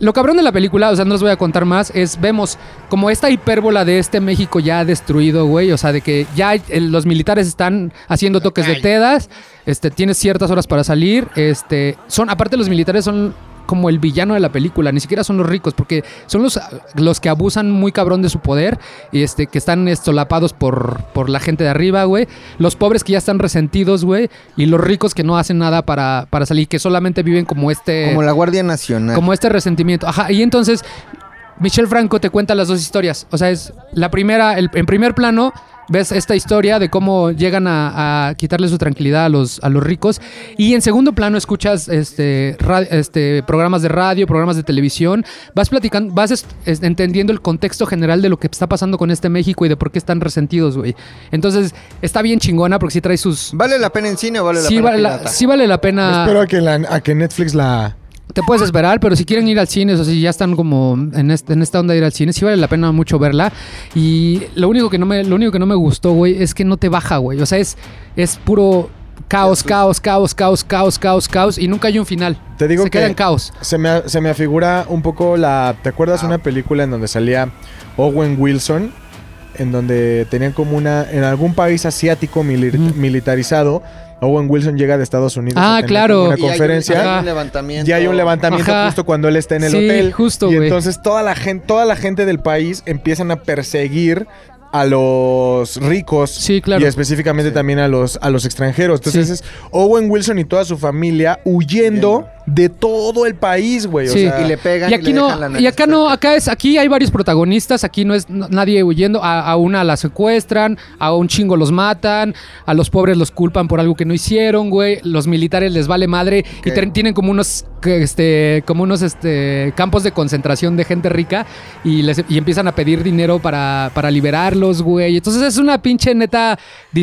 [SPEAKER 2] lo cabrón de la película, o sea, no les voy a contar más, es, vemos como esta hipérbola de este México ya destruido, güey, o sea, de que ya eh, los militares están haciendo toques de tedas, este, tienes ciertas horas para salir, este, son, aparte los militares son como el villano de la película, ni siquiera son los ricos, porque son los, los que abusan muy cabrón de su poder y este, que están estolapados por, por la gente de arriba, güey, los pobres que ya están resentidos, güey, y los ricos que no hacen nada para, para salir, que solamente viven como este...
[SPEAKER 3] Como la Guardia Nacional.
[SPEAKER 2] Como este resentimiento. Ajá, y entonces Michel Franco te cuenta las dos historias. O sea, es la primera, el- en primer plano ves esta historia de cómo llegan a, a quitarle su tranquilidad a los, a los ricos. Y en segundo plano escuchas este, ra- este, programas de radio, programas de televisión. Vas platicando, vas est- es- entendiendo el contexto general de lo que está pasando con este México y de por qué están resentidos, güey. Entonces, está bien chingona porque sí trae sus...
[SPEAKER 3] ¿Vale la pena en cine o vale la
[SPEAKER 2] sí,
[SPEAKER 3] pena
[SPEAKER 2] vale la,
[SPEAKER 3] pirata?
[SPEAKER 2] sí vale la pena...
[SPEAKER 1] Espero a que, la- a que Netflix la...
[SPEAKER 2] Te puedes esperar, pero si quieren ir al cine, o sea, si ya están como en, este- en esta onda de ir al cine, sí vale la pena mucho verla. Y lo único que no me, lo único que no me gustó, güey, es que no te baja, güey. O sea, es, es puro caos, caos, caos, caos, caos, caos, caos, y nunca hay un final.
[SPEAKER 1] Te digo
[SPEAKER 2] Se
[SPEAKER 1] que-
[SPEAKER 2] queda en caos.
[SPEAKER 1] Se me, se me afigura un poco la... ¿Te acuerdas una película en donde salía Owen Wilson? En donde tenían como una... En algún país asiático mili-
[SPEAKER 2] Ujú.
[SPEAKER 1] militarizado, Owen Wilson llega de Estados Unidos.
[SPEAKER 2] Ah,
[SPEAKER 1] a tener como
[SPEAKER 2] claro.
[SPEAKER 1] Una
[SPEAKER 3] Y hay un-
[SPEAKER 1] conferencia.
[SPEAKER 3] hay un,
[SPEAKER 2] Ajá.
[SPEAKER 3] levantamiento.
[SPEAKER 1] Y hay un levantamiento
[SPEAKER 2] Ajá.
[SPEAKER 1] justo cuando él está en el
[SPEAKER 2] Sí,
[SPEAKER 1] hotel.
[SPEAKER 2] justo,
[SPEAKER 1] y
[SPEAKER 2] güey.
[SPEAKER 1] entonces toda la gente, toda la gente del país empiezan a perseguir a los ricos
[SPEAKER 2] Sí, claro.
[SPEAKER 1] y específicamente también a los a los extranjeros. Entonces
[SPEAKER 2] Sí.
[SPEAKER 1] es Owen Wilson y toda su familia huyendo de todo el país, güey.
[SPEAKER 2] Sí.
[SPEAKER 1] O sea,
[SPEAKER 3] Y le pegan.
[SPEAKER 2] Y aquí
[SPEAKER 3] le dejan la
[SPEAKER 2] no,
[SPEAKER 3] nariz
[SPEAKER 2] y acá no, acá es, aquí hay varios protagonistas, aquí no es n- nadie huyendo, a, a una la secuestran, a un chingo los matan, a los pobres los culpan por algo que no hicieron, güey, los militares les vale madre y
[SPEAKER 3] Ok.
[SPEAKER 2] ter- tienen como unos, que, este, como unos, este, campos de concentración de gente rica y les y empiezan a pedir dinero para, para liberarlos, güey. Entonces es una pinche neta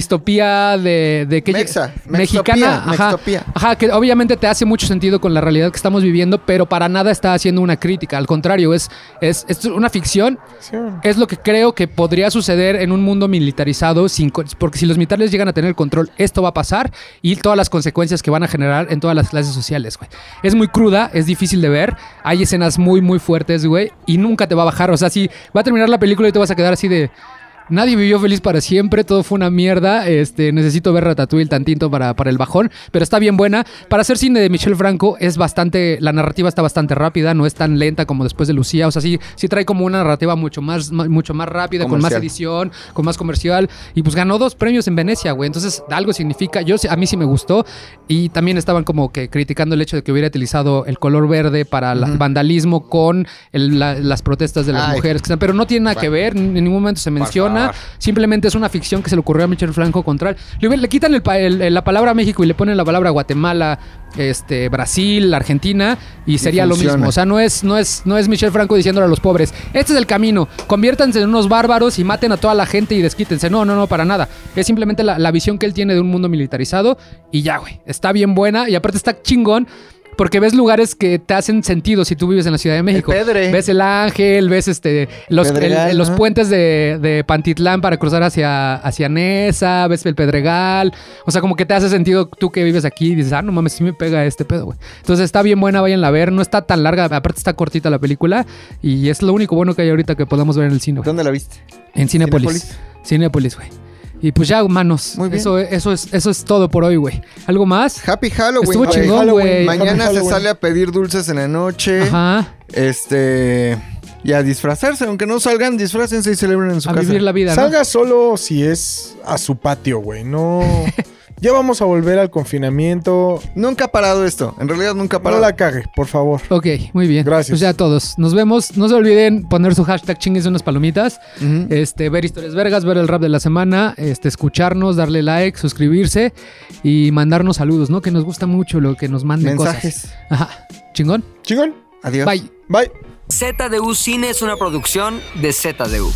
[SPEAKER 2] distopía de, de que
[SPEAKER 3] Mexa,
[SPEAKER 2] mexicana,
[SPEAKER 3] mextopía,
[SPEAKER 2] ajá.
[SPEAKER 3] mextopía.
[SPEAKER 2] Ajá, que obviamente te hace mucho sentido con la realidad que estamos viviendo, pero para nada está haciendo una crítica. Al contrario, es, es, es una ficción.
[SPEAKER 1] sí.
[SPEAKER 2] Es lo que creo que podría suceder en un mundo militarizado, sin, co- porque si los militares llegan a tener control, esto va a pasar y todas las consecuencias que van a generar en todas las clases sociales, güey. Es muy cruda, es difícil de ver, hay escenas muy, muy fuertes, güey, y nunca te va a bajar. O sea, si va a terminar la película y te vas a quedar así de... Nadie vivió feliz para siempre, todo fue una mierda. Este, necesito ver Ratatouille tantito para, para el bajón, pero está bien buena. Para hacer cine de Michel Franco es bastante, la narrativa está bastante rápida, no es tan lenta como después de Lucía. O sea, sí, sí trae como una narrativa mucho más, ma- mucho más rápida, con más
[SPEAKER 3] Comercial.
[SPEAKER 2] edición, con más comercial. Y pues ganó dos premios en Venecia, güey. Entonces, algo significa. Yo sí- a mí sí me gustó. Y también estaban como que criticando el hecho de que hubiera utilizado el color verde para el vandalismo con el- la- las protestas de las
[SPEAKER 3] Ay.
[SPEAKER 2] mujeres que están. Pero no tiene nada que ver, en ningún momento se menciona.
[SPEAKER 3] favor.
[SPEAKER 2] Simplemente es una ficción que se le ocurrió a Michel Franco contra. Le, hubieran- le quitan el pa- el- el- la palabra México y le ponen la palabra Guatemala, este, Brasil, Argentina, y sería lo
[SPEAKER 3] funciona.
[SPEAKER 2] mismo. O sea, no es, no es, no es Michel Franco diciéndole a los pobres, este es el camino, conviértanse en unos bárbaros y maten a toda la gente y desquítense. No, no, no, para nada. Es simplemente la, la visión que él tiene de un mundo militarizado y ya, güey. Está bien buena y aparte está chingón. Porque ves lugares que te hacen sentido si tú vives en la Ciudad de México.
[SPEAKER 3] Pedre.
[SPEAKER 2] Ves el ángel, ves este los, el-
[SPEAKER 3] Pedregal,
[SPEAKER 2] el- los
[SPEAKER 3] ajá.
[SPEAKER 2] puentes de, de Pantitlán para cruzar hacia, hacia Nesa, ves el Pedregal. O sea, como que te hace sentido tú que vives aquí y dices, ah, no mames, sí me pega este pedo, güey. Entonces está bien buena, vayan a ver. No está tan larga, aparte está cortita la película y es lo único bueno que hay ahorita que podamos ver en el cine, güey.
[SPEAKER 3] ¿Dónde la viste?
[SPEAKER 2] En Cinepolis. Cinepolis, güey. Y pues ya, manos.
[SPEAKER 3] Muy bien.
[SPEAKER 2] Eso, eso, es, eso es todo por hoy, güey. ¿Algo más?
[SPEAKER 3] Happy Halloween.
[SPEAKER 2] Estuvo
[SPEAKER 3] güey.
[SPEAKER 2] chingón, güey.
[SPEAKER 3] Mañana
[SPEAKER 1] Happy
[SPEAKER 3] se
[SPEAKER 1] Halloween.
[SPEAKER 3] sale a pedir dulces en la noche.
[SPEAKER 2] Ajá.
[SPEAKER 3] Este. Y a disfrazarse. Aunque no salgan, disfrácense y celebren en su
[SPEAKER 2] A
[SPEAKER 3] casa.
[SPEAKER 2] vivir la vida, ¿no?
[SPEAKER 1] Salga solo si es a su patio, güey. No, Ya vamos a volver al confinamiento.
[SPEAKER 3] Nunca ha parado esto. En realidad nunca ha
[SPEAKER 1] No
[SPEAKER 3] parado.
[SPEAKER 1] la cague, por favor.
[SPEAKER 2] Ok, muy bien.
[SPEAKER 1] Gracias.
[SPEAKER 2] Pues ya todos. Nos vemos. No se olviden poner su hashtag chingues unas palomitas.
[SPEAKER 3] Ujú.
[SPEAKER 2] Este, ver historias vergas, ver el rap de la semana, este, escucharnos, darle like, suscribirse y mandarnos saludos, ¿no? Que nos gusta mucho lo que nos manden
[SPEAKER 3] Mensajes.
[SPEAKER 2] cosas. Ajá. Chingón.
[SPEAKER 1] Chingón.
[SPEAKER 3] Adiós.
[SPEAKER 2] Bye.
[SPEAKER 1] Bye.
[SPEAKER 6] ZDU Cine es una producción de ZDU.